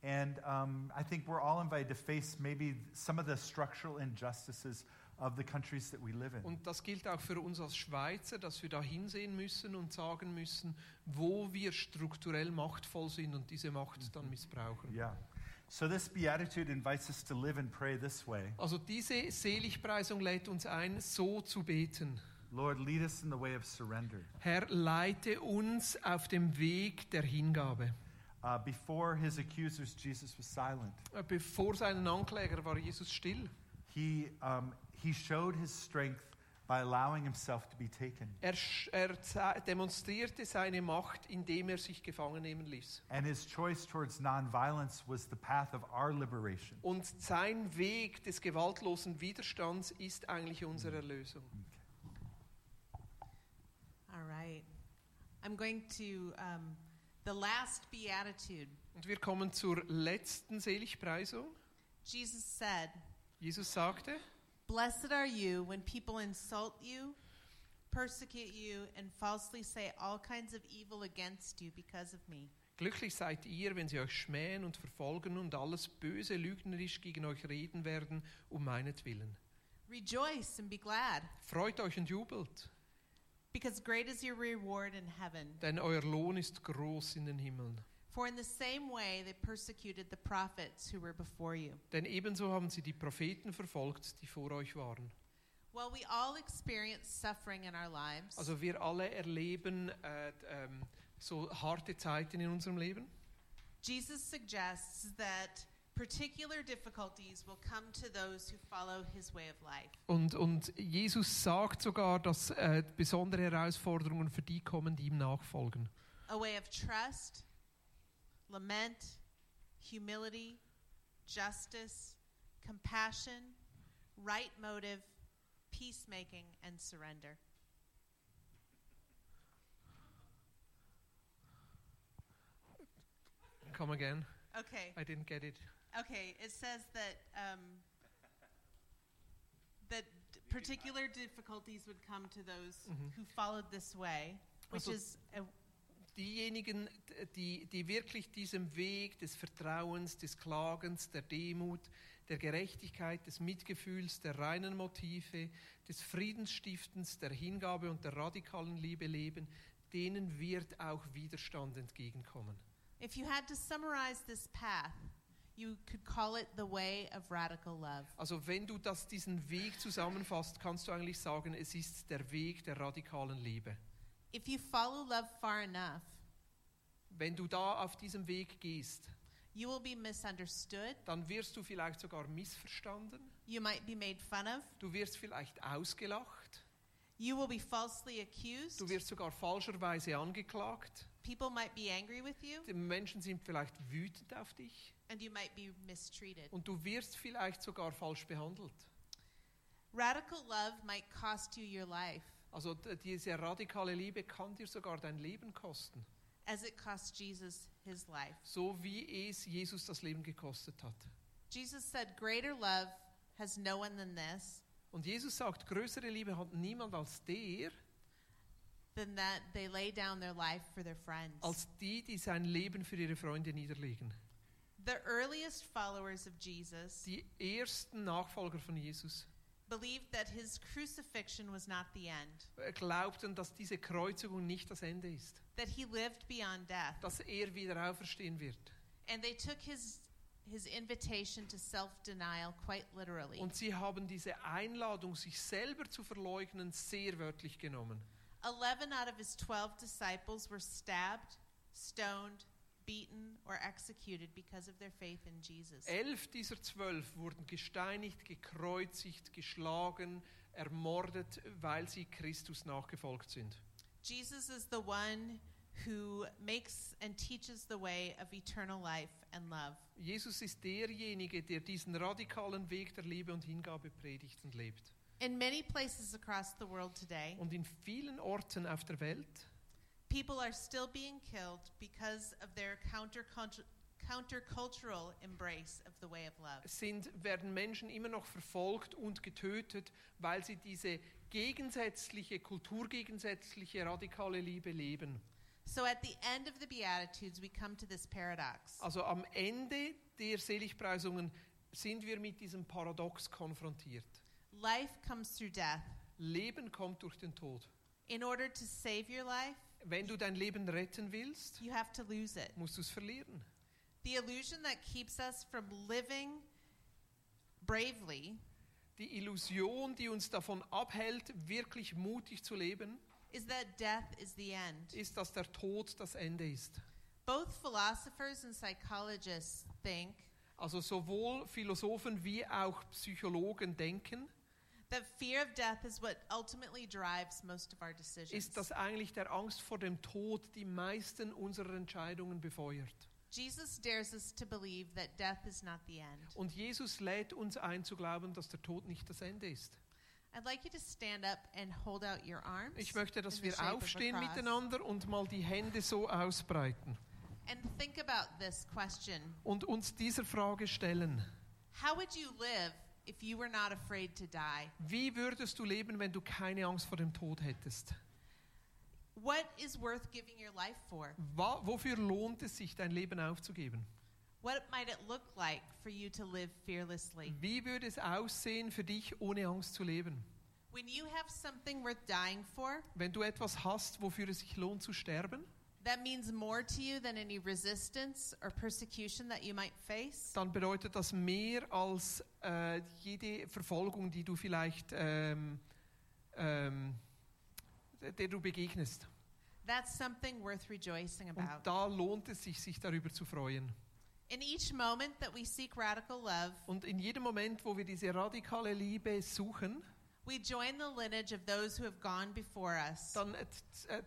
[SPEAKER 2] And um, I think we're all invited to face maybe some of the structural injustices of the countries that we live in.
[SPEAKER 1] Und das gilt auch für uns als Schweizer, dass wir da hinsehen müssen und sagen müssen, wo wir strukturell machtvoll sind und diese Macht dann missbrauchen.
[SPEAKER 2] Yeah. So this beatitude invites us to live and pray this way.
[SPEAKER 1] Also diese Seligpreisung lädt uns ein, so zu beten.
[SPEAKER 2] Lord, lead us in the way of surrender.
[SPEAKER 1] Herr, leite uns auf dem Weg der Hingabe.
[SPEAKER 2] Uh, before his accusers, Jesus was silent.
[SPEAKER 1] Bevor seinen Ankläger war Jesus still.
[SPEAKER 2] He, um, he showed his strength by allowing himself to be taken.
[SPEAKER 1] Er, sch- er ze- demonstrierte seine Macht, indem er sich gefangen nehmen ließ.
[SPEAKER 2] And his choice towards nonviolence was the path of our liberation.
[SPEAKER 1] Und sein Weg des gewaltlosen Widerstands ist eigentlich unsere Erlösung.
[SPEAKER 3] All right. I'm going to um, the last beatitude.
[SPEAKER 1] Und wir kommen zur letzten Seligpreisung.
[SPEAKER 3] Jesus said,
[SPEAKER 1] Jesus sagte,
[SPEAKER 3] Blessed are you when people insult you, persecute you, and falsely say all kinds of evil against you because of me.
[SPEAKER 1] Glücklich seid ihr, wenn sie euch schmähen und verfolgen und alles Böse lügnerisch gegen euch reden werden, um meinetwillen.
[SPEAKER 3] Rejoice and be glad,
[SPEAKER 1] Freut euch und jubelt,
[SPEAKER 3] because great is your reward in heaven.
[SPEAKER 1] denn euer Lohn ist groß in den Himmeln.
[SPEAKER 3] For in the same way they persecuted the prophets who were before you.
[SPEAKER 1] Denn ebenso haben sie die Propheten verfolgt, die vor euch waren.
[SPEAKER 3] While we all experience suffering in our lives,
[SPEAKER 1] Also wir alle erleben äh, d- ähm, so harte Zeiten in unserem Leben.
[SPEAKER 3] Jesus suggests that particular difficulties will come to those who follow his way of life.
[SPEAKER 1] Und, und Jesus sagt sogar, dass äh, besondere Herausforderungen für die kommen, die ihm nachfolgen.
[SPEAKER 3] a way of trust, lament, humility, justice, compassion, right motive, peacemaking, and surrender.
[SPEAKER 1] Come again.
[SPEAKER 3] Okay,
[SPEAKER 1] I didn't get it.
[SPEAKER 3] okay. It says that um, that d- particular difficulties would come to those
[SPEAKER 1] Mhm.
[SPEAKER 3] who followed this way, which
[SPEAKER 1] Also-
[SPEAKER 3] is uh, a,
[SPEAKER 1] Diejenigen, d- die, die wirklich diesem Weg des Vertrauens, des Klagens, der Demut, der Gerechtigkeit, des Mitgefühls, der reinen Motive, des Friedensstiftens, der Hingabe und der radikalen Liebe leben, denen wird auch Widerstand entgegenkommen.
[SPEAKER 3] if you had to summarize this path, you could call it the way of radical love.
[SPEAKER 1] Also wenn du das, diesen Weg zusammenfasst, kannst du eigentlich sagen, es ist der Weg der radikalen Liebe.
[SPEAKER 3] If you follow love far enough,
[SPEAKER 1] Wenn du da auf diesem Weg gehst,
[SPEAKER 3] You will be misunderstood.
[SPEAKER 1] dann wirst du vielleicht sogar missverstanden,
[SPEAKER 3] You might be made fun of.
[SPEAKER 1] du wirst vielleicht ausgelacht,
[SPEAKER 3] You will be falsely accused.
[SPEAKER 1] du wirst sogar falscherweise angeklagt,
[SPEAKER 3] People might be angry with you,
[SPEAKER 1] die Menschen sind vielleicht wütend auf dich
[SPEAKER 3] and you might be mistreated.
[SPEAKER 1] und du wirst vielleicht sogar falsch behandelt.
[SPEAKER 3] Radical love might cost you your life,
[SPEAKER 1] Also d- diese radikale Liebe kann dir sogar dein Leben kosten,
[SPEAKER 3] as it cost Jesus his life.
[SPEAKER 1] so wie es Jesus das Leben gekostet hat.
[SPEAKER 3] Jesus said, Greater love has no one than this,
[SPEAKER 1] Und Jesus sagt, größere Liebe hat niemand als der,
[SPEAKER 3] than that they lay down their life for their friends.
[SPEAKER 1] als die, die sein Leben für ihre Freunde niederlegen.
[SPEAKER 3] the earliest followers of Jesus
[SPEAKER 1] Die ersten Nachfolger von Jesus
[SPEAKER 3] believed that his crucifixion was not the end,
[SPEAKER 1] äh, glaubten, dass diese Kreuzigung nicht das Ende ist,
[SPEAKER 3] that he lived beyond death,
[SPEAKER 1] dass er wieder auferstehen wird.
[SPEAKER 3] and they took his his invitation to self-denial quite literally.
[SPEAKER 1] Und sie haben diese Einladung, sich selber zu verleugnen, sehr wörtlich genommen.
[SPEAKER 3] 11 out of his 12 disciples were stabbed, stoned, beaten, or executed because of their faith in Jesus.
[SPEAKER 1] Elf dieser zwölf wurden gesteinigt, gekreuzigt, geschlagen, ermordet, weil sie Christus nachgefolgt sind.
[SPEAKER 3] Jesus is the one who makes and teaches the way of eternal life and love.
[SPEAKER 1] Jesus ist derjenige, der diesen radikalen Weg der Liebe und Hingabe predigt und lebt.
[SPEAKER 3] In many places across the world today,
[SPEAKER 1] Und in vielen Orten auf der Welt
[SPEAKER 3] people are still being killed because of their countercultu- countercultural embrace of the way of love.
[SPEAKER 1] sind, werden Menschen immer noch verfolgt und getötet, weil sie diese gegensätzliche, kulturgegensätzliche, radikale Liebe leben.
[SPEAKER 3] So at the end of the Beatitudes, we come to this paradox.
[SPEAKER 1] Also am Ende der Seligpreisungen sind wir mit diesem Paradox konfrontiert.
[SPEAKER 3] Life comes through death.
[SPEAKER 1] Leben kommt durch den Tod.
[SPEAKER 3] In order to save your life,
[SPEAKER 1] Wenn du dein Leben retten willst,
[SPEAKER 3] you have to lose it.
[SPEAKER 1] musst du es verlieren.
[SPEAKER 3] The illusion that keeps us from living bravely
[SPEAKER 1] Die Illusion, die uns davon abhält, wirklich mutig zu leben,
[SPEAKER 3] is that death is the end.
[SPEAKER 1] ist, dass der Tod das Ende ist.
[SPEAKER 3] Both philosophers and psychologists think
[SPEAKER 1] Also sowohl Philosophen wie auch Psychologen denken,
[SPEAKER 3] that fear of death is what ultimately drives most of our decisions.
[SPEAKER 1] ist, dass eigentlich der Angst vor dem Tod die meisten unserer Entscheidungen befeuert.
[SPEAKER 3] Jesus dares us to believe that death is not the end.
[SPEAKER 1] Und Jesus lädt uns ein zu glauben, dass der Tod nicht das Ende ist.
[SPEAKER 3] I'd like you to stand up and hold out your arms.
[SPEAKER 1] Ich möchte,
[SPEAKER 3] in
[SPEAKER 1] dass
[SPEAKER 3] the shape
[SPEAKER 1] wir
[SPEAKER 3] of a
[SPEAKER 1] aufstehen
[SPEAKER 3] cross
[SPEAKER 1] miteinander und mal die Hände so ausbreiten
[SPEAKER 3] And think about this question.
[SPEAKER 1] und uns dieser Frage stellen.
[SPEAKER 3] How would you live if you were not afraid to die?
[SPEAKER 1] Wie würdest du leben, wenn du keine Angst vor dem Tod hättest?
[SPEAKER 3] What is worth giving your life for?
[SPEAKER 1] Wa- wofür lohnt es sich, dein Leben aufzugeben?
[SPEAKER 3] What might it look like for you to live fearlessly?
[SPEAKER 1] Wie würde es aussehen für dich, ohne Angst zu leben?
[SPEAKER 3] When you have something worth dying for,
[SPEAKER 1] Wenn du etwas hast, wofür es sich lohnt zu sterben,
[SPEAKER 3] that means more to you than any resistance or persecution that you might face.
[SPEAKER 1] dann bedeutet das mehr als äh, jede Verfolgung, die du vielleicht, ähm, ähm, der du begegnest.
[SPEAKER 3] That's something worth rejoicing
[SPEAKER 1] Und
[SPEAKER 3] about.
[SPEAKER 1] da lohnt es sich, sich darüber zu freuen.
[SPEAKER 3] In each moment that we seek radical love,
[SPEAKER 1] Und in jedem Moment, wo wir diese radikale Liebe suchen,
[SPEAKER 3] we join the lineage of those who have gone before us.
[SPEAKER 1] dann äh, äh,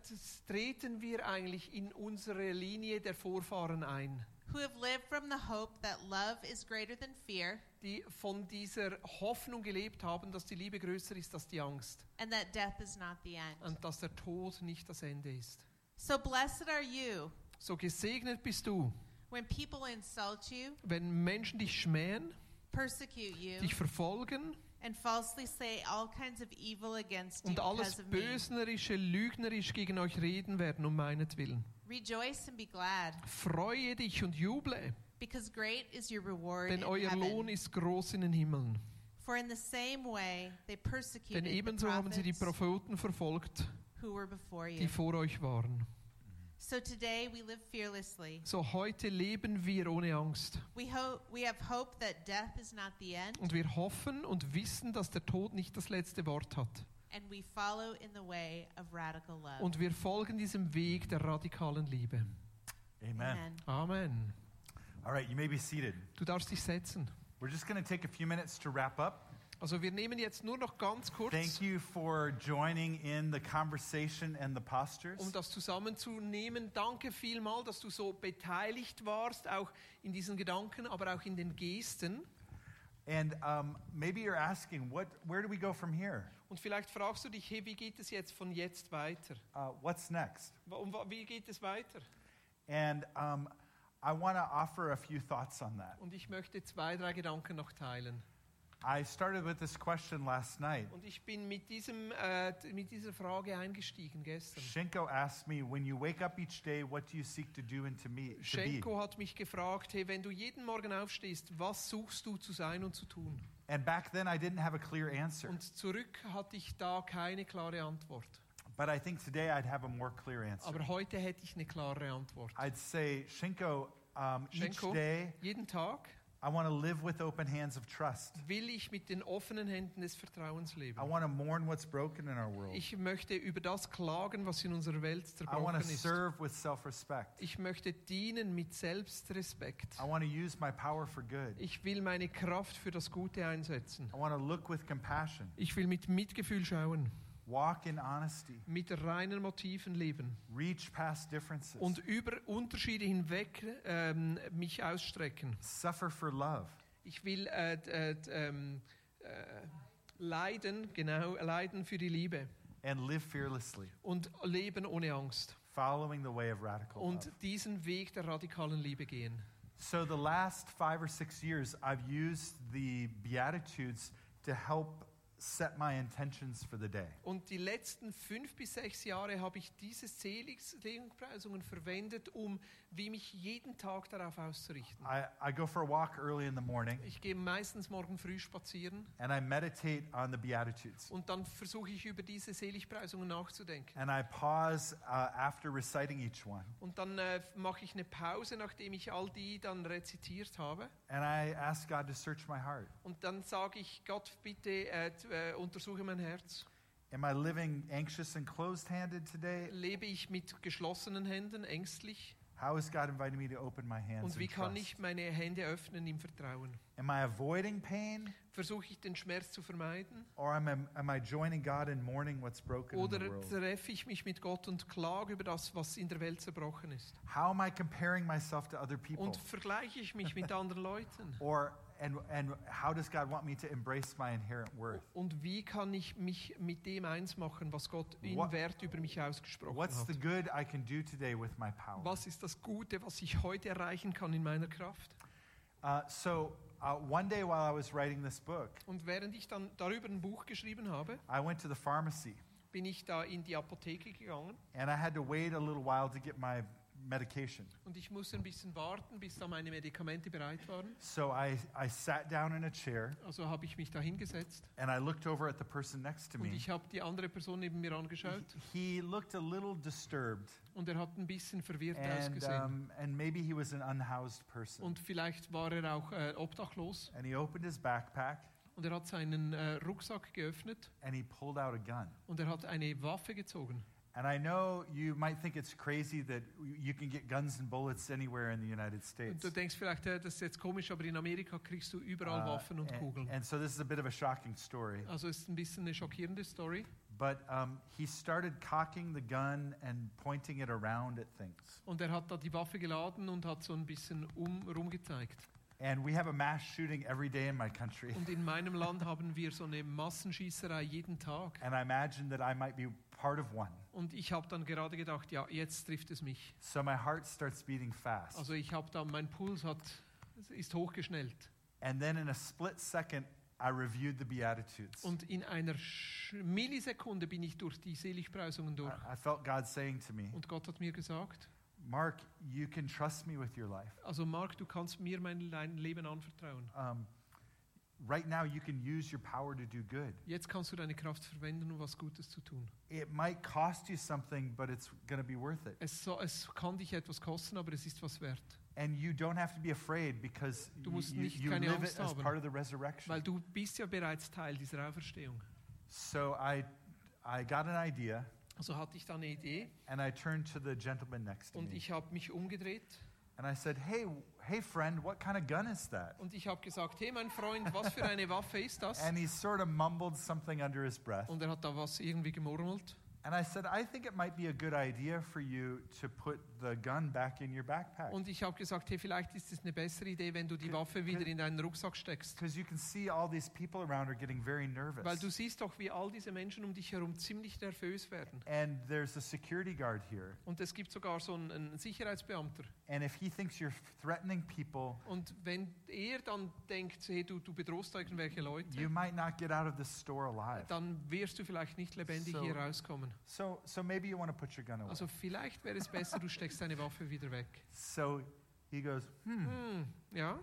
[SPEAKER 1] treten wir eigentlich in unsere Linie der Vorfahren ein.
[SPEAKER 3] who have lived from the hope that love is greater than fear
[SPEAKER 1] die von dieser Hoffnung gelebt haben, dass die Liebe größer ist als die Angst
[SPEAKER 3] and that death is not the end.
[SPEAKER 1] und dass der Tod nicht das Ende ist.
[SPEAKER 3] So blessed are you
[SPEAKER 1] So gesegnet bist du,
[SPEAKER 3] when people insult you,
[SPEAKER 1] wenn Menschen dich schmähen,
[SPEAKER 3] persecute you,
[SPEAKER 1] dich verfolgen
[SPEAKER 3] and falsely say all kinds of evil against you
[SPEAKER 1] und alles
[SPEAKER 3] because of me.
[SPEAKER 1] Bösnerische, Lügnerisch gegen euch reden werden um meinetwillen.
[SPEAKER 3] Rejoice and be glad,
[SPEAKER 1] Freue dich und juble,
[SPEAKER 3] because great is your reward
[SPEAKER 1] denn
[SPEAKER 3] in
[SPEAKER 1] euer
[SPEAKER 3] heaven.
[SPEAKER 1] Lohn ist groß in den Himmeln.
[SPEAKER 3] For in the same way they persecuted
[SPEAKER 1] Denn ebenso
[SPEAKER 3] the
[SPEAKER 1] haben
[SPEAKER 3] prophets
[SPEAKER 1] sie die Propheten verfolgt,
[SPEAKER 3] who were before you.
[SPEAKER 1] die vor euch waren.
[SPEAKER 3] So today we live fearlessly.
[SPEAKER 1] So heute leben wir ohne Angst.
[SPEAKER 3] We hope we have hope that death is not the end,
[SPEAKER 1] Und wir hoffen und wissen, dass der Tod nicht das letzte Wort hat.
[SPEAKER 3] and we follow in the way of radical love.
[SPEAKER 1] Und wir folgen diesem Weg der radikalen Liebe.
[SPEAKER 2] Amen.
[SPEAKER 1] Amen.
[SPEAKER 2] All right, you may be seated.
[SPEAKER 1] Du darfst dich setzen.
[SPEAKER 2] We're just going to take a few minutes to wrap up.
[SPEAKER 1] Also wir nehmen jetzt nur noch ganz kurz,
[SPEAKER 2] Thank you for joining in the conversation and the postures.
[SPEAKER 1] um das zusammenzunehmen. Danke vielmal, dass du so beteiligt warst, auch in diesen Gedanken, aber auch in den Gesten.
[SPEAKER 2] And um, maybe you're asking, what, where do we go from here?
[SPEAKER 1] Und vielleicht fragst du dich, hey, wie geht es jetzt von jetzt weiter?
[SPEAKER 2] Uh, what's next?
[SPEAKER 1] Wa- Um, wa- wie geht es weiter?
[SPEAKER 2] And um, I want to offer a few thoughts on that.
[SPEAKER 1] Und ich möchte zwei, drei Gedanken noch teilen.
[SPEAKER 2] I started with this question last night.
[SPEAKER 1] Und ich bin mit, diesem, äh, t- mit dieser Frage eingestiegen gestern.
[SPEAKER 2] Shenko asked me, when you wake up each day, what do you seek to do and to, me, to be?
[SPEAKER 1] Schenko hat mich gefragt, hey, wenn du jeden Morgen aufstehst, was suchst du zu sein und zu tun?
[SPEAKER 2] And back then, I didn't have a clear answer.
[SPEAKER 1] Und zurück hatte ich da keine klare Antwort.
[SPEAKER 2] But I think today I'd have a more clear answer.
[SPEAKER 1] Aber heute hätte ich eine klare Antwort.
[SPEAKER 2] I'd say, Shinko, um, each
[SPEAKER 1] Shenko?
[SPEAKER 2] day
[SPEAKER 1] Jeden Tag
[SPEAKER 2] I want to live with open hands of trust.
[SPEAKER 1] will ich mit den offenen Händen des Vertrauens leben.
[SPEAKER 2] I want to mourn what's broken in our world.
[SPEAKER 1] Ich möchte über das klagen, was in unserer Welt
[SPEAKER 2] I want
[SPEAKER 1] zerbrochen
[SPEAKER 2] to
[SPEAKER 1] ist.
[SPEAKER 2] serve with self respect.
[SPEAKER 1] Ich möchte dienen mit Selbstrespekt.
[SPEAKER 2] I want to use my power for good.
[SPEAKER 1] Ich will meine Kraft für das Gute einsetzen.
[SPEAKER 2] I want to look with compassion,
[SPEAKER 1] Ich will mit Mitgefühl schauen,
[SPEAKER 2] walk in honesty,
[SPEAKER 1] mit reinen Motiven leben
[SPEAKER 2] reach past differences,
[SPEAKER 1] und über Unterschiede hinweg ähm, mich ausstrecken.
[SPEAKER 2] suffer for love,
[SPEAKER 1] Ich will äh, d- äh, d- ähm, äh, leiden, genau, leiden für die Liebe
[SPEAKER 2] and live fearlessly,
[SPEAKER 1] und leben ohne Angst
[SPEAKER 2] following the way of radical love.
[SPEAKER 1] und diesen Weg der radikalen Liebe gehen.
[SPEAKER 2] So, the last five or six years, I've used the Beatitudes to help set my intentions for the day.
[SPEAKER 1] Und die letzten fünf bis sechs Jahre habe ich diese Seligpreisungen verwendet, um wie mich jeden Tag darauf auszurichten.
[SPEAKER 2] I, I go for a walk early in the morning
[SPEAKER 1] Ich gehe meistens morgen früh spazieren
[SPEAKER 2] and I meditate on the Beatitudes.
[SPEAKER 1] und dann versuche ich über diese Seligpreisungen nachzudenken.
[SPEAKER 2] And I pause uh, after reciting each one.
[SPEAKER 1] Und dann äh, mache ich eine Pause, nachdem ich all die dann rezitiert habe.
[SPEAKER 2] And I ask God to search my heart.
[SPEAKER 1] Und dann sage ich, Gott, bitte äh, t- äh, untersuche mein Herz.
[SPEAKER 2] Am I living anxious and closed handed today?
[SPEAKER 1] Lebe ich mit geschlossenen Händen, ängstlich?
[SPEAKER 2] How is God inviting me to open my hands?
[SPEAKER 1] Und wie
[SPEAKER 2] and
[SPEAKER 1] kann
[SPEAKER 2] trust?
[SPEAKER 1] ich meine Hände öffnen im Vertrauen?
[SPEAKER 2] Am I avoiding pain
[SPEAKER 1] Versuche ich den Schmerz zu vermeiden?
[SPEAKER 2] or am I, am I joining God in mourning what's broken in the
[SPEAKER 1] Oder
[SPEAKER 2] world?
[SPEAKER 1] treffe ich mich mit Gott und klage über das, was in der Welt zerbrochen ist?
[SPEAKER 2] How am I comparing myself to other people?
[SPEAKER 1] Und vergleiche ich mich mit anderen Leuten?
[SPEAKER 2] Or and and how does God want me to embrace my inherent worth?
[SPEAKER 1] Und wie kann ich mich mit dem eins machen, was Gott in
[SPEAKER 2] What-
[SPEAKER 1] Wert über mich ausgesprochen
[SPEAKER 2] What's the
[SPEAKER 1] hat?
[SPEAKER 2] good I can do today with my power?
[SPEAKER 1] Was ist das Gute, was ich heute erreichen kann in meiner Kraft?
[SPEAKER 2] Uh, so uh, one day while I was writing this book,
[SPEAKER 1] Und während ich dann darüber ein Buch geschrieben habe,
[SPEAKER 2] I went to the pharmacy
[SPEAKER 1] bin ich da in die Apotheke gegangen
[SPEAKER 2] and I had to wait a little while to get my medication.
[SPEAKER 1] und ich musste ein bisschen warten, bis da meine Medikamente bereit waren.
[SPEAKER 2] So I, I sat down in a chair
[SPEAKER 1] Also habe ich mich da hingesetzt
[SPEAKER 2] and I looked over at the person next to
[SPEAKER 1] und
[SPEAKER 2] me.
[SPEAKER 1] ich habe die andere Person neben mir
[SPEAKER 2] He,
[SPEAKER 1] angeschaut.
[SPEAKER 2] he looked a little disturbed
[SPEAKER 1] Und er hat ein bisschen verwirrt
[SPEAKER 2] and,
[SPEAKER 1] ausgesehen.
[SPEAKER 2] um, and maybe he was an unhoused person.
[SPEAKER 1] und vielleicht war er auch äh, obdachlos.
[SPEAKER 2] And he opened his backpack
[SPEAKER 1] Und er hat seinen äh, Rucksack geöffnet
[SPEAKER 2] and he pulled out a gun.
[SPEAKER 1] und er hat eine Waffe gezogen.
[SPEAKER 2] And I know you might think it's crazy that y- you can get guns and bullets anywhere in the United
[SPEAKER 1] Und
[SPEAKER 2] States.
[SPEAKER 1] du denkst vielleicht, äh, das ist jetzt komisch, aber in Amerika kriegst du überall
[SPEAKER 2] Uh,
[SPEAKER 1] Waffen und
[SPEAKER 2] and,
[SPEAKER 1] Kugeln.
[SPEAKER 2] and so this is a bit of a shocking story.
[SPEAKER 1] also es ist ein bisschen eine schockierende Story.
[SPEAKER 2] But um, he started cocking the gun and pointing it around at things.
[SPEAKER 1] Und er hat da die Waffe geladen und hat so ein bisschen um, rumgezeigt.
[SPEAKER 2] And we have a mass shooting every day in my country.
[SPEAKER 1] Und in meinem Land haben wir so eine Massenschießerei jeden Tag.
[SPEAKER 2] And I imagine that I might be part of one.
[SPEAKER 1] Und ich habe dann gerade gedacht, ja, jetzt trifft es mich.
[SPEAKER 2] So my heart starts beating fast.
[SPEAKER 1] Also ich habe da, mein Puls hat, ist hochgeschnellt.
[SPEAKER 2] And then in a split second, I reviewed the Beatitudes.
[SPEAKER 1] Und in einer Sch- Millisekunde bin ich durch die Seligpreisungen durch.
[SPEAKER 2] I, I felt God saying to me,
[SPEAKER 1] Und Gott hat mir gesagt,
[SPEAKER 2] Mark, you can trust me with your life.
[SPEAKER 1] also Mark, du kannst mir mein dein Leben anvertrauen.
[SPEAKER 2] Um, right now, you can use your power to do good.
[SPEAKER 1] Jetzt kannst du deine Kraft verwenden, um was Gutes zu tun.
[SPEAKER 2] It might cost you something, but it's going to be worth it.
[SPEAKER 1] Es, so, es kann dich etwas kosten, aber es ist was wert.
[SPEAKER 2] And you don't have to be afraid because
[SPEAKER 1] Du
[SPEAKER 2] you,
[SPEAKER 1] musst
[SPEAKER 2] you,
[SPEAKER 1] nicht
[SPEAKER 2] you
[SPEAKER 1] keine
[SPEAKER 2] live
[SPEAKER 1] Angst
[SPEAKER 2] it as
[SPEAKER 1] haben.
[SPEAKER 2] part of the resurrection.
[SPEAKER 1] Weil du bist ja bereits Teil dieser Auferstehung.
[SPEAKER 2] So I, I got an idea
[SPEAKER 1] Also hatte ich da eine Idee
[SPEAKER 2] and I turned to the gentleman next to
[SPEAKER 1] und
[SPEAKER 2] me
[SPEAKER 1] ich habe mich umgedreht
[SPEAKER 2] And I said, Hey, hey, friend, what kind of gun is that?
[SPEAKER 1] Und ich habe gesagt, hey mein Freund, was für eine Waffe ist das?
[SPEAKER 2] And he sort of mumbled something under his breath.
[SPEAKER 1] Und er hat da was irgendwie gemurmelt.
[SPEAKER 2] And I said, I think it might be a good idea for you to put the gun back in your backpack.
[SPEAKER 1] Und ich habe gesagt, hey, vielleicht ist es eine bessere Idee, wenn du die Waffe wieder in deinen Rucksack steckst.
[SPEAKER 2] Because you can see all these people around are getting very
[SPEAKER 1] Weil du
[SPEAKER 2] nervous.
[SPEAKER 1] siehst doch, wie all diese Menschen um dich herum ziemlich nervös werden.
[SPEAKER 2] And there's a security guard here.
[SPEAKER 1] Und es gibt sogar so einen, einen Sicherheitsbeamter.
[SPEAKER 2] And if he thinks you're threatening people,
[SPEAKER 1] Und wenn er dann denkt, hey, du, du bedrohst da irgendwelche
[SPEAKER 2] you
[SPEAKER 1] Leute,
[SPEAKER 2] might not get out of this store alive.
[SPEAKER 1] dann wirst du vielleicht nicht lebendig
[SPEAKER 2] So-
[SPEAKER 1] hier rauskommen.
[SPEAKER 2] So, so maybe you want to put your gun away.
[SPEAKER 1] Also vielleicht wäre es besser, du steckst deine Waffe wieder weg.
[SPEAKER 2] So he goes, hmm,
[SPEAKER 1] Hm, ja.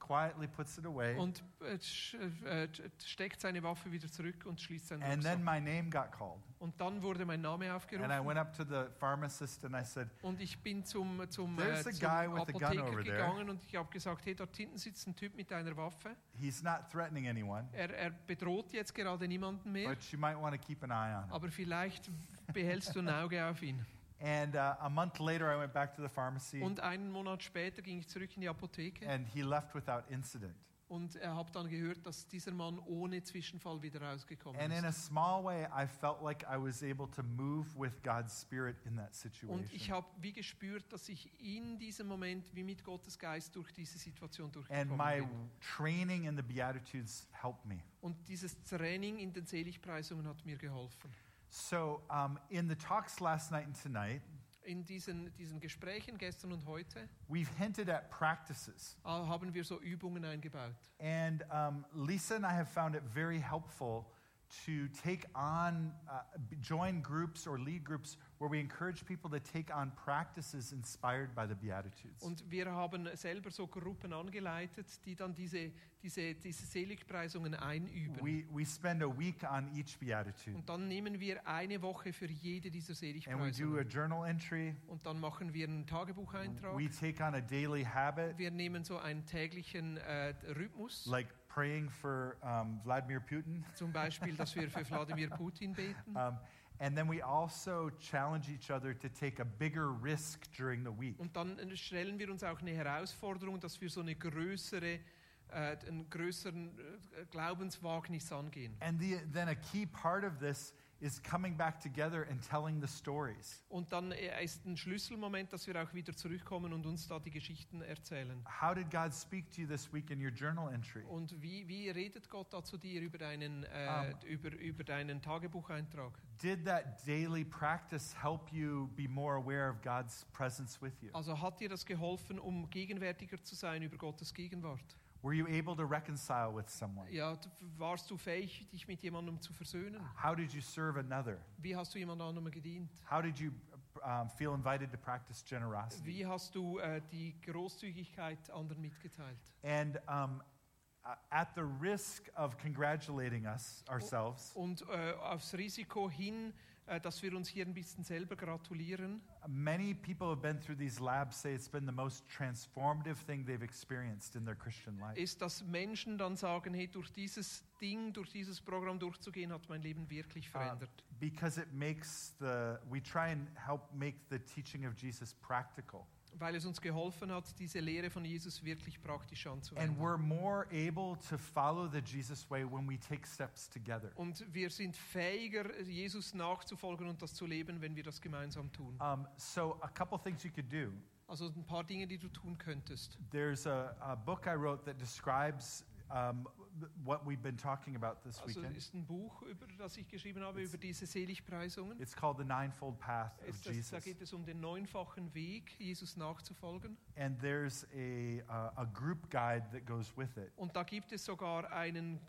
[SPEAKER 2] quietly puts it away.
[SPEAKER 1] Und äh, sch- äh, äh, steckt seine Waffe wieder zurück und schließt seinen
[SPEAKER 2] And then
[SPEAKER 1] Rucksack.
[SPEAKER 2] my name got called.
[SPEAKER 1] Und dann wurde mein Name
[SPEAKER 2] And I
[SPEAKER 1] aufgerufen.
[SPEAKER 2] went up to the pharmacist and I said,
[SPEAKER 1] Und ich bin zum, zum, äh,
[SPEAKER 2] There's a
[SPEAKER 1] zum
[SPEAKER 2] guy with a gun
[SPEAKER 1] Apotheker
[SPEAKER 2] over there.
[SPEAKER 1] gegangen und ich habe gesagt, hey, dort hinten sitzt ein Typ mit einer Waffe.
[SPEAKER 2] he's not threatening anyone,
[SPEAKER 1] Er, er bedroht jetzt gerade niemanden mehr,
[SPEAKER 2] but you might want to keep an eye on him.
[SPEAKER 1] aber vielleicht behältst du ein Auge auf ihn.
[SPEAKER 2] And uh, a month later, I went back to the pharmacy
[SPEAKER 1] Und einen Monat später ging ich zurück in die Apotheke
[SPEAKER 2] and he left without incident.
[SPEAKER 1] und äh, habe dann gehört, dass dieser Mann ohne Zwischenfall wieder rausgekommen
[SPEAKER 2] And in
[SPEAKER 1] ist.
[SPEAKER 2] a small way, I felt like I was able to move with God's Spirit in that
[SPEAKER 1] Und ich
[SPEAKER 2] situation.
[SPEAKER 1] habe wie gespürt, dass ich in diesem Moment wie mit Gottes Geist durch diese Situation
[SPEAKER 2] And my
[SPEAKER 1] durchgekommen bin.
[SPEAKER 2] training in the Beatitudes helped me.
[SPEAKER 1] Und dieses Training in den Seligpreisungen hat mir geholfen.
[SPEAKER 2] So, um, in the talks last night and tonight,
[SPEAKER 1] In diesen, diesen Gesprächen gestern und heute
[SPEAKER 2] we've hinted at practices.
[SPEAKER 1] äh, haben wir so Übungen eingebaut.
[SPEAKER 2] And um, Lisa and I have found it very helpful to take on, uh, b- join groups or lead groups where we encourage people to take on practices inspired by the Beatitudes.
[SPEAKER 1] Und wir haben selber so Gruppen angeleitet, die dann diese, diese, diese Seligpreisungen einüben.
[SPEAKER 2] We, we spend a week on each Beatitude
[SPEAKER 1] und dann nehmen wir eine Woche für jede
[SPEAKER 2] and we
[SPEAKER 1] dieser
[SPEAKER 2] do a
[SPEAKER 1] Seligpreisungen.
[SPEAKER 2] journal entry.
[SPEAKER 1] Und dann machen wir einen Tagebucheintrag.
[SPEAKER 2] We take on a daily habit,
[SPEAKER 1] wir nehmen so einen täglichen äh, Rhythmus.
[SPEAKER 2] like praying for um, Vladimir Putin.
[SPEAKER 1] zum Beispiel, dass wir für Wladimir Putin beten.
[SPEAKER 2] Um, and then we also challenge each other to take a bigger risk during the week.
[SPEAKER 1] Und dann äh, stellen wir uns auch eine Herausforderung, dass wir so eine größere, äh, einen größeren äh, Glaubenswagnis angehen.
[SPEAKER 2] And the, then a key part of this is coming back together and telling the stories.
[SPEAKER 1] Und dann äh, ist ein Schlüsselmoment, dass wir auch wieder zurückkommen und uns da die Geschichten erzählen.
[SPEAKER 2] How did God speak to you this week in your journal entry?
[SPEAKER 1] Und wie, wie redet Gott da zu dir über deinen, äh,
[SPEAKER 2] Um.
[SPEAKER 1] über, über deinen Tagebucheintrag?
[SPEAKER 2] Did that daily practice help you be more aware of God's presence with you?
[SPEAKER 1] Also hat dir das geholfen, um gegenwärtiger zu sein über Gottes Gegenwart?
[SPEAKER 2] Were you able to reconcile with someone?
[SPEAKER 1] Ja, d- warst du fähig, dich mit jemandem zu versöhnen?
[SPEAKER 2] How did you serve another?
[SPEAKER 1] Wie hast du jemand anderem gedient?
[SPEAKER 2] How did you um, feel invited to practice generosity?
[SPEAKER 1] Wie hast du äh, die Großzügigkeit anderen mitgeteilt?
[SPEAKER 2] And um, uh, at the risk of congratulating us ourselves,
[SPEAKER 1] Und äh, aufs Risiko hin, äh, dass wir uns hier ein bisschen selber gratulieren.
[SPEAKER 2] Many people have been through these labs say it's been the most transformative thing they've experienced in their Christian life.
[SPEAKER 1] ist, dass Menschen dann sagen, hey, durch dieses Ding, durch dieses Programm durchzugehen, hat mein Leben
[SPEAKER 2] Ah.
[SPEAKER 1] wirklich verändert.
[SPEAKER 2] Because it makes the, we try and help make the teaching of Jesus practical.
[SPEAKER 1] Weil es uns geholfen hat, diese Lehre von Jesus wirklich praktisch
[SPEAKER 2] And
[SPEAKER 1] anzuwenden.
[SPEAKER 2] we're more able to follow the Jesus way when we take steps together.
[SPEAKER 1] Und wir sind fähiger, Jesus nachzufolgen und das zu leben, wenn wir das gemeinsam tun.
[SPEAKER 2] Um, so, a couple things you could do.
[SPEAKER 1] Also ein paar Dinge, die du tun könntest.
[SPEAKER 2] There's a, a book I wrote that describes um, what we've been talking about this
[SPEAKER 1] Also
[SPEAKER 2] weekend.
[SPEAKER 1] ist ein Buch, über das ich geschrieben habe,
[SPEAKER 2] It's-
[SPEAKER 1] über diese Seligpreisungen.
[SPEAKER 2] It's called The Ninefold Path of
[SPEAKER 1] Ist das,
[SPEAKER 2] Jesus.
[SPEAKER 1] da geht es um den neunfachen Weg, Jesus nachzufolgen.
[SPEAKER 2] And there's a, uh, a group guide that goes with it.
[SPEAKER 1] Und da gibt es sogar einen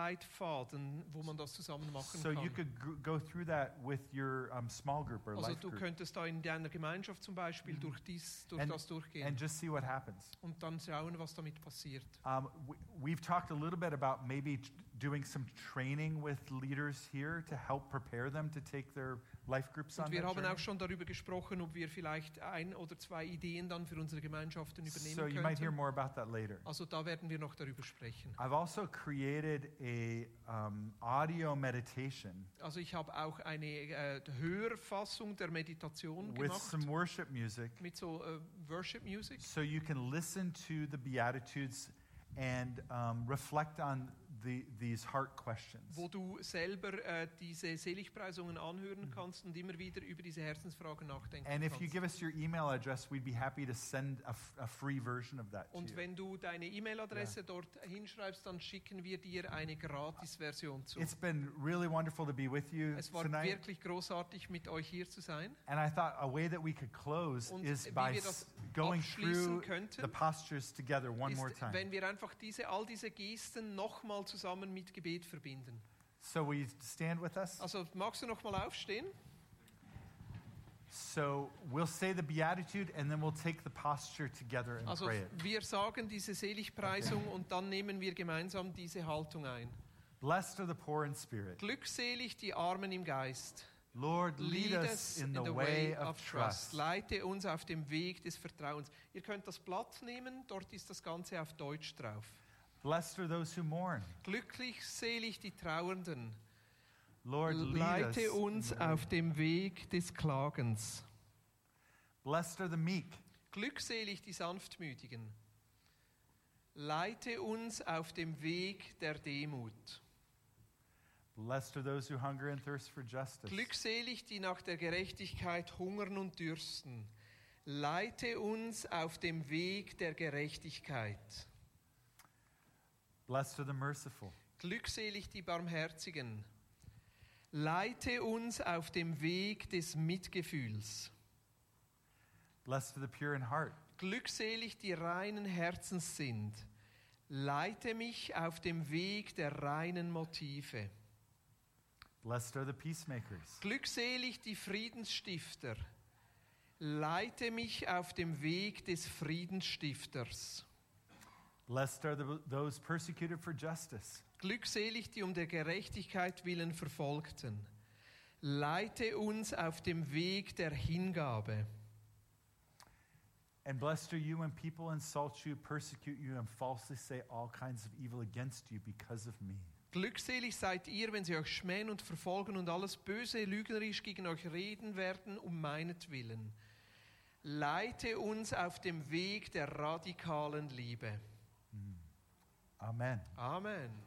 [SPEAKER 1] Gruppenleitfaden, wo man das zusammen machen
[SPEAKER 2] So you
[SPEAKER 1] kann.
[SPEAKER 2] could g- go through that with your um, small group or
[SPEAKER 1] Also
[SPEAKER 2] life
[SPEAKER 1] du
[SPEAKER 2] group
[SPEAKER 1] könntest da in deiner Gemeinschaft zum Beispiel
[SPEAKER 2] Mhm.
[SPEAKER 1] durch dies, durch das
[SPEAKER 2] and
[SPEAKER 1] durchgehen
[SPEAKER 2] and just see what happens.
[SPEAKER 1] und dann schauen, was damit passiert.
[SPEAKER 2] Um, we, We've talked a little bit about maybe t- doing some training with leaders here to help prepare them to take their life groups on
[SPEAKER 1] Und wir
[SPEAKER 2] that
[SPEAKER 1] haben
[SPEAKER 2] journey.
[SPEAKER 1] auch schon darüber gesprochen, ob wir vielleicht ein oder zwei Ideen dann für unsere Gemeinschaften
[SPEAKER 2] So
[SPEAKER 1] übernehmen
[SPEAKER 2] you might hear
[SPEAKER 1] könnten.
[SPEAKER 2] more about that later.
[SPEAKER 1] Also da werden wir noch darüber sprechen.
[SPEAKER 2] I've also created a um, audio meditation
[SPEAKER 1] Also ich habe auch eine äh, Hörfassung der Meditation
[SPEAKER 2] with
[SPEAKER 1] gemacht
[SPEAKER 2] some worship music,
[SPEAKER 1] mit so äh, Worship Music.
[SPEAKER 2] so you can listen to the Beatitudes and um, reflect on the, these heart questions.
[SPEAKER 1] wo du selber äh, diese Seligpreisungen anhören kannst und immer wieder über diese Herzensfragen nachdenken
[SPEAKER 2] Mhm. And if you
[SPEAKER 1] kannst.
[SPEAKER 2] give us your email address, we'd be happy to send a, f- a free version of that to
[SPEAKER 1] Und
[SPEAKER 2] you.
[SPEAKER 1] wenn du deine E-Mail-Adresse dort hinschreibst, dann schicken wir dir eine Gratis-Version zu.
[SPEAKER 2] It's been really wonderful to be with you
[SPEAKER 1] Es war
[SPEAKER 2] tonight.
[SPEAKER 1] wirklich großartig, mit euch hier zu sein.
[SPEAKER 2] And I thought a way that we could close
[SPEAKER 1] Und
[SPEAKER 2] is
[SPEAKER 1] wie
[SPEAKER 2] by
[SPEAKER 1] wir das
[SPEAKER 2] s- going
[SPEAKER 1] abschließen
[SPEAKER 2] through
[SPEAKER 1] könnten,
[SPEAKER 2] the postures together one
[SPEAKER 1] Ist,
[SPEAKER 2] more time.
[SPEAKER 1] wenn wir einfach diese, all diese Gesten nochmal zusammen mit Gebet verbinden.
[SPEAKER 2] So will you stand with us?
[SPEAKER 1] Also magst du nochmal aufstehen?
[SPEAKER 2] So we'll say the Beatitude and then we'll take the posture together and
[SPEAKER 1] Also
[SPEAKER 2] pray it.
[SPEAKER 1] wir sagen diese Seligpreisung und dann nehmen wir gemeinsam diese Haltung ein.
[SPEAKER 2] Blessed are the poor in spirit.
[SPEAKER 1] Glückselig die Armen im Geist.
[SPEAKER 2] Lord, lead us in the way of trust.
[SPEAKER 1] Leite uns auf dem Weg des Vertrauens. Ihr könnt das Blatt nehmen, dort ist das Ganze auf Deutsch drauf.
[SPEAKER 2] Blessed are those who mourn.
[SPEAKER 1] Glücklich, selig die Trauernden.
[SPEAKER 2] Lord, lead us.
[SPEAKER 1] Leite
[SPEAKER 2] in
[SPEAKER 1] uns
[SPEAKER 2] the way.
[SPEAKER 1] auf dem Weg des Klagens.
[SPEAKER 2] Blessed are the meek.
[SPEAKER 1] Glückselig die Sanftmütigen. Leite uns auf dem Weg der Demut.
[SPEAKER 2] Blessed are those who hunger and thirst for justice.
[SPEAKER 1] Glückselig die nach der Gerechtigkeit hungern und dürsten. Leite uns auf dem Weg der Gerechtigkeit.
[SPEAKER 2] Blessed are the merciful.
[SPEAKER 1] Glückselig die Barmherzigen. Leite uns auf dem Weg des Mitgefühls.
[SPEAKER 2] Blessed are the pure in heart.
[SPEAKER 1] Glückselig die reinen Herzens sind. Leite mich auf dem Weg der reinen Motive.
[SPEAKER 2] Blessed are the peacemakers.
[SPEAKER 1] Glückselig die Friedensstifter. Leite mich auf dem Weg des Friedensstifters.
[SPEAKER 2] Blessed are the, those persecuted for justice.
[SPEAKER 1] Glückselig die um der Gerechtigkeit willen Verfolgten. Leite uns auf dem Weg der Hingabe.
[SPEAKER 2] And blessed are you when people insult you, persecute you, and falsely say all kinds of evil against you because of me.
[SPEAKER 1] Glückselig seid ihr, wenn sie euch schmähen und verfolgen und alles Böse lügnerisch gegen euch reden werden, um meinetwillen. Leite uns auf dem Weg der radikalen Liebe.
[SPEAKER 2] Amen.
[SPEAKER 1] Amen.